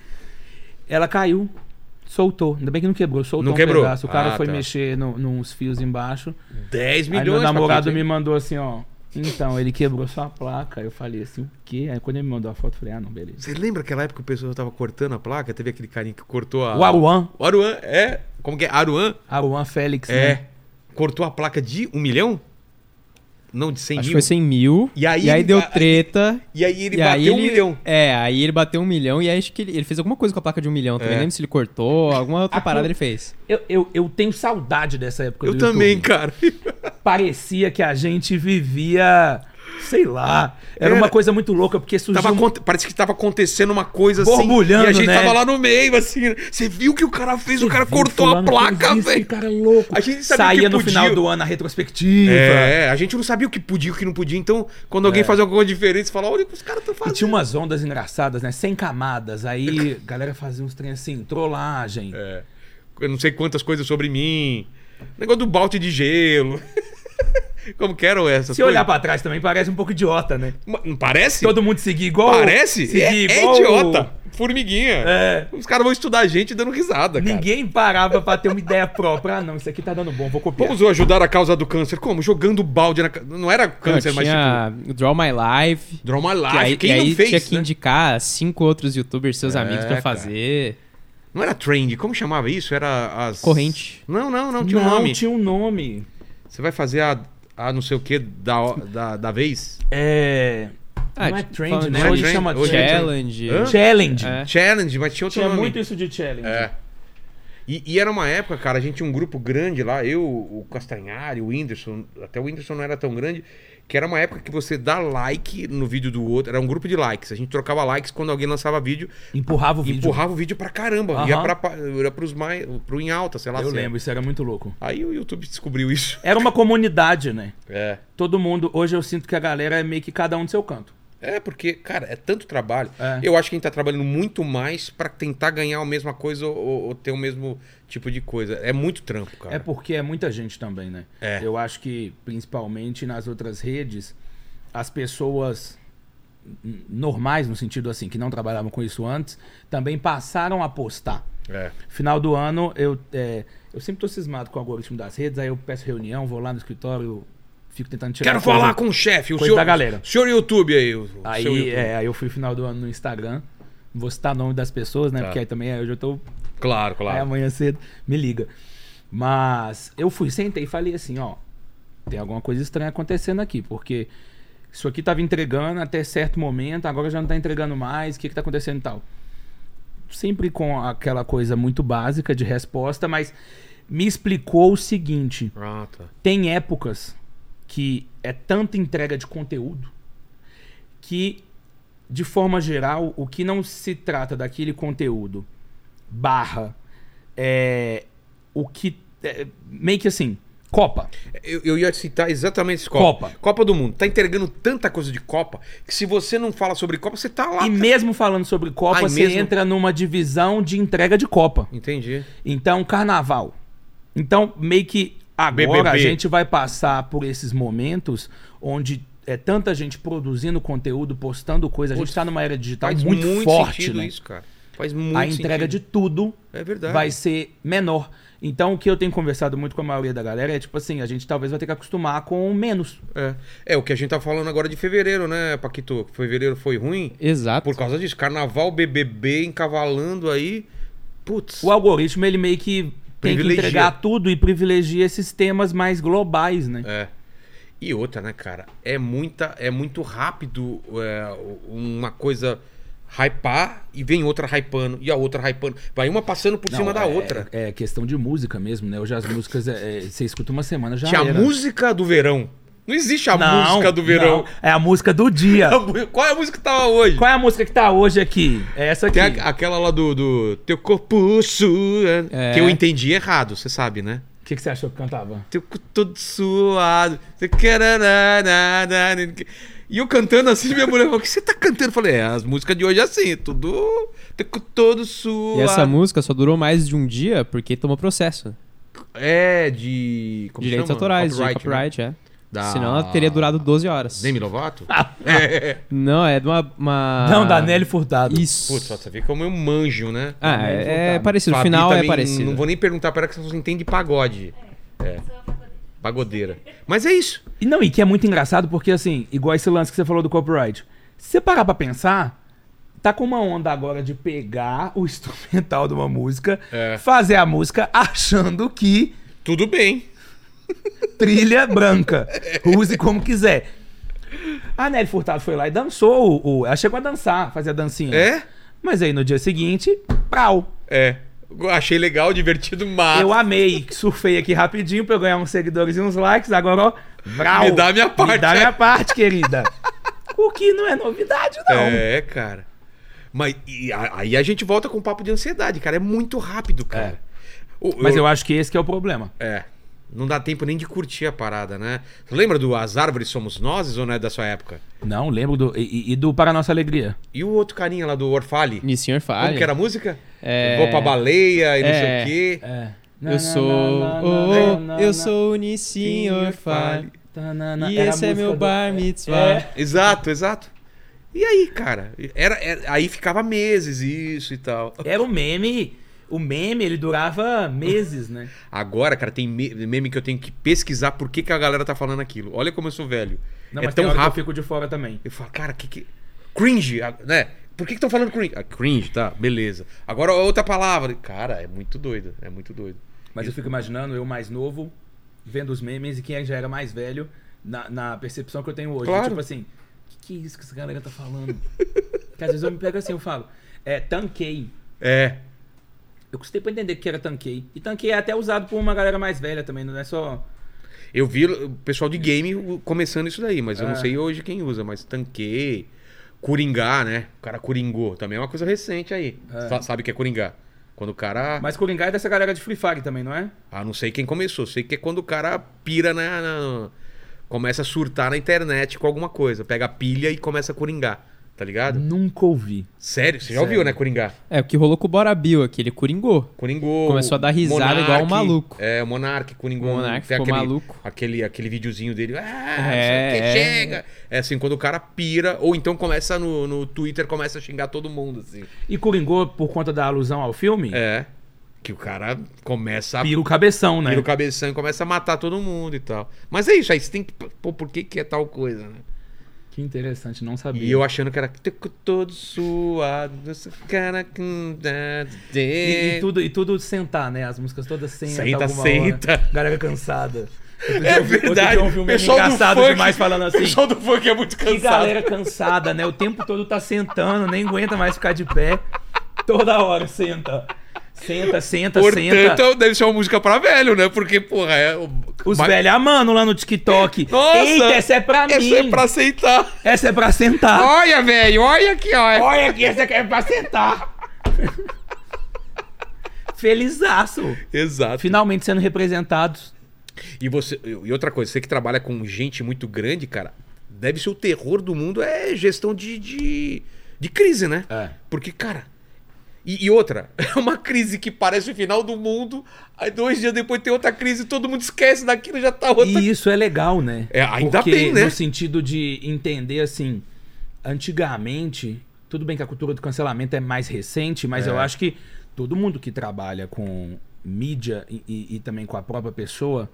S3: Ela caiu, soltou. Ainda bem que não quebrou, soltou
S1: Não
S3: um
S1: quebrou?
S3: pedaço. O cara
S1: Ah,
S3: foi
S1: tá.
S3: mexer no, nos fios embaixo.
S1: 10
S3: aí meu
S1: pra
S3: namorado
S1: frente,
S3: me
S1: hein?
S3: mandou assim, ó. Então, ele quebrou sua placa. Eu falei assim, o quê? Aí quando ele me mandou a foto, eu falei, ah, não, beleza.
S1: Você lembra aquela época que o pessoal tava cortando a placa? Teve aquele carinha que cortou a.
S3: O Aruan,
S1: O Aruan, é. Como que é? Aruan?
S3: Aruan Félix,
S1: É.
S3: né?
S1: Cortou a placa de um milhão? Não, de 100
S2: Acho que
S1: mil.
S2: foi 100 mil.
S1: E aí ele
S2: deu
S1: ba-
S2: treta.
S1: E aí ele
S2: e
S1: bateu
S2: aí
S1: um
S2: ele-
S1: milhão.
S2: É, aí ele bateu um milhão e aí acho que ele, ele fez alguma coisa com a placa de um milhão também.
S1: É. Ah,
S2: Lembro se ele cortou, alguma outra
S3: A
S2: parada
S3: cu-
S2: ele fez.
S3: Eu, eu, eu tenho saudade dessa época
S1: Eu
S3: do
S1: também,
S3: YouTube.
S1: cara.
S3: Parecia que a gente vivia, sei lá, era,
S1: Era-
S3: uma coisa muito louca, porque surgiu...
S1: É. Tava
S3: um-
S1: aconte- Parece que tava acontecendo uma coisa assim.
S3: Borbulhando,
S1: E a gente
S3: né?
S1: tava lá no meio, assim. Você viu que o cara fez? o cara
S3: Viu,
S1: cortou a
S3: fulano
S1: placa,
S3: fez isso,
S1: velho.
S3: Cara é louco.
S1: A gente sabia
S3: Saía
S1: que
S3: no
S1: podia.
S3: final do ano a retrospectiva.
S1: É, a gente não sabia o que podia e o que não podia. Então, quando alguém faz alguma coisa diferente, você fala, olha o que os caras estão
S3: É. E
S1: fazendo.
S3: tinha umas ondas engraçadas, né? Sem camadas. Aí a galera fazia uns trem assim, trollagem.
S1: É. Eu não sei quantas coisas sobre mim. Negócio do balde de gelo. Como que eram essas
S3: Se olhar pra trás também, parece um pouco idiota, né?
S1: Ma- Não parece?
S3: Todo mundo seguir igual.
S1: Parece?
S3: Seguir
S1: É, é
S3: igual.
S1: idiota. Formiguinha.
S3: É.
S1: Os caras vão estudar a gente dando risada, cara.
S3: Ninguém parava pra ter uma ideia própria. Ah, não, isso aqui tá dando bom, vou copiar.
S1: Vamos ajudar a causa do câncer. Como? Jogando balde na... ca- Não era câncer,
S2: Eu
S1: mas tipo...
S2: tinha Draw My Life.
S1: Draw My Life.
S2: que aí,
S1: Ah, Quem
S2: que aí
S1: não fez,
S2: tinha que
S1: né?
S2: indicar cinco outros youtubers, seus
S1: É,
S2: amigos,
S1: cara.
S2: pra fazer.
S1: Não era trend. Como chamava isso? Era as...
S2: Corrente.
S1: Não, não, não. Tinha um nome.
S3: tinha um nome.
S1: Você vai fazer a, a não sei o que da, da, da vez?
S3: É.
S2: Ah,
S3: não é
S2: tipo,
S3: trend,
S2: falando
S3: né?
S1: de-
S3: Hoje
S1: Não é
S3: chama
S1: trend, hoje é
S3: challenge.
S2: Challenge.
S1: Hã?
S3: Challenge.
S2: É.
S1: Challenge, mas tinha outro
S3: Tinha
S1: nome.
S3: muito isso de challenge.
S1: É. E, e era uma época, cara, a gente tinha um grupo grande lá, eu, o Castanhari, o Whindersson, até o Whindersson não era tão grande, que era uma época que você dá like no vídeo do outro, era um grupo de likes, a gente trocava likes quando alguém lançava vídeo,
S3: Empurrava o vídeo.
S1: empurrava o vídeo pra caramba,
S3: Aham.
S1: ia pra, pa- era pros mais, pro em alta, sei lá.
S3: Eu
S1: se é.
S3: lembro, isso era muito louco.
S1: Aí o YouTube descobriu isso.
S3: Era uma comunidade, né?
S1: É.
S3: Todo mundo. Hoje eu sinto que a galera é meio que cada um do seu canto.
S1: É, porque, cara, é tanto trabalho.
S3: É.
S1: Eu acho que a gente tá trabalhando muito mais pra tentar ganhar a mesma coisa ou, ou ter o mesmo tipo de coisa. É muito trampo, cara.
S3: É porque é muita gente também, né?
S1: É.
S3: Eu acho que, principalmente nas outras redes, as pessoas n- normais, no sentido assim, que não trabalhavam com isso antes, também passaram a postar.
S1: É.
S3: Final do ano, eu, é, eu sempre tô cismado com o algoritmo das redes, aí eu peço reunião, vou lá no escritório, fico tentando tirar.
S1: Quero
S3: coisa.
S1: falar com o chefe, o
S3: Coisa
S1: senhor,
S3: da galera.
S1: senhor YouTube aí. O, o seu
S3: Aí,
S1: YouTube.
S3: é, aí eu fui final do ano no Instagram. Não vou citar o nome das pessoas, né?
S1: Tá.
S3: Porque aí também é, hoje eu tô
S1: Claro,
S3: Aí
S1: claro.
S3: amanhã cedo me liga. Mas eu fui, sentei e falei assim, ó, tem alguma coisa estranha acontecendo aqui, porque isso aqui tava entregando até certo momento, agora já não tá entregando mais, o que que tá acontecendo e tal. Sempre com aquela coisa muito básica de resposta, mas me explicou o seguinte,
S1: Ah, tá.
S3: tem épocas que é tanta entrega de conteúdo que, de forma geral, o que não se trata daquele conteúdo barra é, o que é, meio que assim Copa
S1: Eu, eu ia citar exatamente esse Copa.
S3: Copa.
S1: do Mundo. Tá entregando tanta coisa de Copa que se você não fala sobre Copa, você tá lá.
S3: e mesmo falando sobre Copa
S1: Ah, e
S3: você
S1: mesmo?
S3: entra numa divisão de entrega de Copa
S1: Entendi.
S3: Então, carnaval. Então, meio que agora
S1: BBB.
S3: a gente vai passar por esses momentos onde é tanta gente produzindo conteúdo, postando coisa. A gente
S1: Putz,
S3: está numa era digital
S1: Faz
S3: Tá muito,
S1: muito,
S3: forte,
S1: sentido
S3: né?
S1: isso, cara. Faz muito
S3: a entrega
S1: sentido.
S3: de tudo
S1: É verdade.
S3: vai ser menor. Então, o que eu tenho conversado muito com a maioria da galera é tipo assim, a gente talvez vai ter que acostumar com menos.
S1: É. é o que a gente tá falando agora de fevereiro, né, Paquito? Fevereiro foi ruim
S2: Exato.
S1: por causa disso. Carnaval, BBB encavalando aí. Putz.
S3: O algoritmo, ele meio que tem que
S1: Privilegia.
S3: entregar tudo e privilegia esses temas mais globais, né?
S1: É. E outra, né, cara? É muita, é muito rápido é, uma coisa hypar e vem outra hypando e a outra hypando. Vai uma passando por
S3: Não,
S1: cima da
S3: é-
S1: outra.
S3: É questão de música mesmo, né? Hoje as músicas, é, é, você escuta uma semana já.
S1: Tinha a
S3: era.
S1: música do verão. Não existe a
S3: Não,
S1: música do verão.
S3: não. É a música do dia.
S1: Qual é a música que tava hoje?
S3: Qual é a música que tá hoje aqui? É essa aqui.
S1: Tem a- aquela lá do, do Teu Corpo Suado.
S2: É.
S1: Que eu entendi errado, você sabe, né?
S3: O que, que você achou que cantava?
S1: Teu cu todo suado. você querarararara. E eu cantando assim, minha mulher falou: O que você tá cantando? Eu falei: É, as músicas de hoje é assim, tudo. Teu cu todo suado.
S2: E essa música só durou mais de um dia porque tomou processo.
S1: É, de. como
S2: Direitos
S1: chama?
S2: autorais, de
S1: né?
S2: copyright, é.
S1: Da-
S2: Senão ela teria durado 12 horas.
S1: Demi Lovato?
S2: Ah, Não, é de uma. uma-
S3: Não, da Nelly Furtado.
S2: Isso.
S1: Putz, você vê como eu manjo, né?
S2: Ah,
S3: Nelly
S2: é,
S3: Furtado.
S2: parecido. O
S1: Fabi
S2: final é
S1: também,
S2: parecido.
S1: Não vou nem perguntar pra ela que você entende pagode.
S4: Sou
S1: É.
S4: a pagodeira.
S1: Pagodeira. Mas é isso.
S3: E não, e que é muito engraçado porque, assim, igual esse lance que você falou do copyright. Se você parar pra pensar, tá com uma onda agora de pegar o instrumental de uma música,
S1: É.
S3: fazer a música achando que
S1: Tudo bem.
S3: trilha branca. Use como quiser. A Nelly Furtado foi lá e dançou. O, o- ela chegou a dançar, fazer a dancinha.
S1: É?
S3: Mas aí no dia seguinte, pau.
S1: É. Achei legal, divertido,
S2: Ah.
S1: mas.
S3: Eu amei, surfei aqui rapidinho pra eu ganhar uns seguidores e uns likes. Agora, ó, brau.
S1: Me dá minha parte.
S3: Me dá
S2: né?
S3: minha parte, querida. o que não é novidade, não.
S1: É, cara. Mas e a- aí a gente volta com o papo de ansiedade, cara. É muito rápido, cara. O-
S3: Mas eu acho que esse que é o problema.
S1: É. Não dá tempo nem de curtir a parada, né? Tu lembra do As Árvores Somos Nós ou não é da sua época?
S3: Não, lembro do. E, e- e do Para Nossa Alegria.
S1: E o outro carinha lá do Orfale?
S2: E senhor fala.
S1: Como que era a música?
S2: É.
S1: Vou pra baleia e não
S2: É.
S1: sei o quê.
S3: É.
S2: Eu sou. Oh, eu sou o Nissin Orfale. E esse é meu bar
S3: É.
S2: mitzvah.
S1: Exato, exato. E aí, cara? Era, era- aí ficava meses isso e tal.
S3: Era o meme. O meme, ele durava meses, né?
S1: Agora, cara, tem me- meme que eu tenho que pesquisar por que, que a galera tá falando aquilo. Olha como eu sou velho.
S3: Não,
S1: é
S3: mas
S1: tão
S3: tem hora que
S1: rápido.
S3: eu fico de fora também.
S1: Eu falo, cara, que que. Cringe, ah, né? Por que estão falando cringe? Ah, cringe, tá, beleza. Agora outra palavra. Cara, é muito doido, é muito doido.
S3: Mas eu fico imaginando eu mais novo, vendo os memes e quem já era mais velho, na, na percepção que eu tenho hoje.
S1: Claro.
S3: Tipo assim, que, que é isso que essa galera tá falando? Porque às vezes eu me pego assim, eu falo, é, tanquei.
S1: É,
S3: Eu custei pra entender o que era tanquei. E tanquei é até usado por uma galera mais velha também, não é só.
S1: eu vi o pessoal de game o- começando isso daí, mas eu não
S3: Ah.
S1: sei hoje quem usa, mas tanquei, coringá, né? O cara coringou, também é uma coisa recente aí. Sa- Sabe o que é coringá? Quando o cara.
S3: Mas Coringá é dessa galera de Free Fire também, não é?
S1: Ah, não sei quem começou, sei que é quando o cara pira na. na- Começa a surtar na internet com alguma coisa, pega a pilha e começa a coringar, tá ligado?
S3: Nunca ouvi.
S1: Sério, você já ouviu, né, coringar?
S2: É, o que rolou com o Bora Bill aqui, ele coringou.
S1: Coringou.
S2: Começou a dar risada igual um maluco.
S1: É, o Monark, Coringou.
S2: O Monark
S1: tem
S2: ficou
S1: aquele,
S2: maluco.
S1: Aquele, aquele videozinho dele. Ah,
S2: É,
S1: é, que
S2: é.
S1: chega. É assim, quando o cara pira, ou então começa no, no Twitter, começa a xingar todo mundo, assim.
S3: E Coringô, por conta da alusão ao filme,
S1: É. Que o cara começa a
S3: pira o cabeção, né?
S1: pira o cabeção e começa a matar todo mundo e tal. Mas é isso, aí você tem que. Pô, por que, que é tal coisa, né?
S3: Que interessante, não sabia.
S1: E eu achando que era todo suado, esse cara que.
S3: E,
S1: É.
S3: e tudo, e tudo sentar, né? As músicas todas senta,
S1: Senta,
S3: alguma
S1: senta.
S3: hora. Galera cansada. Outro dia
S1: É
S3: eu vi- outro dia
S1: verdade.
S3: eu vi um meme
S1: Pessoal do
S3: engraçado
S1: funk-
S3: demais falando
S1: O
S3: assim.
S1: pessoal do funk é muito
S3: Que
S1: cansado.
S3: galera cansada, né? O tempo todo tá sentando, nem aguenta mais ficar de pé. Toda hora senta. Senta, senta,
S1: Portanto,
S3: tá senta.
S1: deve ser uma música pra velho, né? Porque, porra, é. o-
S3: Os
S1: Mas-
S3: velhos amando lá no TikTok.
S1: Nossa!
S3: Eita, essa é pra mim.
S1: Essa é pra aceitar.
S3: Essa é pra sentar.
S1: Olha, velho, olha aqui, olha.
S3: Olha aqui, essa aqui é pra sentar. Felizaço.
S1: Exato.
S3: Finalmente sendo representados.
S1: E você. E outra coisa, você que trabalha com gente muito grande, cara, deve ser o terror do mundo é gestão de. de, de crise, né?
S3: É.
S1: Porque, cara. E, e outra, é uma crise que parece o final do mundo, aí dois dias depois tem outra crise, todo mundo esquece daquilo, já tá outra.
S3: E isso é legal, né?
S1: É, ainda
S3: Porque
S1: bem, né?
S3: No sentido de entender, assim, antigamente, tudo bem que a cultura do cancelamento é mais recente, mas
S1: É.
S3: eu acho que todo mundo que trabalha com mídia e, e- e também com a própria pessoa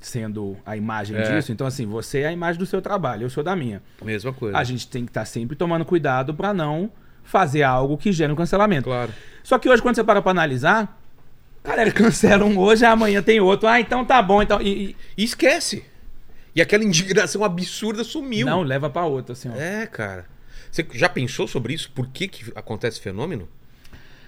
S3: sendo a imagem
S1: É.
S3: disso, então assim, você é a imagem do seu trabalho, eu sou da minha.
S1: Mesma coisa.
S3: A gente tem que estar sempre tomando cuidado pra não fazer algo que gere um cancelamento.
S1: Claro.
S3: Só que hoje, quando você para pra analisar, galera, cancela um hoje, amanhã tem outro. Ah, então tá bom, então. e- e-
S1: E esquece. E aquela indignação absurda sumiu.
S3: Não, leva pra outra, assim, ó.
S1: É, cara. Você já pensou sobre isso? Por que, que acontece esse fenômeno?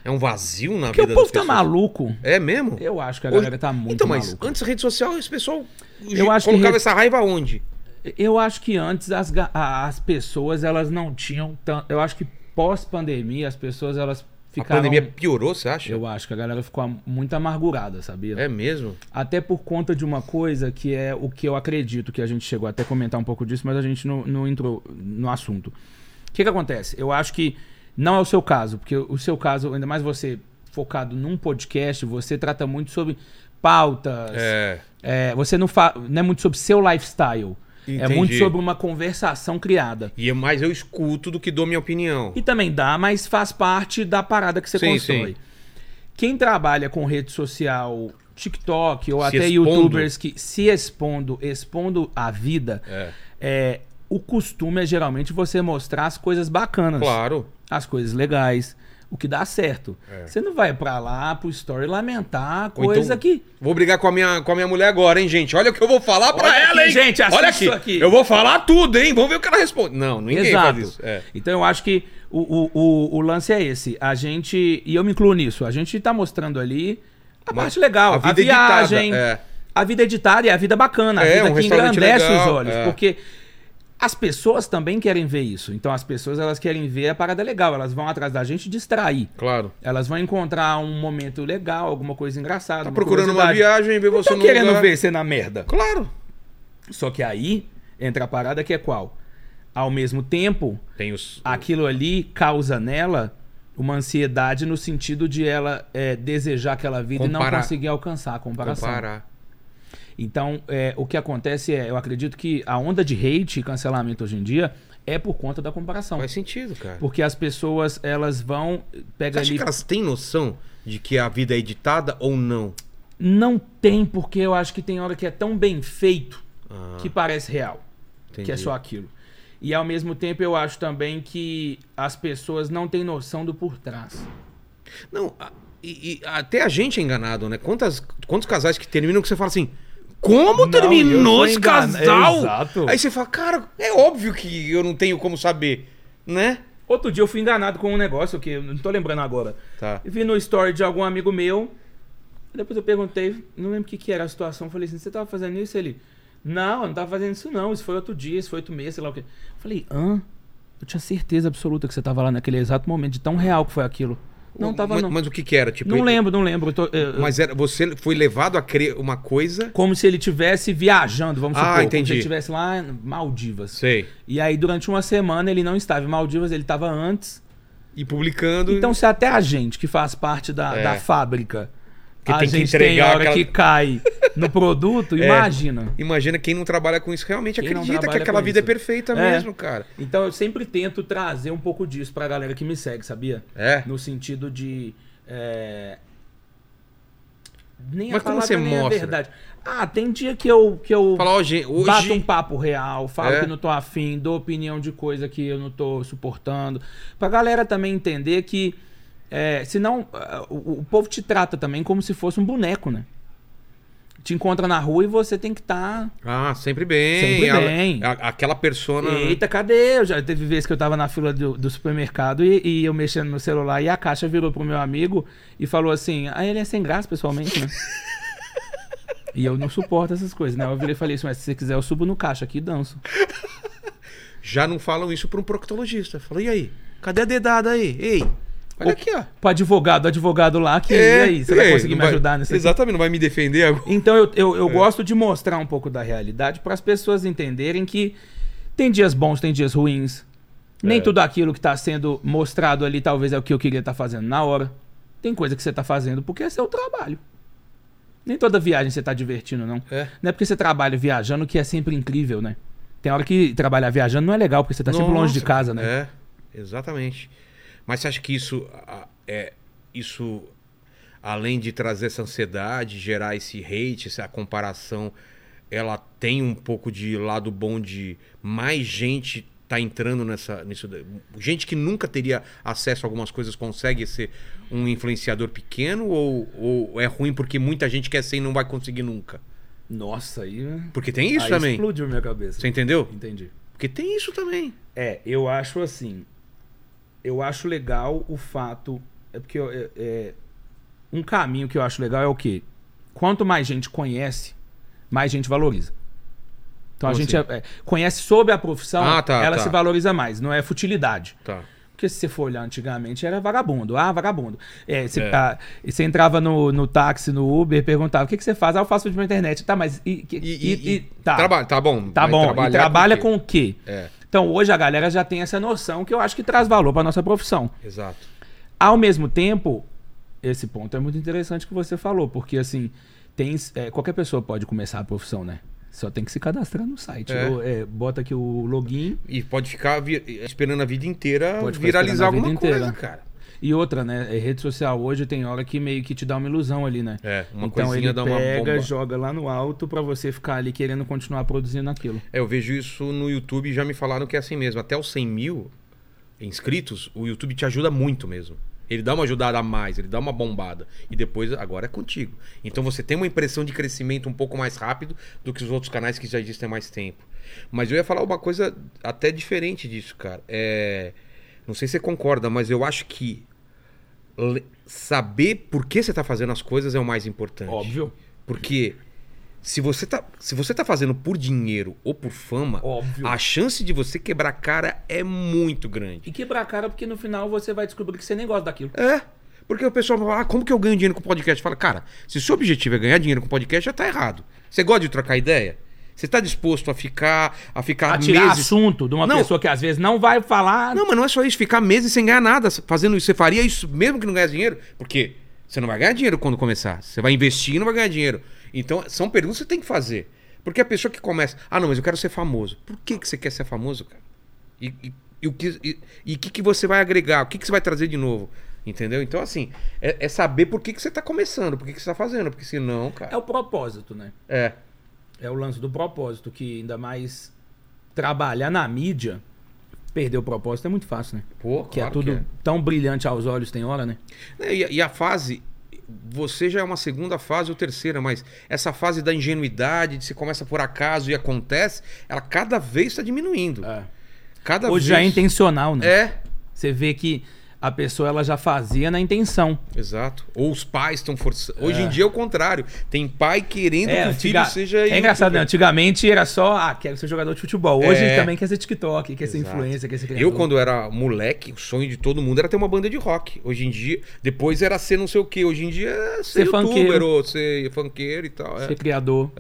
S1: É um vazio na
S3: Porque
S1: vida
S3: o povo
S1: das
S3: tá
S1: pessoas.
S3: maluco.
S1: É mesmo?
S3: Eu acho que a galera tá muito
S1: Então, mas
S3: maluca.
S1: antes da rede social, esse pessoal
S3: Eu acho que
S1: colocava
S3: re-
S1: essa raiva onde?
S3: Eu acho que antes as, ga- a- as pessoas, elas não tinham tanto... Eu acho que pós-pandemia, as pessoas, elas ficaram...
S1: A pandemia piorou, você acha?
S3: Eu acho que a galera ficou am- muito amargurada, sabia?
S1: É mesmo?
S3: Até por conta de uma coisa que é o que eu acredito que a gente chegou até a comentar um pouco disso, mas a gente não, não entrou no assunto. O que, que acontece? Eu acho que não é o seu caso, porque o seu caso, ainda mais você focado num podcast, você trata muito sobre pautas.
S1: É.
S3: É, você não, fa... não é muito sobre seu lifestyle. É
S1: Entendi.
S3: muito sobre uma conversação criada.
S1: E é mais eu escuto do que dou minha opinião.
S3: E também dá, mas faz parte da parada que você
S1: Sim,
S3: constrói.
S1: sim.
S3: Quem trabalha com rede social TikTok ou
S1: Se
S3: até
S1: expondo.
S3: youtubers que se expondo, expondo a vida,
S1: É.
S3: é, o costume é geralmente você mostrar as coisas bacanas,
S1: Claro.
S3: as coisas legais, o que dá certo. Você não vai pra lá pro story lamentar a
S1: É. Ou
S3: coisa
S1: então-
S3: que
S1: Vou brigar com a, minha, com a minha mulher agora, hein, gente? Olha o que eu vou falar pra
S3: Olha
S1: ela,
S3: aqui,
S1: hein?
S3: gente, assista
S1: Olha aqui.
S3: isso aqui.
S1: Eu vou falar tudo, hein? Vamos ver o que ela responde. Não, ninguém
S3: Exato.
S1: faz isso. É.
S3: Então eu acho que o, o, o, o lance é esse. A gente. E eu me incluo nisso. A gente tá mostrando ali a
S1: Uma-
S3: parte legal.
S1: a
S3: A,
S1: vida
S3: viagem.
S1: editada, é.
S3: A vida editada e a vida bacana.
S1: É,
S3: a vida
S1: um
S3: que
S1: restaurante
S3: engrandece
S1: legal,
S3: os olhos.
S1: é.
S3: Porque as pessoas também querem ver isso. Então as pessoas elas querem ver a parada legal. Elas vão atrás da gente distrair.
S1: Claro. Tá
S3: Elas vão encontrar um momento legal, alguma coisa engraçada.
S1: Tá
S3: uma
S1: procurando uma
S3: curiosidade.
S1: viagem, vê
S3: Não
S1: você
S3: tô
S1: no
S3: querendo
S1: lugar.
S3: ver você na merda.
S1: Claro.
S3: Só que aí entra a parada que é qual? Ao mesmo tempo,
S1: Tem os...
S3: aquilo ali causa nela uma ansiedade no sentido de ela é, desejar aquela vida e
S1: Comparar.
S3: não conseguir alcançar a comparação.
S1: Comparar.
S3: Então, é, o que acontece é, eu acredito que a onda de hate e cancelamento hoje em dia é por conta da comparação.
S1: Faz sentido, cara.
S3: Porque as pessoas, elas vão,
S1: é. Você
S3: pega
S1: acha
S3: ali...
S1: que elas têm noção de que a vida é editada ou não?
S3: Não tem, porque eu acho que tem hora que é tão bem feito
S1: Ah,
S3: que parece real.
S1: entendi.
S3: que é só aquilo. E ao mesmo tempo eu acho também que as pessoas não têm noção do por trás.
S1: Não, a- e, e até a gente é enganado, né? Quantas, quantos casais que terminam que você fala assim... Como
S3: Não, eu
S1: terminou
S3: fui
S1: esse
S3: enganado."
S1: casal?
S3: Exato.
S1: Aí você fala, cara, é óbvio que eu não tenho como saber, né?
S3: Outro dia eu fui enganado com um negócio que eu não tô lembrando agora.
S1: Tá.
S3: Eu Vi no story de algum amigo meu. Depois eu perguntei, não lembro o que, que era a situação. Falei assim: você tava fazendo isso? Ele, não, eu não tava fazendo isso não. Isso foi outro dia, isso foi outro mês, sei lá o quê. Eu Falei, hã? Eu tinha certeza absoluta que você tava lá naquele exato momento, de tão real que foi aquilo. Não tava,
S1: mas,
S3: não.
S1: Mas o que que era? Tipo,
S3: Não
S1: ele-
S3: lembro, não lembro. eu tô- eu- eu-
S1: Mas era, você foi levado a crer uma coisa...
S3: Como se ele estivesse viajando, vamos
S1: Ah,
S3: supor. Como
S1: entendi.
S3: se ele estivesse lá em Maldivas.
S1: Sei.
S3: E aí, durante uma semana, ele não estava em Maldivas, ele estava antes.
S1: E publicando...
S3: Então, se até a gente que faz parte da,
S1: É.
S3: da fábrica,
S1: Que
S3: a
S1: tem que
S3: gente tem
S1: entregar
S3: hora
S1: aquela- É.
S3: que cai no produto, imagina.
S1: Imagina quem não trabalha com isso realmente
S3: Quem não
S1: acredita que
S3: trabalha
S1: aquela
S3: com
S1: vida
S3: isso.
S1: é perfeita
S3: É.
S1: mesmo, cara.
S3: Então, eu sempre tento trazer um pouco disso pra galera que me segue, sabia?
S1: É.
S3: No sentido de... é, Nem
S1: Mas
S3: a
S1: como
S3: palavra
S1: você
S3: nem
S1: mostra?
S3: a verdade. Ah, tem dia que eu... Que eu...
S1: Falar, ó, gente, hoje.
S3: Bato um papo real, falo
S1: É.
S3: que não tô afim, dou opinião de coisa que eu não tô suportando. Pra galera também entender que, é, senão, ah, o, o povo te trata também como se fosse um boneco, né? Te encontra na rua e você tem que tá, estar.
S1: Ah, sempre bem.
S3: Sempre
S1: A-
S3: bem.
S1: a- aquela persona.
S3: Eita, cadê? Eu já teve vez que eu tava na fila do, do supermercado e, e eu mexendo no celular e a caixa virou pro meu amigo e falou assim: Ah, ele é sem graça pessoalmente, né? e eu não suporto essas coisas, né? Eu virei e falei assim: Mas se você quiser, eu subo no caixa aqui e danço.
S1: Já não falam isso pra um proctologista. Fala, e aí? Cadê a dedada aí? Ei. Olha
S3: Ô,
S1: aqui, ó.
S3: pro advogado, advogado lá, que e aí, você
S1: e
S3: vai
S1: aí,
S3: conseguir
S1: É, não é.
S3: me ajudar nisso aqui?
S1: Exatamente, não vai me defender agora.
S3: Então eu, eu, eu gosto de mostrar um pouco da realidade para as pessoas entenderem que tem dias bons, tem dias ruins. Nem
S1: É.
S3: tudo aquilo que está sendo mostrado ali talvez é o que eu queria estar fazendo na hora. Tem coisa que você está fazendo porque é seu trabalho. Nem toda viagem você está divertindo, não.
S1: É.
S3: Não é porque você trabalha viajando que é sempre incrível, né? Tem hora que trabalhar viajando não é legal, porque você tá sempre longe de
S1: Nossa,
S3: casa, né?
S1: É, exatamente. Mas você acha que isso a- é isso além de trazer essa ansiedade, gerar esse hate, essa comparação, ela tem um pouco de lado bom de mais gente tá entrando nessa nisso, da- gente que nunca teria acesso a algumas coisas consegue ser um influenciador pequeno ou, ou é ruim porque muita gente quer ser e não vai conseguir nunca?
S3: Nossa, aí.
S1: Porque tem isso
S3: aí
S1: também.
S3: explodiu minha cabeça.
S1: Você entendeu?
S3: Entendi.
S1: Porque tem isso também.
S3: É, eu acho assim. Eu acho legal o fato. É porque eu- é- é, um caminho que eu acho legal é o quê? Quanto mais gente conhece, mais gente valoriza. Então a
S1: Como assim?
S3: gente é- é, conhece sobre a profissão,
S1: Ah, tá,
S3: ela
S1: tá.
S3: se valoriza mais, não é futilidade.
S1: Tá.
S3: Porque se você for olhar antigamente, era vagabundo. Ah, vagabundo. É, você,
S1: É.
S3: ah, e você entrava no, no táxi, no Uber, perguntava: o que, que você faz? Ah, eu faço vídeo na internet. Tá, mas. E, que-
S1: E,
S3: e- e-
S1: tá.
S3: tá.
S1: Trabalha, tá bom.
S3: Tá
S1: vai
S3: bom, e
S1: trabalhar
S3: trabalha
S1: por quê?
S3: com o quê?
S1: É.
S3: Então hoje a galera já tem essa noção que eu acho que traz valor pra nossa profissão.
S1: Exato.
S3: Ao mesmo tempo, esse ponto é muito interessante que você falou, porque assim, tem, é, qualquer pessoa pode começar a profissão, né? Só tem que se cadastrar no site.
S1: É.
S3: Ou, é, bota aqui o login.
S1: E pode ficar vi- esperando a vida inteira
S3: Pode ficar
S1: viralizar
S3: esperando a
S1: alguma
S3: vida
S1: coisa,
S3: inteira.
S1: cara.
S3: E outra, né? é Rede social hoje tem hora que meio que te dá uma ilusão ali, né?
S1: É, uma
S3: então
S1: coisinha
S3: ele
S1: dá uma
S3: pega,
S1: bomba.
S3: joga lá no alto pra você ficar ali querendo continuar produzindo aquilo.
S1: É, eu vejo isso no YouTube e já me falaram que é assim mesmo. Até os 100 mil inscritos, o YouTube te ajuda muito mesmo. Ele dá uma ajudada a mais, ele dá uma bombada. E depois, agora é contigo. Então você tem uma impressão de crescimento um pouco mais rápido do que os outros canais que já existem há mais tempo. Mas eu ia falar uma coisa até diferente disso, cara. É... Não sei se você concorda, mas eu acho que le- saber por que você tá fazendo as coisas é o mais importante.
S3: Óbvio.
S1: Porque se você tá, se você tá fazendo por dinheiro ou por fama,
S3: Óbvio.
S1: a chance de você quebrar a cara é muito grande.
S3: E quebrar a cara porque no final você vai descobrir que você nem gosta daquilo.
S1: É. Porque o pessoal fala, ah, como que eu ganho dinheiro com podcast? Fala, cara, se seu objetivo é ganhar dinheiro com podcast, já tá errado. Você gosta de trocar ideia? Você tá disposto a ficar, a ficar
S3: A tirar
S1: meses...
S3: assunto de uma
S1: Não.
S3: pessoa que às vezes não vai falar.
S1: Não, mas não é só isso, ficar meses sem ganhar nada fazendo isso. Você faria isso mesmo que não ganhasse dinheiro? Porque você não vai ganhar dinheiro quando começar. Você vai investir e não vai ganhar dinheiro. Então, são perguntas que você tem que fazer. Porque a pessoa que começa, ah, não, mas eu quero ser famoso. Por que, que você quer ser famoso, cara? E, e, e o que, e, e que, que você vai agregar? O que, que você vai trazer de novo? Entendeu? Então, assim, é, é saber por que, que você tá começando, por que, que você tá fazendo. Porque senão,
S3: É
S1: cara.
S3: o propósito, né?
S1: É.
S3: É o lance do propósito, que ainda mais trabalhar na mídia, perder o propósito é muito fácil, né?
S1: Pô,
S3: Que é
S1: claro
S3: tudo tão brilhante aos olhos, tem hora, né?
S1: É, E, a- e a fase, você já é uma segunda fase ou terceira, mas essa fase da ingenuidade, de se começa por acaso e acontece, ela cada vez está diminuindo. Cada
S3: É. Hoje já é
S1: vez.
S3: intencional, né?
S1: É,
S3: Você vê que a pessoa ela já fazia na intenção.
S1: exato. Ou os pais estão forçando. Hoje em dia é o contrário. Tem pai querendo que o filho
S3: antiga-
S1: seja.
S3: é
S1: youtuber.
S3: engraçado, né? Antigamente era só, ah, quero ser jogador de futebol. Hoje
S1: É.
S3: também quer ser TikTok, quer ser
S1: Exato.
S3: influencer, quer ser
S1: Eu, quando era moleque, o sonho de todo mundo era ter uma banda de rock. Hoje em dia, depois era ser não sei o quê. Hoje em dia é ser,
S3: Ser
S1: youtuber
S3: funkeiro.
S1: ou ser funkeiro e tal. é.
S3: Ser criador.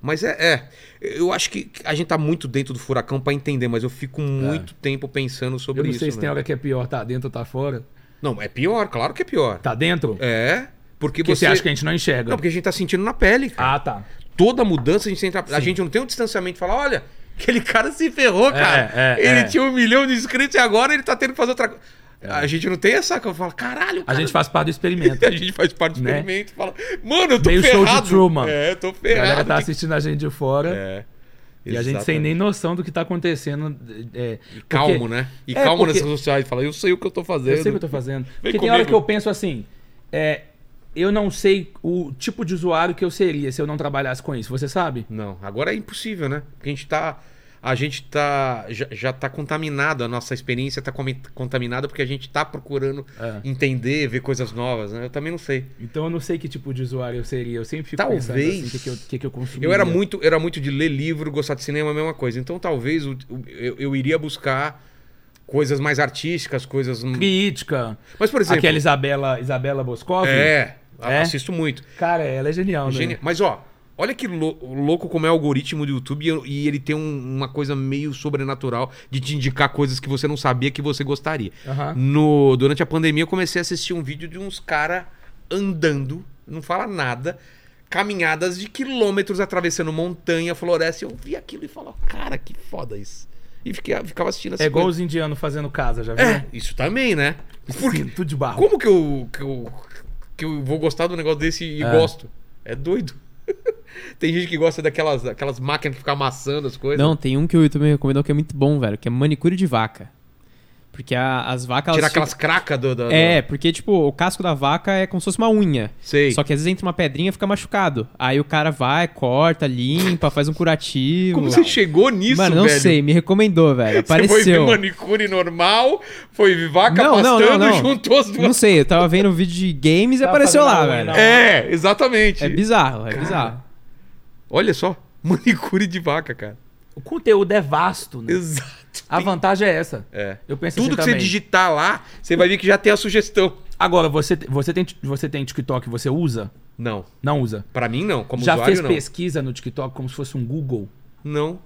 S1: Mas é, é. eu acho que a gente tá muito dentro do furacão pra entender, mas eu fico muito tempo pensando sobre
S3: É. Eu não
S1: isso.
S3: sei se tem
S1: né?
S3: hora que é pior, tá dentro ou tá fora.
S1: Não, é pior, claro que é pior.
S3: Tá dentro?
S1: É, porque
S3: Porque
S1: você
S3: você acha que a gente não enxerga.
S1: Não, porque a gente tá sentindo na pele, cara.
S3: Ah, tá.
S1: Toda mudança a gente entra... a gente não tem um distanciamento e fala, olha, aquele cara se ferrou, cara.
S3: é,
S1: ele
S3: é.
S1: tinha um milhão de inscritos e agora ele tá tendo que fazer outra coisa. A gente não tem essa que eu falo, caralho,
S3: A
S1: cara.
S3: gente faz parte do experimento.
S1: a gente faz parte do
S3: Né?
S1: experimento e fala, mano, eu tô
S3: Meio show de
S1: ferrado.
S3: Truman.
S1: É, eu tô
S3: A galera
S1: ferrado.
S3: tá
S1: que-
S3: assistindo a gente de fora
S1: É.
S3: e a gente sem nem noção do que tá acontecendo. é, porque-
S1: calmo, né? E
S3: é,
S1: calmo
S3: porque-
S1: nas redes sociais. Fala, eu sei o que eu tô fazendo.
S3: Eu sei o que eu tô fazendo. Porque tem
S1: comigo.
S3: hora que eu penso assim, é, eu não sei o tipo de usuário que eu seria se eu não trabalhasse com isso, você sabe?
S1: Não, agora é impossível, né? Porque a gente tá. A gente tá. Já, já tá contaminado, a nossa experiência tá comi- contaminada porque a gente tá procurando
S3: É.
S1: entender, ver coisas novas, né? Eu também não sei.
S3: Então eu não sei que tipo de usuário eu seria. Eu sempre fico
S1: Talvez.
S3: pensando assim, o que, que eu, o que, que eu consumiria.
S1: Eu era muito, era muito de ler livro, gostar de cinema, a mesma coisa. Então talvez o- o- eu, eu iria buscar coisas mais artísticas, coisas.
S3: Crítica.
S1: Mas, por exemplo.
S3: Aquela Isabela, Isabela Boscov.
S1: É, a-
S3: É?
S1: assisto muito.
S3: Cara, ela é genial, né?
S1: Gênio. Mas, ó, olha que lou- louco como é o algoritmo do YouTube e, e ele tem um- uma coisa meio sobrenatural de te indicar coisas que você não sabia que você gostaria.
S3: Aham.
S1: No, durante a pandemia, eu comecei a assistir um vídeo de uns caras andando, não fala nada, caminhadas de quilômetros atravessando montanha, floresta. e Eu vi aquilo e falava, cara, que foda isso. E fiquei- ficava assistindo
S3: É
S1: essa
S3: igual
S1: coisa.
S3: os indianos fazendo casa, já viu?
S1: É, isso também, né? Porque,
S3: Tudo de barro.
S1: Ah. como que eu, que eu que eu vou gostar do negócio desse e
S3: É.
S1: gosto? É doido. Tem gente que gosta daquelas, daquelas máquinas que ficam amassando as coisas.
S2: Não, tem um que o YouTube me recomendou que é muito bom, velho, que é manicure de vaca. Porque a- as vacas.
S1: Tirar
S2: elas ficam-
S1: aquelas cracas do, do- do-
S2: É, porque, tipo, o casco da vaca é como se fosse uma unha.
S1: Sei.
S2: Só que às vezes entra uma pedrinha e fica machucado. Aí o cara vai, corta, limpa, faz um curativo.
S1: Como você chegou nisso,
S2: Mano, não
S1: velho?
S2: sei, me recomendou,
S1: Você
S2: velho.
S1: foi ver
S2: Apareceu.
S1: manicure normal, foi ver vaca
S2: Não, não,
S1: pastando,
S2: não, não.
S1: juntou as duas.
S2: Não sei, eu tava vendo um vídeo de games e
S3: Tava
S2: apareceu
S3: fazendo
S2: lá,
S3: uma
S2: velho.
S3: unha,
S1: É, exatamente.
S2: É bizarro, é
S1: Ah.
S2: bizarro.
S1: Olha só, manicure de vaca, cara.
S3: O conteúdo é vasto, né?
S1: Exato.
S3: A vantagem é essa.
S1: É.
S3: Eu penso
S1: Tudo
S3: assim
S1: que você
S3: também.
S1: digitar lá, você vai ver que já tem a sugestão.
S3: Agora, você, te- você, tem, você tem TikTok, você usa?
S1: Não,
S3: Não usa.
S1: pra mim não, como
S3: Já
S1: usuário
S3: fez
S1: não.
S3: pesquisa no TikTok como se fosse um Google?
S1: Não.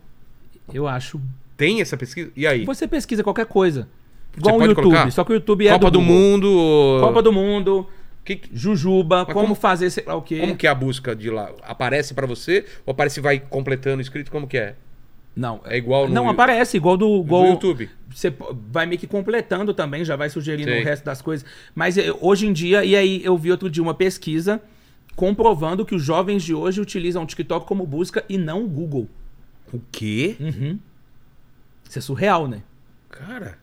S3: Eu acho.
S1: Tem essa pesquisa? E aí?
S3: Você pesquisa qualquer coisa. Igual o
S1: pode
S3: YouTube.
S1: colocar?
S3: Só que o YouTube é
S1: Copa do,
S3: Google.
S1: Mundo. ou-
S3: Copa do Mundo,
S1: Que que-
S3: Jujuba, como,
S1: como-
S3: fazer sei lá o quê.
S1: Como que é a busca de lá? Aparece pra você ou aparece vai completando o inscrito? Como que é?
S3: Não,
S1: É igual no
S3: Não,
S1: Yu-
S3: aparece, igual do. Igual,
S1: YouTube.
S3: Você po- vai meio que completando também, já vai sugerindo
S1: Sim.
S3: o resto das coisas. Mas eh, hoje em dia, e aí eu vi outro dia uma pesquisa comprovando que os jovens de hoje utilizam o TikTok como busca e não o Google.
S1: O quê?
S3: Isso é surreal, né?
S1: Cara,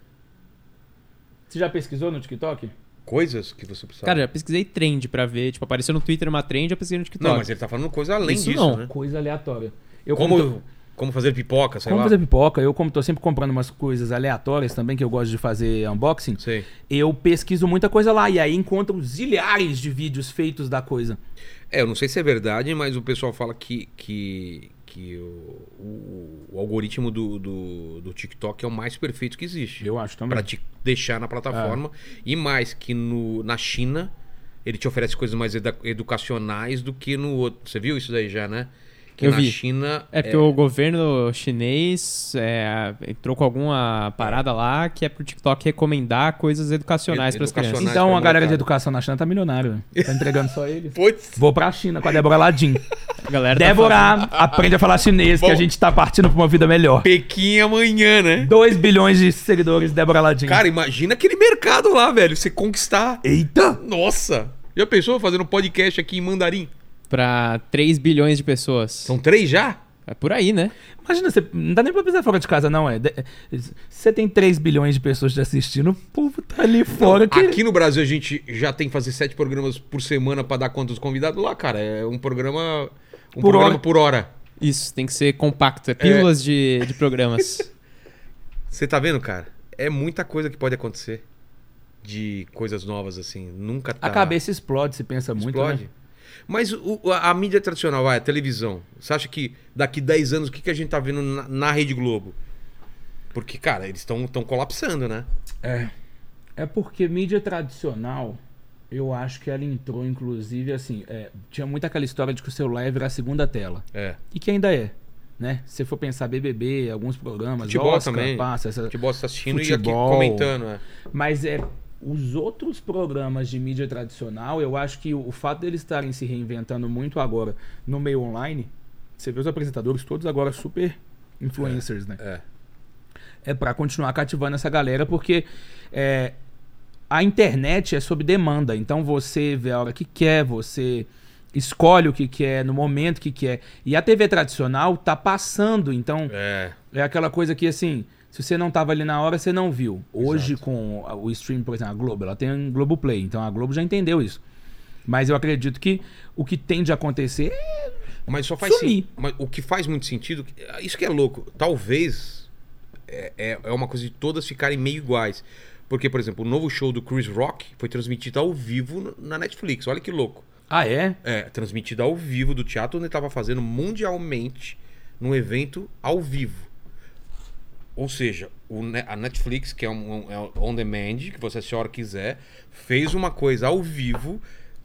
S3: Você já pesquisou no TikTok?
S1: coisas que você precisa.
S2: Cara, já pesquisei trend pra ver. Tipo, apareceu no Twitter uma trend, eu pesquisei no TikTok.
S1: não, mas ele tá falando coisa além
S2: Isso
S1: disso,
S2: não.
S1: né?
S3: Coisa aleatória. Eu
S1: Como,
S3: tô-
S1: como fazer pipoca, sei
S3: Como
S1: lá.
S3: fazer pipoca, eu como tô sempre comprando umas coisas aleatórias também, que eu gosto de fazer unboxing,
S1: Sei.
S3: eu pesquiso muita coisa lá e aí encontro zilhares de vídeos feitos da coisa.
S1: É, eu não sei se é verdade, mas o pessoal fala que, que, que o, o- o algoritmo do, do, do TikTok é o mais perfeito que existe.
S3: Eu acho
S1: Uhum. Pra te deixar na plataforma. E mais, que no, na China ele te oferece coisas mais edu- educacionais do que no outro. Você viu isso daí já, né? Que
S2: Eu
S1: na
S2: vi.
S1: China.
S2: É porque o governo chinês é, entrou com alguma parada lá que é pro TikTok recomendar coisas educacionais
S1: Edu-
S2: pras
S1: educacionais.
S2: crianças.
S3: Então
S1: pra
S3: a galera
S1: molecada.
S3: de educação na China tá milionária, velho. Tá entregando só eles.
S1: Pois.
S3: Vou pra China com a Débora Ladim.
S2: A galera tá
S3: Débora, aprende a falar chinês que
S1: Bom.
S3: a gente tá partindo pra uma vida melhor.
S1: Pequim amanhã, né?
S3: 2 bilhões de seguidores, Débora Ladim.
S1: Cara, imagina aquele mercado lá, velho. Você conquistar.
S3: Eita!
S1: Nossa! Já pensou fazendo um podcast aqui em mandarim?
S2: Pra 3 bilhões de pessoas.
S3: Então-
S1: São três já?
S2: É por aí, né?
S3: Imagina, você não dá nem pra pensar fora de casa, não, é. De- Você tem 3 bilhões de pessoas te assistindo, o povo tá ali fora. que-
S1: Aqui no Brasil a gente já tem que fazer sete programas por semana pra dar conta dos convidados. Lá, cara, é um programa. Um
S3: Por
S1: programa
S3: hora.
S1: por hora.
S2: Isso, tem que ser compacto. É pílulas De, de programas.
S1: Você tá vendo, cara? É muita coisa que pode acontecer de coisas novas, assim. Nunca tá.
S3: A cabeça explode, se pensa muito.
S1: explode.
S3: né?
S1: Mas o- a, a mídia tradicional, vai, a televisão. Você acha que daqui 10 anos o que, que a gente tá vendo na, na Rede Globo? Porque, cara, eles estão tão colapsando, né?
S3: É. É porque mídia tradicional, eu acho que ela entrou, inclusive, assim, é, tinha muito aquela história de que o celular ia virar a segunda tela.
S1: É.
S3: E que ainda é, né? Se você for pensar BBB, alguns programas,
S1: Futebol
S3: Oscar,
S1: também.
S3: passa essa...
S1: Futebol você tá assistindo e
S3: Futebol.
S1: aqui comentando, é.
S3: Mas é os outros programas de mídia tradicional, eu acho que o, o fato deles estarem se reinventando muito agora no meio online, você vê os apresentadores todos agora super influencers, né?
S1: É.
S3: é para continuar cativando essa galera, porque é, a internet é sob demanda. Então você vê a hora que quer, você escolhe o que quer, no momento que quer. E a TV tradicional tá passando, então
S1: É.
S3: é aquela coisa que assim. Se você não tava ali na hora, você não viu. Hoje, com a- o stream, por exemplo, a Globo, ela tem um Globoplay, então a Globo já entendeu isso. Mas eu acredito que o que tende a acontecer é
S1: Mas só faz
S3: Sumir.
S1: sentido. O que faz muito sentido. Isso que é louco. Talvez é, é, é uma coisa de todas ficarem meio iguais. Porque, por exemplo, o novo show do Chris Rock foi transmitido ao vivo na Netflix. Olha que louco.
S3: Ah, é?
S1: É, transmitido ao vivo do teatro onde ele estava fazendo mundialmente num evento ao vivo. Ou seja, o Ne- a Netflix, que é um, um- é um on demand, que você se a hora quiser, fez uma coisa ao vivo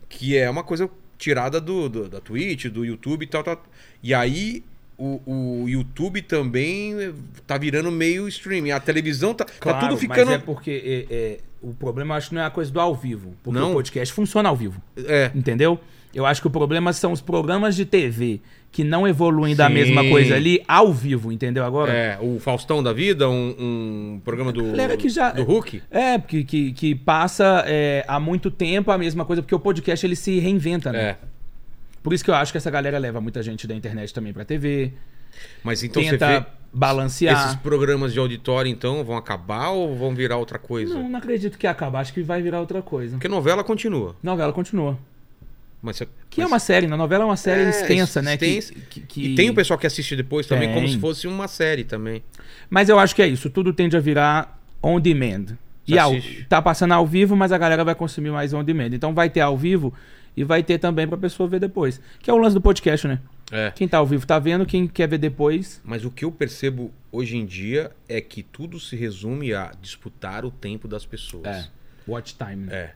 S1: que é uma coisa tirada do, do- da Twitch, do YouTube e tal, tal. E aí o, o YouTube também eh, tá virando meio streaming. A televisão tá, tá tudo ficando.
S3: Mas é porque é, é, o problema, eu acho, que não é a coisa do ao vivo. Porque
S1: Não.
S3: o podcast funciona ao vivo.
S1: É.
S3: Entendeu? Eu acho que o problema são os programas de TV que não evoluem da
S1: Sim.
S3: mesma coisa ali ao vivo, entendeu agora?
S1: É, o Faustão da Vida, um, um programa do,
S3: Galera que já-
S1: do Hulk.
S3: É, porque que, que passa é, há muito tempo a mesma coisa, porque o podcast ele se reinventa, né?
S1: É.
S3: Por isso que eu acho que essa galera leva muita gente da internet também pra TV,
S1: Mas então você
S3: tenta
S1: vê esses
S3: balancear.
S1: programas de auditório então vão acabar ou vão virar outra coisa?
S3: Não, não acredito que acaba, acho que vai virar outra coisa.
S1: Porque novela continua.
S3: Novela continua.
S1: Mas você-
S3: Que é
S1: mas-
S3: uma série, na novela é uma série
S1: É,
S3: extensa, né? Que-
S1: extensa.
S3: que- que-
S1: E tem um o pessoal que assiste depois também
S3: Tem.
S1: como se fosse uma série também.
S3: Mas eu acho que é isso. Tudo tende a virar on demand. E ao-
S1: Assiste.
S3: tá passando ao vivo, mas a galera vai consumir mais on demand. Então vai ter ao vivo e vai ter também pra pessoa ver depois. Que é o lance do podcast, né?
S1: É.
S3: Quem tá ao vivo tá vendo, quem quer ver depois.
S1: Mas o que eu percebo hoje em dia é que tudo se resume
S3: É.
S1: a disputar o tempo das pessoas.
S3: Watch time. né?
S1: É.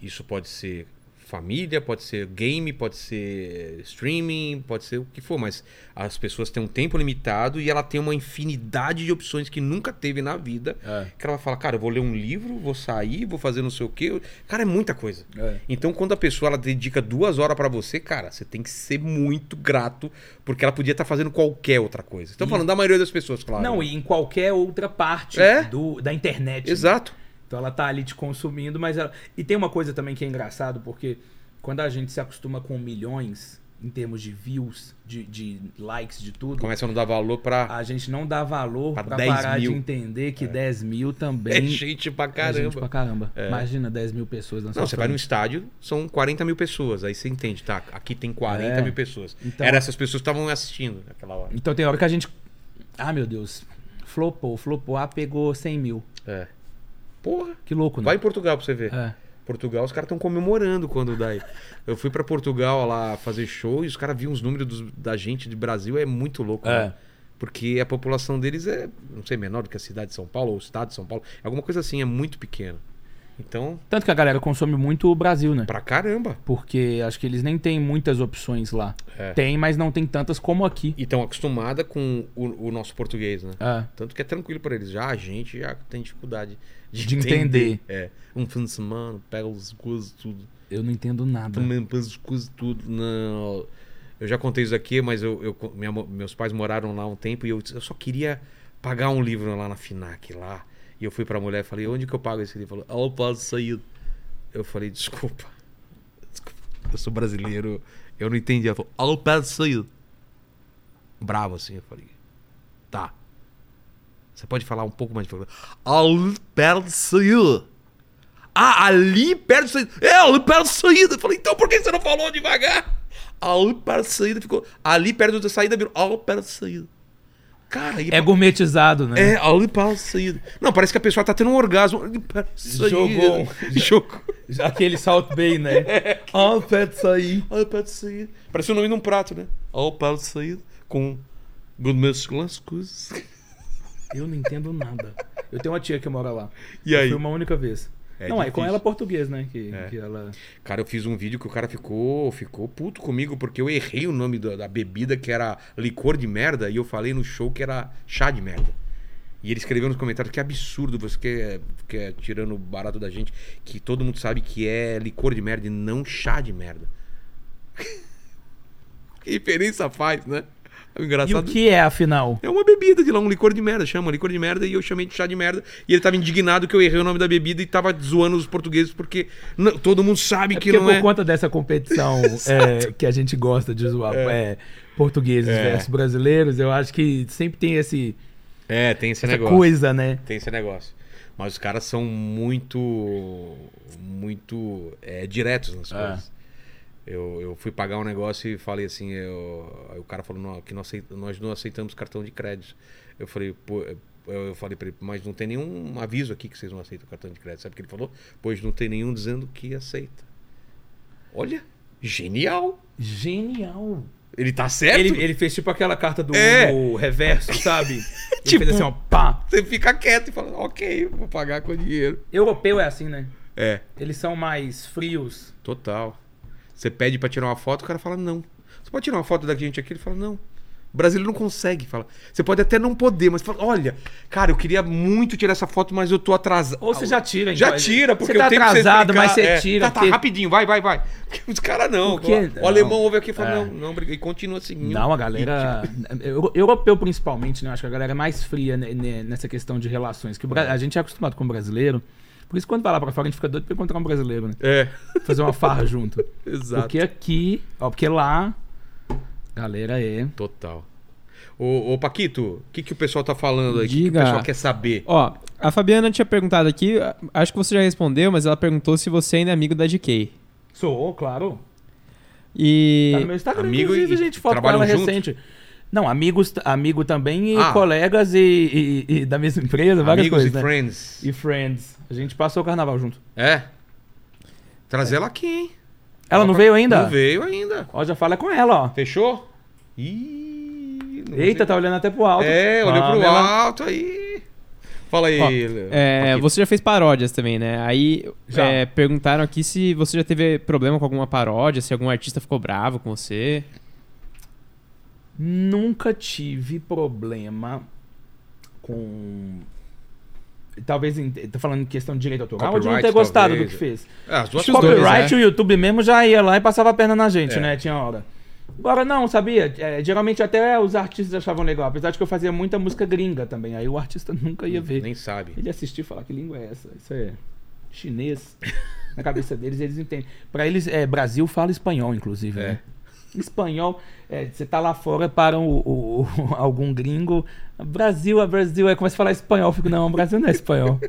S1: Isso pode ser família, pode ser game, pode ser streaming, pode ser o que for, mas as pessoas têm um tempo limitado e ela tem uma infinidade de opções que nunca teve na vida.
S3: É.
S1: Que ela fala, cara, eu vou ler um livro, vou sair, vou fazer não sei o quê. Cara, é muita coisa.
S3: É.
S1: Então, quando a pessoa ela dedica duas horas pra você, cara, você tem que ser muito grato, porque ela podia estar fazendo qualquer outra coisa. Estão falando da maioria das pessoas, claro.
S3: Não, e em qualquer outra parte
S1: É?
S3: do, da internet. né?
S1: Exato.
S3: Então ela tá ali te consumindo, mas ela. E tem uma coisa também que é engraçado, porque quando a gente se acostuma com milhões em termos de views, de, de likes, de tudo,
S1: Começa a não dar valor pra.
S3: a gente não dá valor
S1: Pra
S3: pra
S1: 10
S3: parar
S1: mil.
S3: de entender que 10 mil também.
S1: É gente pra
S3: é
S1: caramba.
S3: gente pra caramba. Imagina 10 mil pessoas na sua
S1: Não, você vai num
S3: frente.
S1: estádio, são 40 mil pessoas. Aí você entende, tá? Aqui tem 40
S3: É.
S1: mil pessoas.
S3: Então-
S1: Era essas pessoas que estavam assistindo naquela hora.
S3: Então tem hora que a gente. Ah, meu Deus. Flopou, flopou. Ah, pegou 100 mil.
S1: É. Porra.
S3: Que louco, né?
S1: Vai em Portugal pra você ver.
S3: É.
S1: Portugal, os caras estão comemorando quando dá. aí. Eu fui pra Portugal lá fazer show e os caras viam os números dos- da gente de Brasil, é muito louco.
S3: É.
S1: né? Porque a população deles é, não sei, menor do que a cidade de São Paulo ou o estado de São Paulo. Alguma coisa assim, é muito pequena. Então,
S3: Tanto que a galera consome muito o Brasil, né?
S1: pra caramba.
S3: Porque acho que eles nem têm muitas opções lá.
S1: É.
S3: Tem, mas não tem tantas como aqui.
S1: E estão acostumada com o, o nosso português, né?
S3: É.
S1: Tanto que é tranquilo pra eles. Já a gente já tem dificuldade de,
S3: De entender.
S1: É. Um fim de semana, pega os coisas tudo.
S3: Eu não entendo nada.
S1: Também pega as coisas tudo. Não. Eu já contei isso aqui, mas eu, eu co- minha mo- meus pais moraram lá um tempo e eu, eu só queria pagar um livro lá na FINAC lá. E eu fui pra mulher e falei, onde que eu pago esse livro? Ela falou, ah, eu posso sair. Eu falei, desculpa. Desculpa. Eu sou brasileiro. Eu não entendi. Ela falou, ah, eu posso sair. Bravo assim, eu falei. Tá. Você pode falar um pouco mais de Ali perto de saída. Ah, ali perto de saída. É, ali perto de saída. Eu falei, então por que você não falou devagar? Ali perto de saída ficou. Ali perto da saída virou. Ali perto de saída. Cara, e
S3: É gourmetizado, né?
S1: é, ali perto de saída. Não, parece que a pessoa tá tendo um orgasmo. Ali perto de saída.
S3: Jogou um-
S1: Jogou.
S3: Aquele salto bem, né?
S1: É.
S3: Ó, o pé de sair.
S1: Ali perto de saída. Parece o nome de um prato, né? Ali perto de saída. Com. Good coisas.
S3: Eu não entendo nada. Eu tenho uma tia que mora lá.
S1: E aí?
S3: Foi uma única vez.
S1: É
S3: não, é com
S1: difícil.
S3: ela português, né? Que,
S1: É.
S3: que ela.
S1: Cara, eu fiz um vídeo que o cara ficou, ficou puto comigo porque eu errei o nome da, da bebida que era licor de merda e eu falei no show que era chá de merda. E ele escreveu nos comentários que absurdo você quer, quer tirando o barato da gente, que todo mundo sabe que é licor de merda e não chá de merda. que diferença faz, né? O
S3: E o
S1: engraçado
S3: que é, afinal?
S1: é uma bebida de lá, um licor de merda, chama licor de merda, e eu chamei de chá de merda. E ele tava indignado que eu errei o nome da bebida e tava zoando os portugueses, porque não- todo mundo sabe que
S3: Porque
S1: não
S3: por
S1: é.
S3: conta dessa competição é, que a gente gosta de zoar é, portugueses versus brasileiros, eu acho que sempre tem esse,
S1: É, tem esse
S3: essa
S1: negócio.
S3: coisa, né?
S1: Tem esse negócio. Mas os caras são muito. muito é, diretos nas
S3: É.
S1: coisas. Eu, eu fui pagar um negócio e falei assim, eu, aí o cara falou "Não, que nós, aceit- nós não aceitamos cartão de crédito. Eu falei, pô, eu- eu falei pra ele, mas não tem nenhum aviso aqui que vocês não aceitam cartão de crédito. Sabe o que ele falou? Pois não tem nenhum dizendo que aceita. Olha, genial!
S3: Genial.
S1: Ele tá certo?
S3: Ele, ele fez tipo aquela carta do,
S1: É.
S3: do reverso, sabe? Ele
S1: Tipo-
S3: fez assim, ó, pá.
S1: Você fica quieto e fala, ok, vou pagar com o dinheiro.
S3: Europeu é assim, né?
S1: É.
S3: Eles são mais frios.
S1: Total. Você pede pra tirar uma foto, o cara fala não. Você pode tirar uma foto da gente aqui? Ele fala não. O brasileiro não consegue, fala. Você pode até não poder, mas fala, olha, cara, eu queria muito tirar essa foto, mas eu tô atrasado.
S3: Ou você já tira,
S1: Já
S3: então,
S1: tira, porque
S3: você tá
S1: o tempo que
S3: atrasado,
S1: explicar-
S3: mas você
S1: é,
S3: tira.
S1: Tá, tá,
S3: porque-
S1: rapidinho, vai, vai, vai. Os caras não.
S3: Por quê?
S1: O alemão
S3: Não.
S1: ouve aqui e fala,
S3: É.
S1: não, não, obrigado. e continua assim, seguindo.
S3: Não, a galera. eu- Europeu principalmente, né? Eu acho que a galera é mais fria ne- ne- nessa questão de relações. Que o Bra- a gente é acostumado com o brasileiro. Por isso, quando vai lá pra fora, a gente fica doido pra encontrar um brasileiro, né?
S1: É,
S3: Fazer uma farra junto.
S1: exato.
S3: Porque aqui, ó, porque lá. Galera é.
S1: Total. Ô, ô, Paquito, o que, que o pessoal tá falando aí? O que que o
S2: Diga.
S1: pessoal quer saber?
S2: Ó, a Fabiana tinha perguntado aqui, a- acho que você já respondeu, mas ela perguntou se você ainda é amigo da DK.
S3: Sou, claro.
S2: E.
S3: Tá no meu Instagram,
S1: Amigo
S3: inclusive,
S1: e-
S3: gente, foto com
S1: trabalham
S3: ela
S1: junto?
S3: recente. Não, amigos, amigo também e
S1: Ah.
S3: colegas e, e- e da mesma empresa, várias
S1: Amigos
S3: coisas,
S1: e
S3: né?
S1: friends.
S3: E friends. A gente passou o carnaval junto.
S1: É. Traz ela aqui, hein?
S3: Ela não
S1: pra-
S3: veio ainda?
S1: Não veio ainda.
S3: Ó, já fala com ela, ó.
S1: Fechou? Ih. não
S3: Eita,
S1: sei.
S3: tá olhando até pro tá alto.
S1: É, olhou pro
S3: Pamela.
S1: alto aí. Fala aí.
S2: Ó,
S1: Leo.
S2: é,
S1: Paquito.
S2: você já fez paródias também, né? Aí
S3: Já.
S2: é, perguntaram aqui se você já teve problema com alguma paródia, se algum artista ficou bravo com você.
S3: Nunca tive problema com. Talvez. em- Tô falando em questão de direito autoral ou de não ter
S1: Copyright,
S3: gostado
S1: talvez.
S3: do que fez.
S1: É, as duas
S2: Acho que os
S1: coisas.
S2: dois,
S3: Copyright,
S2: né?
S3: o YouTube mesmo já ia lá e passava a perna na gente,
S1: É.
S3: né? Tinha hora. Agora não, sabia? É, geralmente até os artistas achavam legal, apesar de que eu fazia muita música gringa também. Aí o artista nunca ia ver.
S1: Nem sabe.
S3: Ele assistiu e falar que língua é essa? Isso é chinês. Na cabeça deles, eles entendem. Pra eles, é, Brasil fala espanhol, inclusive.
S1: É.
S3: né? Espanhol, é, você tá lá fora para o- o- o- algum gringo. Brasil, é Brasil. Aí começa a falar espanhol. Eu fico, não, Brasil não é espanhol.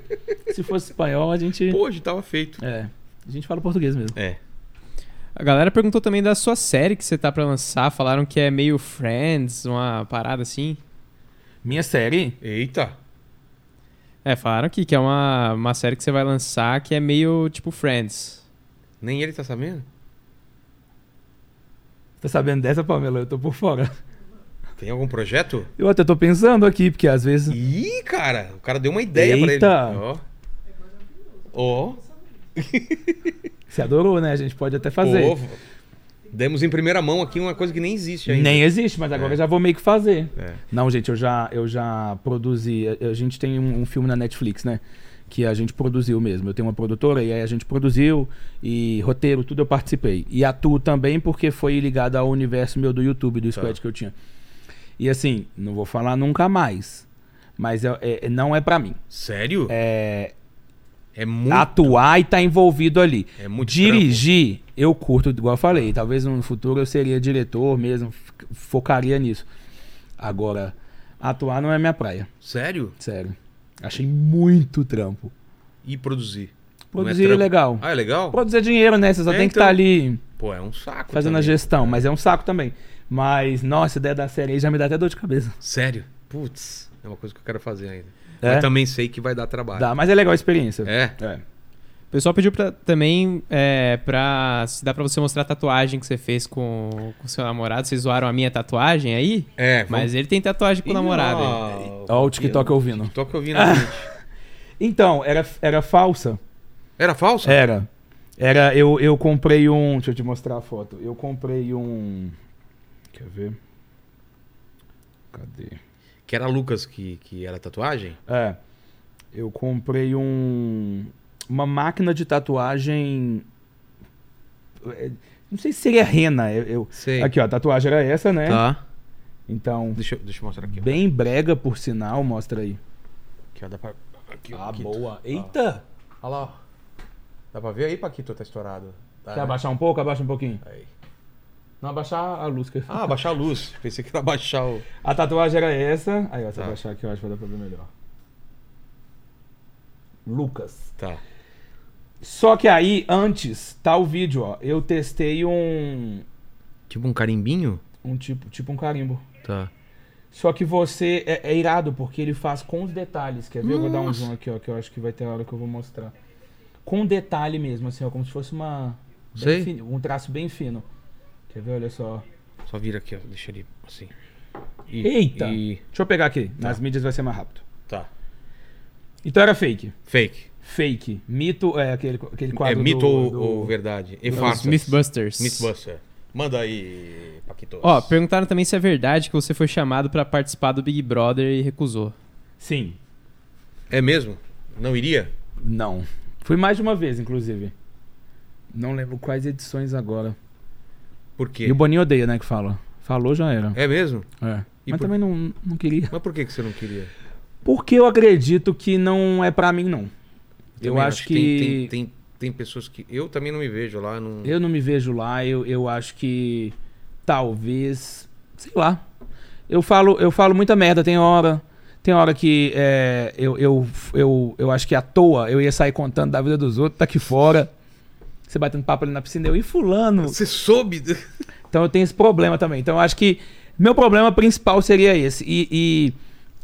S3: Se fosse espanhol, a gente.
S1: Pô, hoje tava feito.
S3: É, a gente fala português mesmo.
S1: É.
S2: A galera perguntou também da sua série que você tá pra lançar, falaram que é meio Friends, uma parada assim.
S3: Minha série?
S1: Eita.
S2: É, falaram aqui que é uma, uma série que você vai lançar que é meio tipo Friends.
S1: Nem ele tá sabendo?
S3: Tá sabendo dessa, Pamela? Eu tô por fora.
S1: Tem algum projeto?
S3: Eu até tô pensando aqui, porque às vezes.
S1: Ih, cara, o cara deu uma ideia pra
S3: Eita.
S1: ele. Ó. Ó.
S3: Você adorou, né? A gente pode até fazer.
S1: Pô, Demos em primeira mão aqui uma coisa que nem existe ainda.
S3: Nem existe, mas
S1: É.
S3: agora eu já vou meio que fazer.
S1: É.
S3: Não, gente, eu já, eu já produzi. a- A gente tem um, um filme na Netflix, né? Que a gente produziu mesmo. Eu tenho uma produtora e aí a gente produziu e roteiro, tudo eu participei. E atuo também porque foi ligado ao universo meu do YouTube, do Squad que eu tinha. E assim, não vou falar nunca mais. Mas é- é- não é pra mim.
S1: Sério? É,
S3: É
S1: muito.
S3: atuar e tá envolvido ali.
S1: É muito
S3: Dirigir, eu curto, igual eu falei. Talvez no futuro eu seria diretor mesmo, f- focaria nisso. Agora, atuar não é minha praia,
S1: trampo. Sério?
S3: sério. Achei muito trampo.
S1: E produzir. Não é
S3: Produzir é
S1: trampo.
S3: legal.
S1: Ah, é legal?
S3: Produzir é dinheiro, né? Você só
S1: É,
S3: tem que
S1: então.
S3: estar ali
S1: Pô, é um saco.
S3: fazendo a
S1: também.
S3: gestão, mas é um saco também. Mas, nossa, a ideia da série aí já me dá até dor de cabeça.
S1: Sério? Putz, é uma coisa que eu quero fazer ainda.
S3: É?
S1: Mas também sei que vai dar trabalho.
S3: Dá, mas é legal a experiência.
S1: É.
S3: É.
S2: O pessoal pediu pra, também é, pra se dá pra você mostrar a tatuagem que você fez com o seu namorado. Vocês zoaram a minha tatuagem aí?
S1: É, vamos...
S2: Mas ele tem tatuagem com o namorado. aí.
S3: Ó, o TikTok ouvindo.
S1: TikTok ouvindo a gente.
S3: Então, era, era falsa.
S1: Era falso?
S3: Era. Era, eu, eu comprei um. Deixa eu te mostrar a foto. Eu comprei um. Quer ver? Cadê?
S1: Que era Lucas que, que era tatuagem?
S3: É. Eu comprei um. Uma máquina de tatuagem. é, Não sei se seria rena. Eu, eu-
S1: Sei.
S3: Aqui, ó, a tatuagem era essa, né?
S1: Tá.
S3: Então.
S1: Deixa, eu- deixa eu mostrar aqui. ó.
S3: Bem brega, por sinal, mostra aí.
S1: Aqui, ó, dá pra... Aqui, ó,
S3: Ah,
S1: Paquito.
S3: boa. Eita!
S1: Olha lá, ó. Dá pra ver aí, Paquito? Tá estourado. Tá,
S3: Quer
S1: né?
S3: abaixar um pouco? Abaixa um pouquinho.
S1: Aí.
S3: Não, abaixar a luz. que-
S1: Ah, baixar a luz. Pensei que era baixar o...
S3: A tatuagem era essa. Aí, ó, se
S1: Tá.
S3: eu baixar aqui, eu acho que vai dar pra ver melhor. Lucas.
S1: Tá.
S3: Só que aí, antes, tá o vídeo, ó. Eu testei um.
S1: Tipo um carimbinho?
S3: Um tipo, tipo um carimbo.
S1: Tá.
S3: Só que você. É, é irado, porque ele faz com os detalhes. Quer ver? Eu vou dar um zoom aqui, ó, que eu acho que vai ter a hora que eu vou mostrar. Com detalhe mesmo, assim, ó, como se fosse uma. bem
S1: Sei.
S3: fini- um traço bem fino. Quer ver? Olha só.
S1: Só vira aqui, ó. Deixa ele assim. E-
S3: Eita!
S1: e-
S3: Deixa eu pegar aqui. Nas mídias vai ser mais rápido.
S1: Tá.
S3: Então era fake.
S1: Fake.
S3: Fake. Mito é aquele, aquele
S1: É
S3: quadro.
S1: mito
S3: do-
S1: ou,
S3: do- É
S1: ou verdade? E
S2: É Os
S1: farsa?
S2: Mythbusters.
S1: Mythbuster. Manda aí, Paquito.
S2: Ó, perguntaram também se é verdade que você foi chamado pra participar do Big Brother e recusou.
S3: Sim.
S1: É mesmo? Não iria?
S3: Não. Fui mais de uma vez, inclusive. Não lembro quais edições agora.
S1: Por quê?
S3: E o Boninho odeia, né, que fala. Falou, já era.
S1: É mesmo?
S3: É.
S1: E
S3: Mas
S1: por-
S3: também não, não queria.
S1: Mas por que, que você não queria?
S3: Porque eu acredito que não é pra mim, não. Eu
S1: Também
S3: acho
S1: Tem,
S3: que-
S1: tem, tem, tem pessoas que... Eu também não me vejo lá. Não...
S3: Eu não me vejo lá, eu, eu acho que talvez, sei lá. Eu falo, eu falo muita merda, tem hora. Tem hora que é, eu, eu, eu, eu acho que à toa eu ia sair contando da vida dos outros, tá aqui fora. Você batendo papo ali na piscina, eu e fulano.
S1: Você soube?
S3: Então eu tenho esse problema também. Então eu acho que meu problema principal seria esse. E, e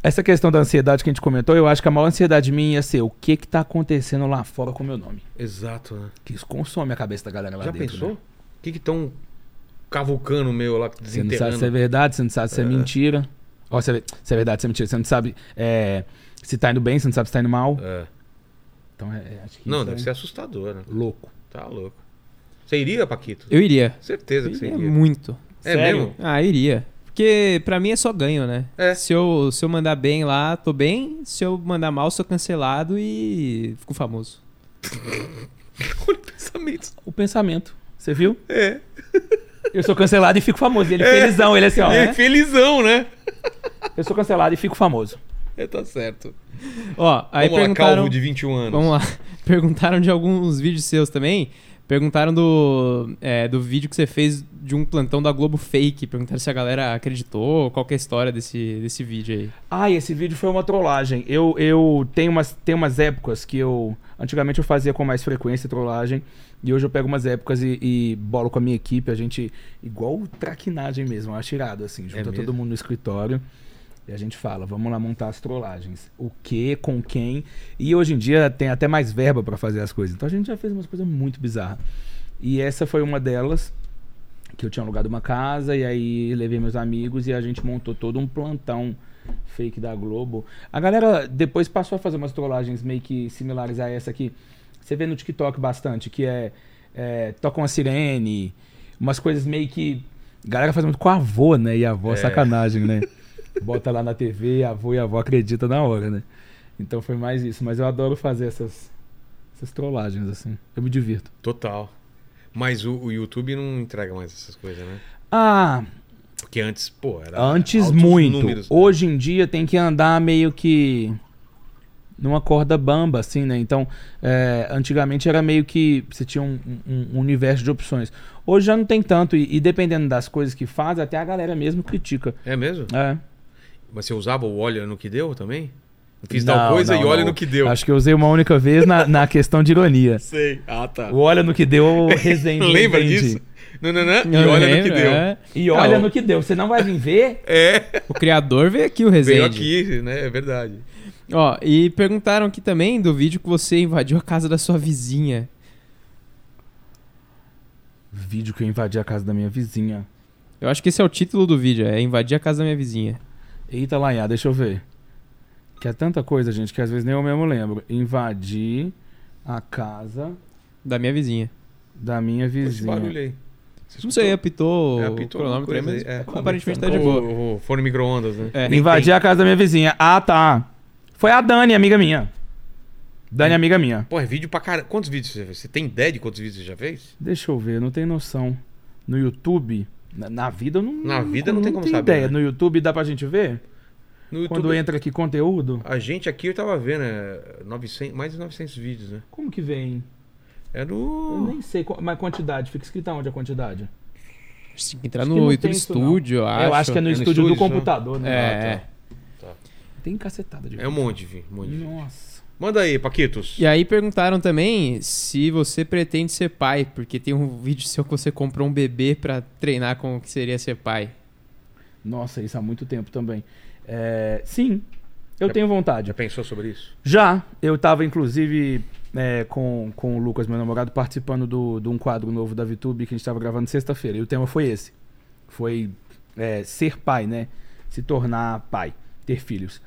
S3: essa questão da ansiedade que a gente comentou, eu acho que a maior ansiedade minha ia ser o que que tá acontecendo lá fora com o meu nome.
S1: Exato, né?
S3: Que isso consome a cabeça da galera lá
S1: Já
S3: dentro.
S1: pensou?
S3: né?
S1: O que que estão cavucando meu lá,
S3: Você não sabe
S1: desenterrando?
S3: se é verdade, você não sabe se é, mentira. Ó, se, é, se é verdade, se é mentira. Você não sabe é, se tá indo bem, você não sabe se tá indo mal.
S1: É.
S3: Então, é, é, acho que
S1: Não,
S3: isso
S1: deve
S3: é
S1: ser assustador, né?
S3: louco.
S1: Tá louco. Você iria, Paquito?
S2: Eu iria.
S1: Certeza
S2: Eu
S1: que você
S2: iria
S1: iria.
S2: é muito.
S1: É
S3: Sério?
S1: mesmo?
S2: Ah, eu iria. Porque pra mim é só ganho, né?
S1: É.
S2: Se, eu, se eu mandar bem lá, tô bem. Se eu mandar mal, sou cancelado e fico famoso.
S1: Olha o pensamento.
S3: O pensamento. Você viu?
S1: É.
S3: Eu sou cancelado e fico famoso. E ele felizão, ele assim, ó.
S1: E Ah, é? felizão, né?
S3: Eu sou cancelado e fico famoso.
S1: É, tá certo.
S2: Ó, aí
S1: Vamos lá,
S2: perguntaram...
S1: calvo de 21 anos.
S2: Vamos lá. Perguntaram de alguns vídeos seus também. Perguntaram do, é, do vídeo que você fez de um plantão da Globo fake. Perguntaram se a galera acreditou, qual que é a história desse, desse vídeo aí.
S3: Ah, e esse vídeo foi uma trollagem. Eu, eu tenho, umas, tenho umas épocas que eu. Antigamente eu fazia com mais frequência trollagem. E hoje eu pego umas épocas e, e bolo com a minha equipe. A gente. Igual traquinagem mesmo, acho irado, assim. Junta
S1: mesmo?
S3: todo mundo no escritório. E a gente fala, vamos lá montar as trollagens. O que, com quem. E hoje em dia tem até mais verba pra fazer as coisas. Então a gente já fez umas coisas muito bizarras. E essa foi uma delas. que eu tinha alugado uma casa e aí levei meus amigos e a gente montou todo um plantão fake da Globo. A galera depois passou a fazer umas trollagens meio que similares a essa aqui. Você vê no TikTok bastante, que é, é toca uma sirene, umas coisas meio que a galera faz muito com a avó, né? E a avó é. sacanagem, né? Bota lá na TV, a avó e a avó acredita na hora, né? Então foi mais isso, mas eu adoro fazer essas essas trollagens assim. Eu me divirto.
S1: Total. Mas o, o YouTube não entrega mais essas coisas, né?
S3: Ah,
S1: Porque antes, pô, era.
S3: Antes
S1: Tá. altos
S3: muito.
S1: números, né?
S3: Hoje em dia tem que andar meio que numa corda bamba, assim, né? Então, é, antigamente era meio que você tinha um, um- um universo de opções. Hoje já não tem tanto e, e dependendo das coisas que faz, até a galera mesmo critica.
S1: É mesmo?
S3: É.
S1: Mas você usava o olha no que deu também? Eu fiz
S3: Não,
S1: tal coisa
S3: não,
S1: e olha
S3: não.
S1: no que deu.
S3: Acho que eu usei uma única vez na, na questão de ironia.
S1: Sei. Ah, tá.
S3: O olha no que deu, resende.
S1: Lembra
S3: resende.
S1: disso? Não, não, não. E
S2: Eu
S1: olha no que
S2: lembro,
S1: deu. É.
S2: é.
S3: E olha
S2: Ah, o-
S3: no que deu. Você não vai vir ver?
S2: O criador veio aqui, o Resende.
S1: Veio aqui, né? É verdade.
S2: Ó, e perguntaram aqui também do vídeo que você invadiu a casa da sua vizinha.
S3: Vídeo que eu invadi a casa da minha vizinha.
S2: Eu acho que esse é o título do vídeo, é invadir a casa da minha vizinha.
S3: Eita, Laiá, deixa eu ver. Que é tanta coisa, gente, que às vezes nem eu mesmo lembro. Invadi a casa
S2: Da minha vizinha.
S3: da minha
S1: Pô, Esse
S3: vizinha.
S1: barulho aí. Você
S2: Não sei,
S1: escutou?
S2: apitou,
S1: É, apitou
S2: o cronômetro aí,
S1: alguma
S2: mas
S1: coisa aí, é.
S2: aparentemente tá
S1: Ou-
S2: de boa.
S1: ou Forno micro-ondas, né?
S2: É.
S3: Invadi a casa da minha vizinha. Ah, tá. Foi a Dani, amiga minha. Dani, amiga minha.
S1: Pô, é vídeo pra caralho. Quantos vídeos você já fez? Você tem ideia de quantos vídeos você já fez?
S3: Deixa eu ver, não tem noção. No YouTube, na, na vida eu não.
S1: Na vida não tem como
S3: tenho
S1: saber,
S3: ideia.
S1: né?
S3: No YouTube dá pra gente ver?
S1: No YouTube, é-
S3: Quando entra aqui conteúdo?
S1: a gente aqui, eu tava vendo, é, 900, mais de 900 vídeos, né?
S3: Como que vem?
S1: É
S3: Eu
S1: no...
S3: nem sei, qual- mas quantidade, fica escrita onde a quantidade?
S2: Acho que entrar
S3: Acho
S2: no
S3: que não tem
S2: YouTube
S3: isso, não.
S2: Studio, eu acho.
S3: Eu acho que é no,
S1: É no
S3: estúdio,
S1: estúdio
S3: do
S1: só.
S3: computador, né?
S2: É.
S3: Ah, tá. Tem cacetada de
S1: É um monte, vi. Um monte. de vídeo.
S3: Nossa.
S1: Manda aí, Paquitos.
S2: E aí perguntaram também se você pretende ser pai, porque tem um vídeo seu que você comprou um bebê pra treinar com o que seria ser pai.
S3: Nossa, isso há muito tempo também. É, sim, eu tenho vontade.
S1: Já pensou sobre isso?
S3: Já, eu tava, inclusive, é, com, com o Lucas, meu namorado, participando do- de um quadro novo da VTube que a gente tava gravando sexta-feira. E o tema foi esse. Foi é, ser pai, né? Se tornar pai, ter filhos.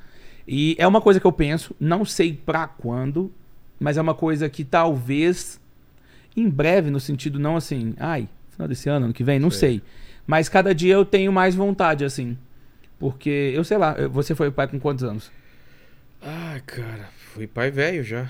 S3: E é uma coisa que eu penso, não sei pra quando, mas é uma coisa que talvez em breve, no sentido não assim, ai, final desse ano, ano que vem, não sei.
S1: Sei.
S3: Mas cada dia eu tenho mais vontade, assim. Porque, eu sei lá, eu- você foi pai com quantos anos?
S1: Ah, cara, fui pai velho já.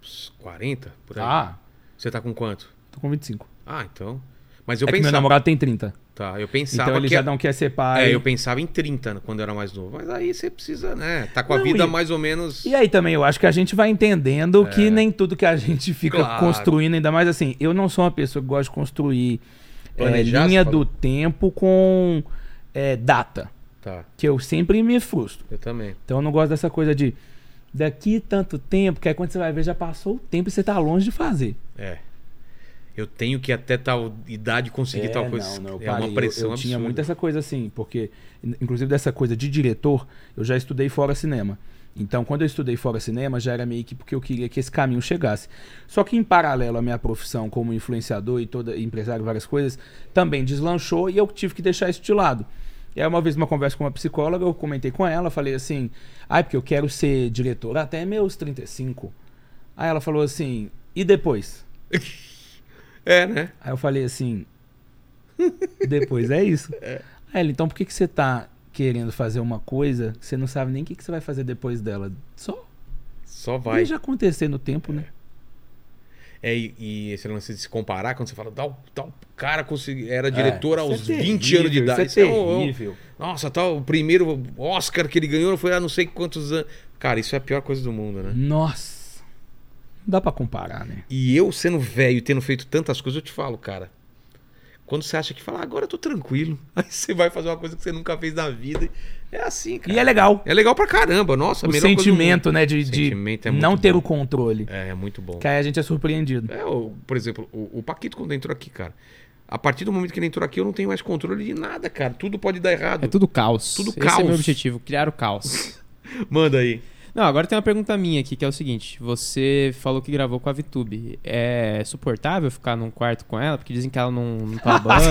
S1: Uns 40, por aí.
S3: Ah.
S1: Você tá com quanto?
S3: tô com 25.
S1: Ah, então. Mas eu
S3: é que meu
S1: pensava.
S3: namorado tem 30.
S1: Tá, eu pensava
S3: Então ele
S1: que.
S3: já não quer ser pai.
S1: É, eu pensava em 30 né, quando eu era mais novo. Mas aí você precisa, né? Tá com a
S3: Não,
S1: vida
S3: e-
S1: mais ou menos.
S3: E aí também eu acho que a gente vai entendendo que nem tudo que a gente fica
S1: É. Claro.
S3: construindo, ainda mais assim, eu não sou uma pessoa que gosta de construir é,
S1: Planejar,
S3: linha
S1: você
S3: do
S1: fala?
S3: tempo com é, data,
S1: Tá,
S3: que eu sempre me frustro.
S1: eu também.
S3: Então eu não gosto dessa coisa de daqui tanto tempo, que aí quando você vai ver já passou o tempo e você tá longe de fazer.
S1: É. Eu tenho que até tal idade conseguir
S3: É,
S1: tal coisa.
S3: Não, não, eu
S1: é
S3: parei.
S1: uma
S3: Eu-
S1: pressão
S3: eu, tinha
S1: absurda.
S3: muito essa coisa assim, porque, in- inclusive dessa coisa de diretor, eu já estudei fora cinema. Então, quando eu estudei fora cinema, já era meio que porque eu queria que esse caminho chegasse. Só que, em paralelo à minha profissão como influenciador e toda empresário, várias coisas, também deslanchou e eu tive que deixar isso de lado. E aí, uma vez, numa conversa com uma psicóloga, eu comentei com ela, falei assim: ai, porque eu quero ser diretor até meus 35. Aí ela falou assim: e depois?
S1: É, né?
S3: Aí eu falei assim: depois é isso. Aí ela, então por que, que você tá querendo fazer uma coisa que você não sabe nem o que, que você vai fazer depois dela? Só
S1: Só vai.
S3: deixa acontecer no tempo, né?
S1: É, e, e esse lance de se comparar, quando você fala, tal, tal cara consegui, era diretor
S3: É, isso
S1: aos
S3: é
S1: 20
S3: terrível,
S1: anos de idade.
S3: Isso é
S1: um- um-
S3: terrível.
S1: nossa, tal, o primeiro Oscar que ele ganhou foi há não sei quantos anos. Cara, isso é a pior coisa do mundo, né?
S3: Nossa. Não dá pra comparar, né?
S1: E eu sendo velho e tendo feito tantas coisas, eu te falo, cara. Quando você acha que fala, "Ah, agora eu tô tranquilo. Aí você vai fazer uma coisa que você nunca fez na vida. É assim, cara.
S3: E é legal.
S1: É legal pra caramba, nossa. a
S3: o
S1: melhor coisa do
S3: sentimento,
S1: mundo.
S3: né? De, de
S1: Sentimento é muito
S3: não ter
S1: bom.
S3: o controle.
S1: É, é muito bom.
S3: Que aí a gente é surpreendido.
S1: É, o- por exemplo, o, o Paquito quando entrou aqui, cara. A partir do momento que ele entrou aqui, eu não tenho mais controle de nada, cara. Tudo pode dar errado.
S2: É tudo caos.
S1: Tudo
S2: Esse
S1: caos.
S2: é meu objetivo, criar o caos.
S1: Manda aí.
S2: Não, agora tem uma pergunta minha aqui, que é o seguinte. Você falou que gravou com a VTube. É suportável ficar num quarto com ela? Porque dizem que ela não, não tá banho.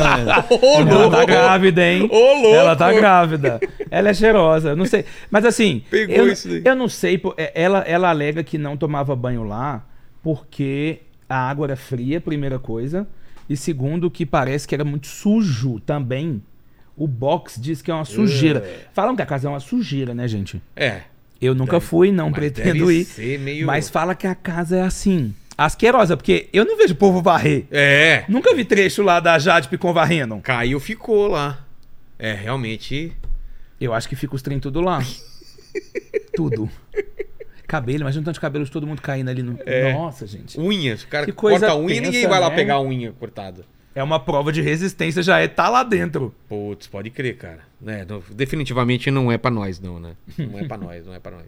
S1: Ô,
S3: Ela tá grávida, hein?
S1: Ô, louco!
S3: Ela tá grávida. Ela é cheirosa. Não sei. Mas assim.
S1: Pegou
S3: eu,
S1: isso daí.
S3: eu não sei. pô, é, Ela, ela alega que não tomava banho lá porque a água era fria, primeira coisa. E segundo, que parece que era muito sujo também. O box diz que é uma sujeira. Falam que a casa é uma sujeira, né, gente?
S1: É.
S3: Eu nunca fui, não
S1: mas
S3: pretendo
S1: deve
S3: ir.
S1: ser meio-
S3: Mas fala que a casa é assim. Asquerosa, porque eu não vejo o povo varrer.
S1: É.
S3: Nunca vi trecho lá da Jade Picon varrendo.
S1: Caiu, ficou lá. É, realmente.
S3: Eu acho que fica os trem tudo lá. tudo. Cabelo, imagina o tanto de cabelo de todo mundo caindo ali no. Nossa, gente.
S1: Unhas. O cara
S3: Que
S1: corta
S3: coisa
S1: a unha e ninguém
S3: tensa,
S1: vai lá
S3: né?
S1: pegar a unha cortada.
S3: É uma prova de resistência, já é tá lá dentro.
S1: Putz, pode crer, cara. É, não- definitivamente não é pra nós, não, né? Não é pra nós, não é pra nós.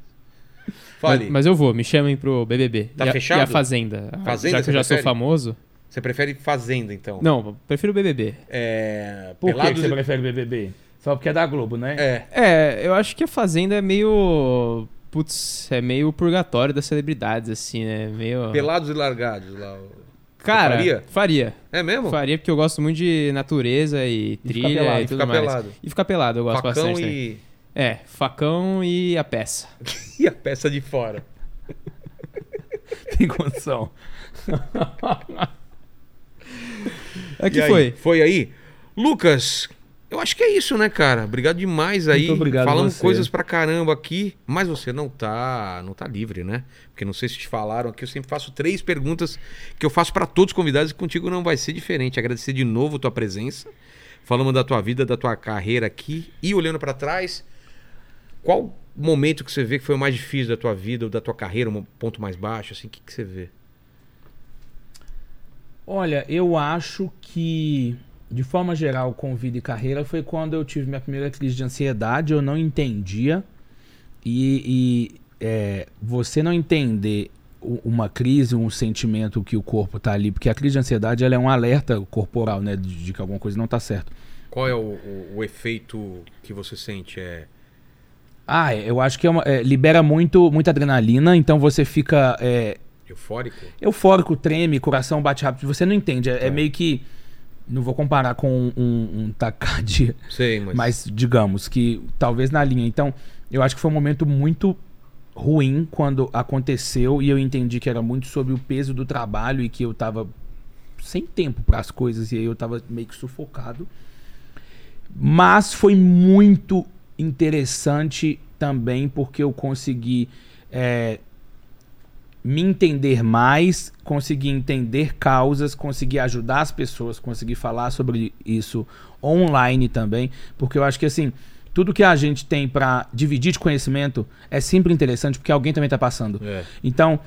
S1: Fale.
S2: Mas eu vou, me chamem pro BBB.
S1: Tá
S2: E a-
S1: fechado?
S2: E a Fazenda. Ah,
S1: Fazenda,
S2: Já que
S1: você
S2: eu já sou
S1: prefere?
S2: famoso.
S1: Você prefere fazenda, então?
S2: Não, prefiro o BBB.
S1: É.
S3: Por que
S1: Pelados
S3: que você
S1: e-
S3: prefere BBB? Só porque é da Globo, né?
S1: É.
S2: É, eu acho que a Fazenda é meio. Putz, é meio purgatório das celebridades, assim, né? Meio.
S1: Pelados e largados lá. o-
S2: Cara,
S1: Faria?
S2: Faria.
S1: É mesmo?
S2: Faria porque eu gosto muito de natureza e trilha e,
S3: pelado,
S2: tudo
S1: ficar
S2: mais.
S1: pelado.
S2: E ficar pelado, eu gosto
S1: Facão
S2: bastante. também.
S1: e...
S2: É, facão e a peça.
S1: e a peça de fora.
S3: Tem condição.
S2: Aqui
S1: E aí?
S2: foi.
S1: É, Foi aí. Lucas, eu acho que é isso, né, cara? Obrigado demais aí.
S3: Muito obrigado
S1: Falamos
S3: você.
S1: coisas pra caramba aqui, mas você não tá, não tá livre, né? Porque não sei se te falaram aqui, eu sempre faço três perguntas que eu faço pra todos os convidados e contigo não vai ser diferente. Agradecer de novo tua presença. Falamos da tua vida, da tua carreira aqui e olhando pra trás, qual momento que você vê que foi o mais difícil da tua vida ou da tua carreira, um ponto mais baixo, assim, o que, que você vê?
S3: Olha, eu acho que, de forma geral, com vida e carreira, foi quando eu tive minha primeira crise de ansiedade, eu não entendia. E, e, é, você não entender u- uma crise, um sentimento que o corpo tá ali, porque a crise de ansiedade ela é um alerta corporal, né? De, de que alguma coisa não tá certo.
S1: Qual é o, o- o efeito que você sente? É
S3: Ah, é, eu acho que é uma- é, libera muito, muita adrenalina, então você fica é,
S1: eufórico?
S3: eufórico, treme, coração bate rápido, você não entende. É, é meio que. Não vou comparar com um, um, um tacardia.
S1: Sei, mas.
S3: Mas digamos que talvez na linha. Então, eu acho que foi um momento muito ruim quando aconteceu e eu entendi que era muito sobre o peso do trabalho e que eu tava sem tempo para as coisas e aí eu tava meio que sufocado. Mas foi muito interessante também porque eu consegui é, me entender mais, consegui entender causas, consegui ajudar as pessoas, consegui falar sobre isso online também, porque eu acho que assim, tudo que a gente tem para dividir de conhecimento é sempre interessante porque alguém também tá passando.
S1: É.
S3: Então,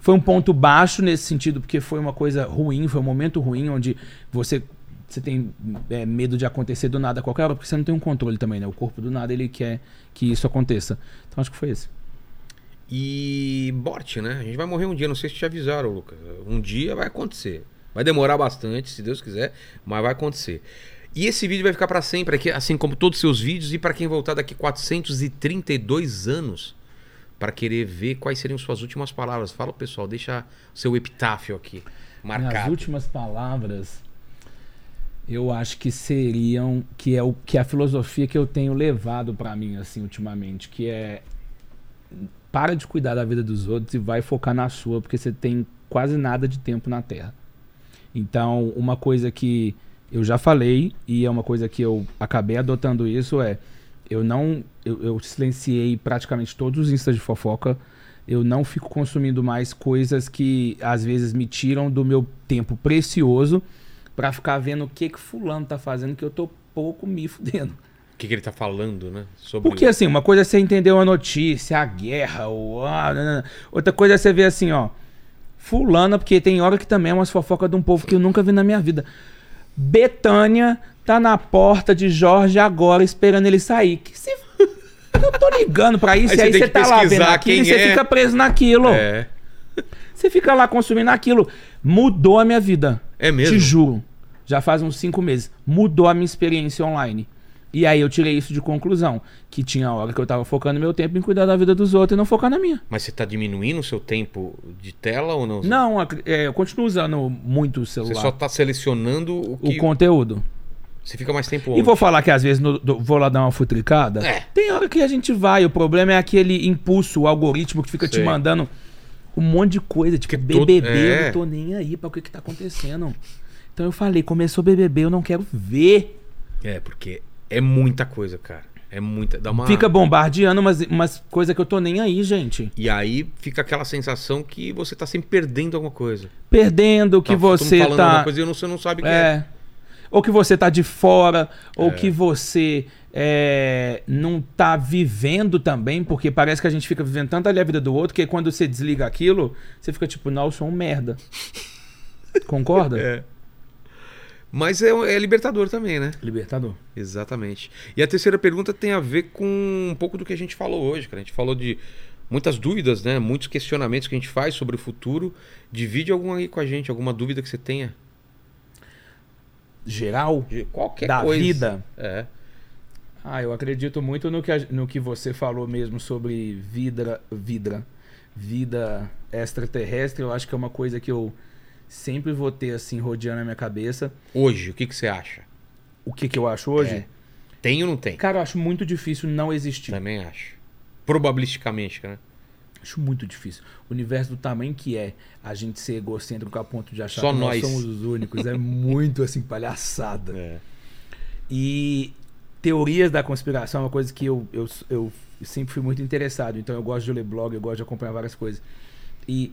S3: foi um ponto baixo nesse sentido, porque foi uma coisa ruim, foi um momento ruim onde você você tem é, medo de acontecer do nada a qualquer hora, porque você não tem um controle também, né? O corpo do nada ele quer que isso aconteça. Então acho que foi esse.
S1: E morte, né? A gente vai morrer um dia, não sei se te avisaram, Lucas. Um dia vai acontecer. Vai demorar bastante, se Deus quiser, mas vai acontecer. E esse vídeo vai ficar pra sempre aqui, assim como todos os seus vídeos, e pra quem voltar daqui 432 anos pra querer ver quais seriam suas últimas palavras. Fala, pessoal, deixa seu epitáfio aqui
S3: Minhas
S1: marcado.
S3: últimas palavras. eu acho que seriam que é o que é a filosofia que eu tenho levado pra mim assim ultimamente, que é para de cuidar da vida dos outros e vai focar na sua, porque você tem quase nada de tempo na Terra. Então, uma coisa que eu já falei e é uma coisa que eu acabei adotando isso é eu não eu, eu silenciei praticamente todos os instas de fofoca. Eu não fico consumindo mais coisas que às vezes me tiram do meu tempo precioso pra ficar vendo o que que fulano tá fazendo que eu tô pouco me fudendo.
S1: O que, que ele tá falando, né? Sobre
S3: Porque assim, uma coisa é você entender uma notícia, a guerra, o ah, nanana. outra coisa é você ver assim, ó, fulana, porque tem hora que também é umas fofocas de um povo que eu nunca vi na minha vida. Betânia tá na porta de Jorge agora esperando ele sair. Que se... Eu tô ligando pra
S1: Aí
S3: isso e
S1: você
S3: aí
S1: tem
S3: você
S1: que
S3: tá lá vendo
S1: pesquisar
S3: aquilo
S1: quem
S3: e você
S1: é.
S3: fica preso naquilo.
S1: É.
S3: Você fica lá consumindo aquilo. Mudou a minha vida.
S1: É mesmo?
S3: Te juro. Já faz uns cinco meses. Mudou a minha experiência online. E aí eu tirei isso de conclusão. Que tinha hora que eu tava focando meu tempo em cuidar da vida dos outros e não focar na minha.
S1: Mas você tá diminuindo o seu tempo de tela ou não?
S3: Não, ac- é, eu continuo usando muito o
S1: Você
S3: celular.
S1: só tá selecionando o
S3: O
S1: que.
S3: conteúdo.
S1: Você fica mais tempo
S3: E
S1: onde?
S3: vou falar que às vezes no- do- vou lá dar uma futricada.
S1: É.
S3: Tem hora que a gente vai. O problema é aquele impulso, o algoritmo que fica
S1: Sei.
S3: te mandando um monte de coisa. Tipo,
S1: Que tu-
S3: BBB,
S1: é.
S3: eu não tô nem aí pra o que que tá acontecendo. Então eu falei, começou BBB, eu não quero ver.
S1: É, porque é muita coisa, cara. É muita. Dá uma.
S3: Fica bombardeando umas, umas coisas que eu tô nem aí, gente.
S1: E aí fica aquela sensação que você tá sempre perdendo alguma coisa.
S3: Perdendo que
S1: Tá todo mundo
S3: você
S1: falando
S3: tá...
S1: alguma coisa e você não sabe o que é.
S3: É. Ou que você tá de fora, ou que você é, não tá vivendo também, porque parece que a gente fica vivendo tanto ali a vida do outro que quando você desliga aquilo, você fica tipo, não, eu sou um merda. Concorda?
S1: É. Mas é, é libertador também, né?
S3: Libertador.
S1: Exatamente. E a terceira pergunta tem a ver com um pouco do que a gente falou hoje, cara. A gente falou de muitas dúvidas, né? Muitos questionamentos que a gente faz sobre o futuro. Divide alguma aí com a gente, alguma dúvida que você tenha.
S3: Geral
S1: De qualquer
S3: da
S1: coisa.
S3: vida.
S1: É.
S3: Ah, eu acredito muito no que, a- no que você falou mesmo sobre vidra, vidra, vida extraterrestre. Eu acho que é uma coisa que eu sempre vou ter assim rodeando a minha cabeça.
S1: Hoje, o que, que você acha?
S3: O que, que eu acho hoje?
S1: Tem ou não tem?
S3: Cara, eu acho muito difícil não existir.
S1: Tipo. Também acho. Probabilisticamente, né?
S3: Acho muito difícil. O universo do tamanho que é, a gente ser egocêntrico a ponto de achar
S1: Só
S3: que
S1: nós. É.
S3: somos os únicos é muito assim palhaçada. E teorias da conspiração é uma coisa que eu, eu, eu sempre fui muito interessado. Então eu gosto de ler blog, eu gosto de acompanhar várias coisas. E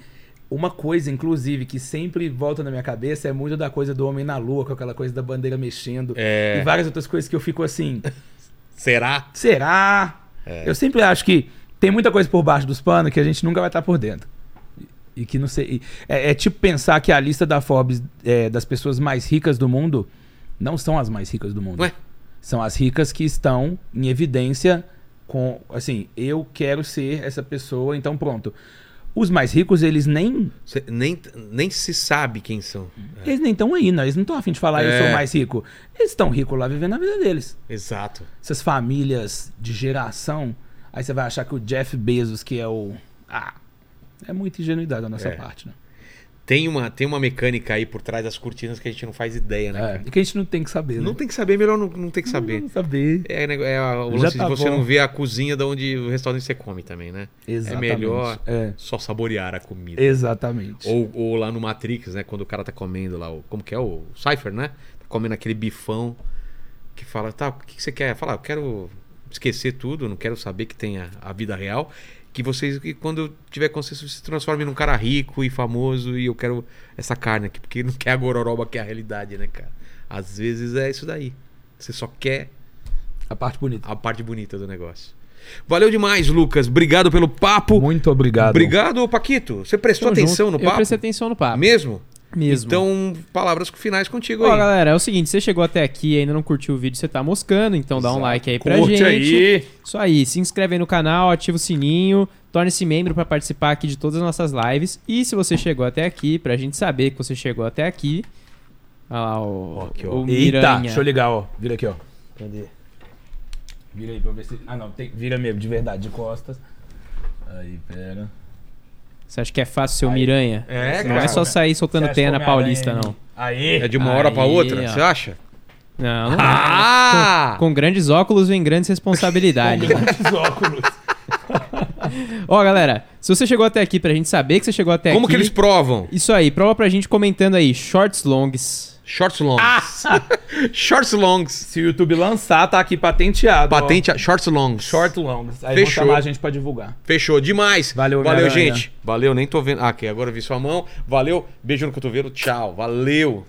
S3: uma coisa, inclusive, que sempre volta na minha cabeça é muito da coisa do homem na lua, com aquela coisa da bandeira mexendo.
S1: É.
S3: E várias outras coisas que eu fico assim.
S1: Será?
S3: Será?
S1: É.
S3: Eu sempre acho que tem muita coisa por baixo dos panos que a gente nunca vai estar por dentro. E, e que não sei. e- é, é tipo pensar que a lista da Forbes é, das pessoas mais ricas do mundo não são as mais ricas do mundo.
S1: Ué?
S3: São as ricas que estão em evidência com. Assim, eu quero ser essa pessoa, então pronto. Os mais ricos, eles nem.
S1: Cê- nem, nem se sabe quem são.
S3: Eles nem estão aí, né? Eles não estão afim de falar, eu sou
S1: É.
S3: o mais rico. Eles estão ricos lá vivendo a vida deles.
S1: Exato.
S3: essas famílias de geração, aí você vai achar que o Jeff Bezos, que é o. Ah, é muita ingenuidade da nossa
S1: É.
S3: parte, né?
S1: Tem uma, tem uma mecânica aí por trás das cortinas que a gente não faz ideia, né? cara?
S3: E que a gente não tem que saber,
S1: Não
S3: né?
S1: tem que saber, é melhor não, não ter que saber.
S3: Não saber.
S1: É, nego- é a- o
S3: Já
S1: lance
S3: tá
S1: de você
S3: bom.
S1: não ver a cozinha de onde o restaurante você come também, né?
S3: Exatamente.
S1: É melhor
S3: É.
S1: só saborear a comida.
S3: Exatamente.
S1: Ou, ou lá no Matrix, né? Quando o cara tá comendo lá, o, como que é? O Cypher, né? Tá comendo aquele bifão que fala, tá, o que, que você quer? Fala, eu quero esquecer tudo, não quero saber que tem a, a vida real. Que vocês, que quando eu tiver consciência, se transformem num cara rico e famoso e eu quero essa carne aqui, porque não quer a gororoba que é a realidade, né, cara? Às vezes é isso daí. Você só quer
S3: A parte bonita.
S1: a parte bonita do negócio. Valeu demais, Lucas. Obrigado pelo papo.
S3: Muito obrigado.
S1: Obrigado, Paquito. Você prestou
S2: Tamo
S1: atenção
S2: junto.
S1: no
S2: Eu
S1: papo?
S2: prestei atenção no papo.
S1: Mesmo?
S2: Mesmo.
S1: Então, palavras finais contigo
S2: Ó,
S1: aí.
S2: galera, é o seguinte, você chegou até aqui e ainda não curtiu o vídeo, você tá moscando, então dá um like aí pra
S5: Curte
S2: gente.
S5: aí.
S2: Isso aí, se inscreve aí no canal, ativa o sininho, torne-se membro pra participar aqui de todas as nossas lives. E se você chegou até aqui, pra gente saber que você chegou até aqui, olha lá o,
S1: Aqui, ó.
S2: o
S3: Eita,
S2: Miranha.
S3: deixa eu ligar, ó. Vira aqui, ó. Cadê? Vira aí pra eu ver se. Ah, não, tem... vira mesmo, de verdade, de costas. Aí, pera.
S2: Você acha que é fácil ser o Miranha?
S1: É,
S2: Não é só sair soltando
S3: Você acha
S2: teia na
S3: Homem-Aranha
S2: Paulista,
S3: aí?
S2: não.
S3: Aí!
S1: É de uma hora pra
S2: Aí,
S1: outra,
S2: ó.
S1: você acha?
S2: Não, não é.
S1: Ah!
S2: Com grandes óculos vem grandes responsabilidades. Ó, galera, se você chegou até aqui pra gente saber que você chegou até
S1: Como
S2: aqui.
S1: que eles provam?
S2: Isso aí, prova pra gente comentando aí, shorts longs.
S1: Shorts longs.
S2: Ah!
S1: Shorts longs.
S3: Se o YouTube lançar, tá aqui patenteado. ó.
S1: Patente, a- shorts longs.
S3: Short longs. Aí
S1: Fechou.
S3: vão chamar a gente pra divulgar.
S1: Fechou demais.
S3: Valeu,
S1: Valeu,
S3: Homem-Aranha.
S1: gente. Valeu, nem tô vendo. Ah, aqui, agora eu vi sua mão. Valeu. Beijo no cotovelo. Tchau. Valeu.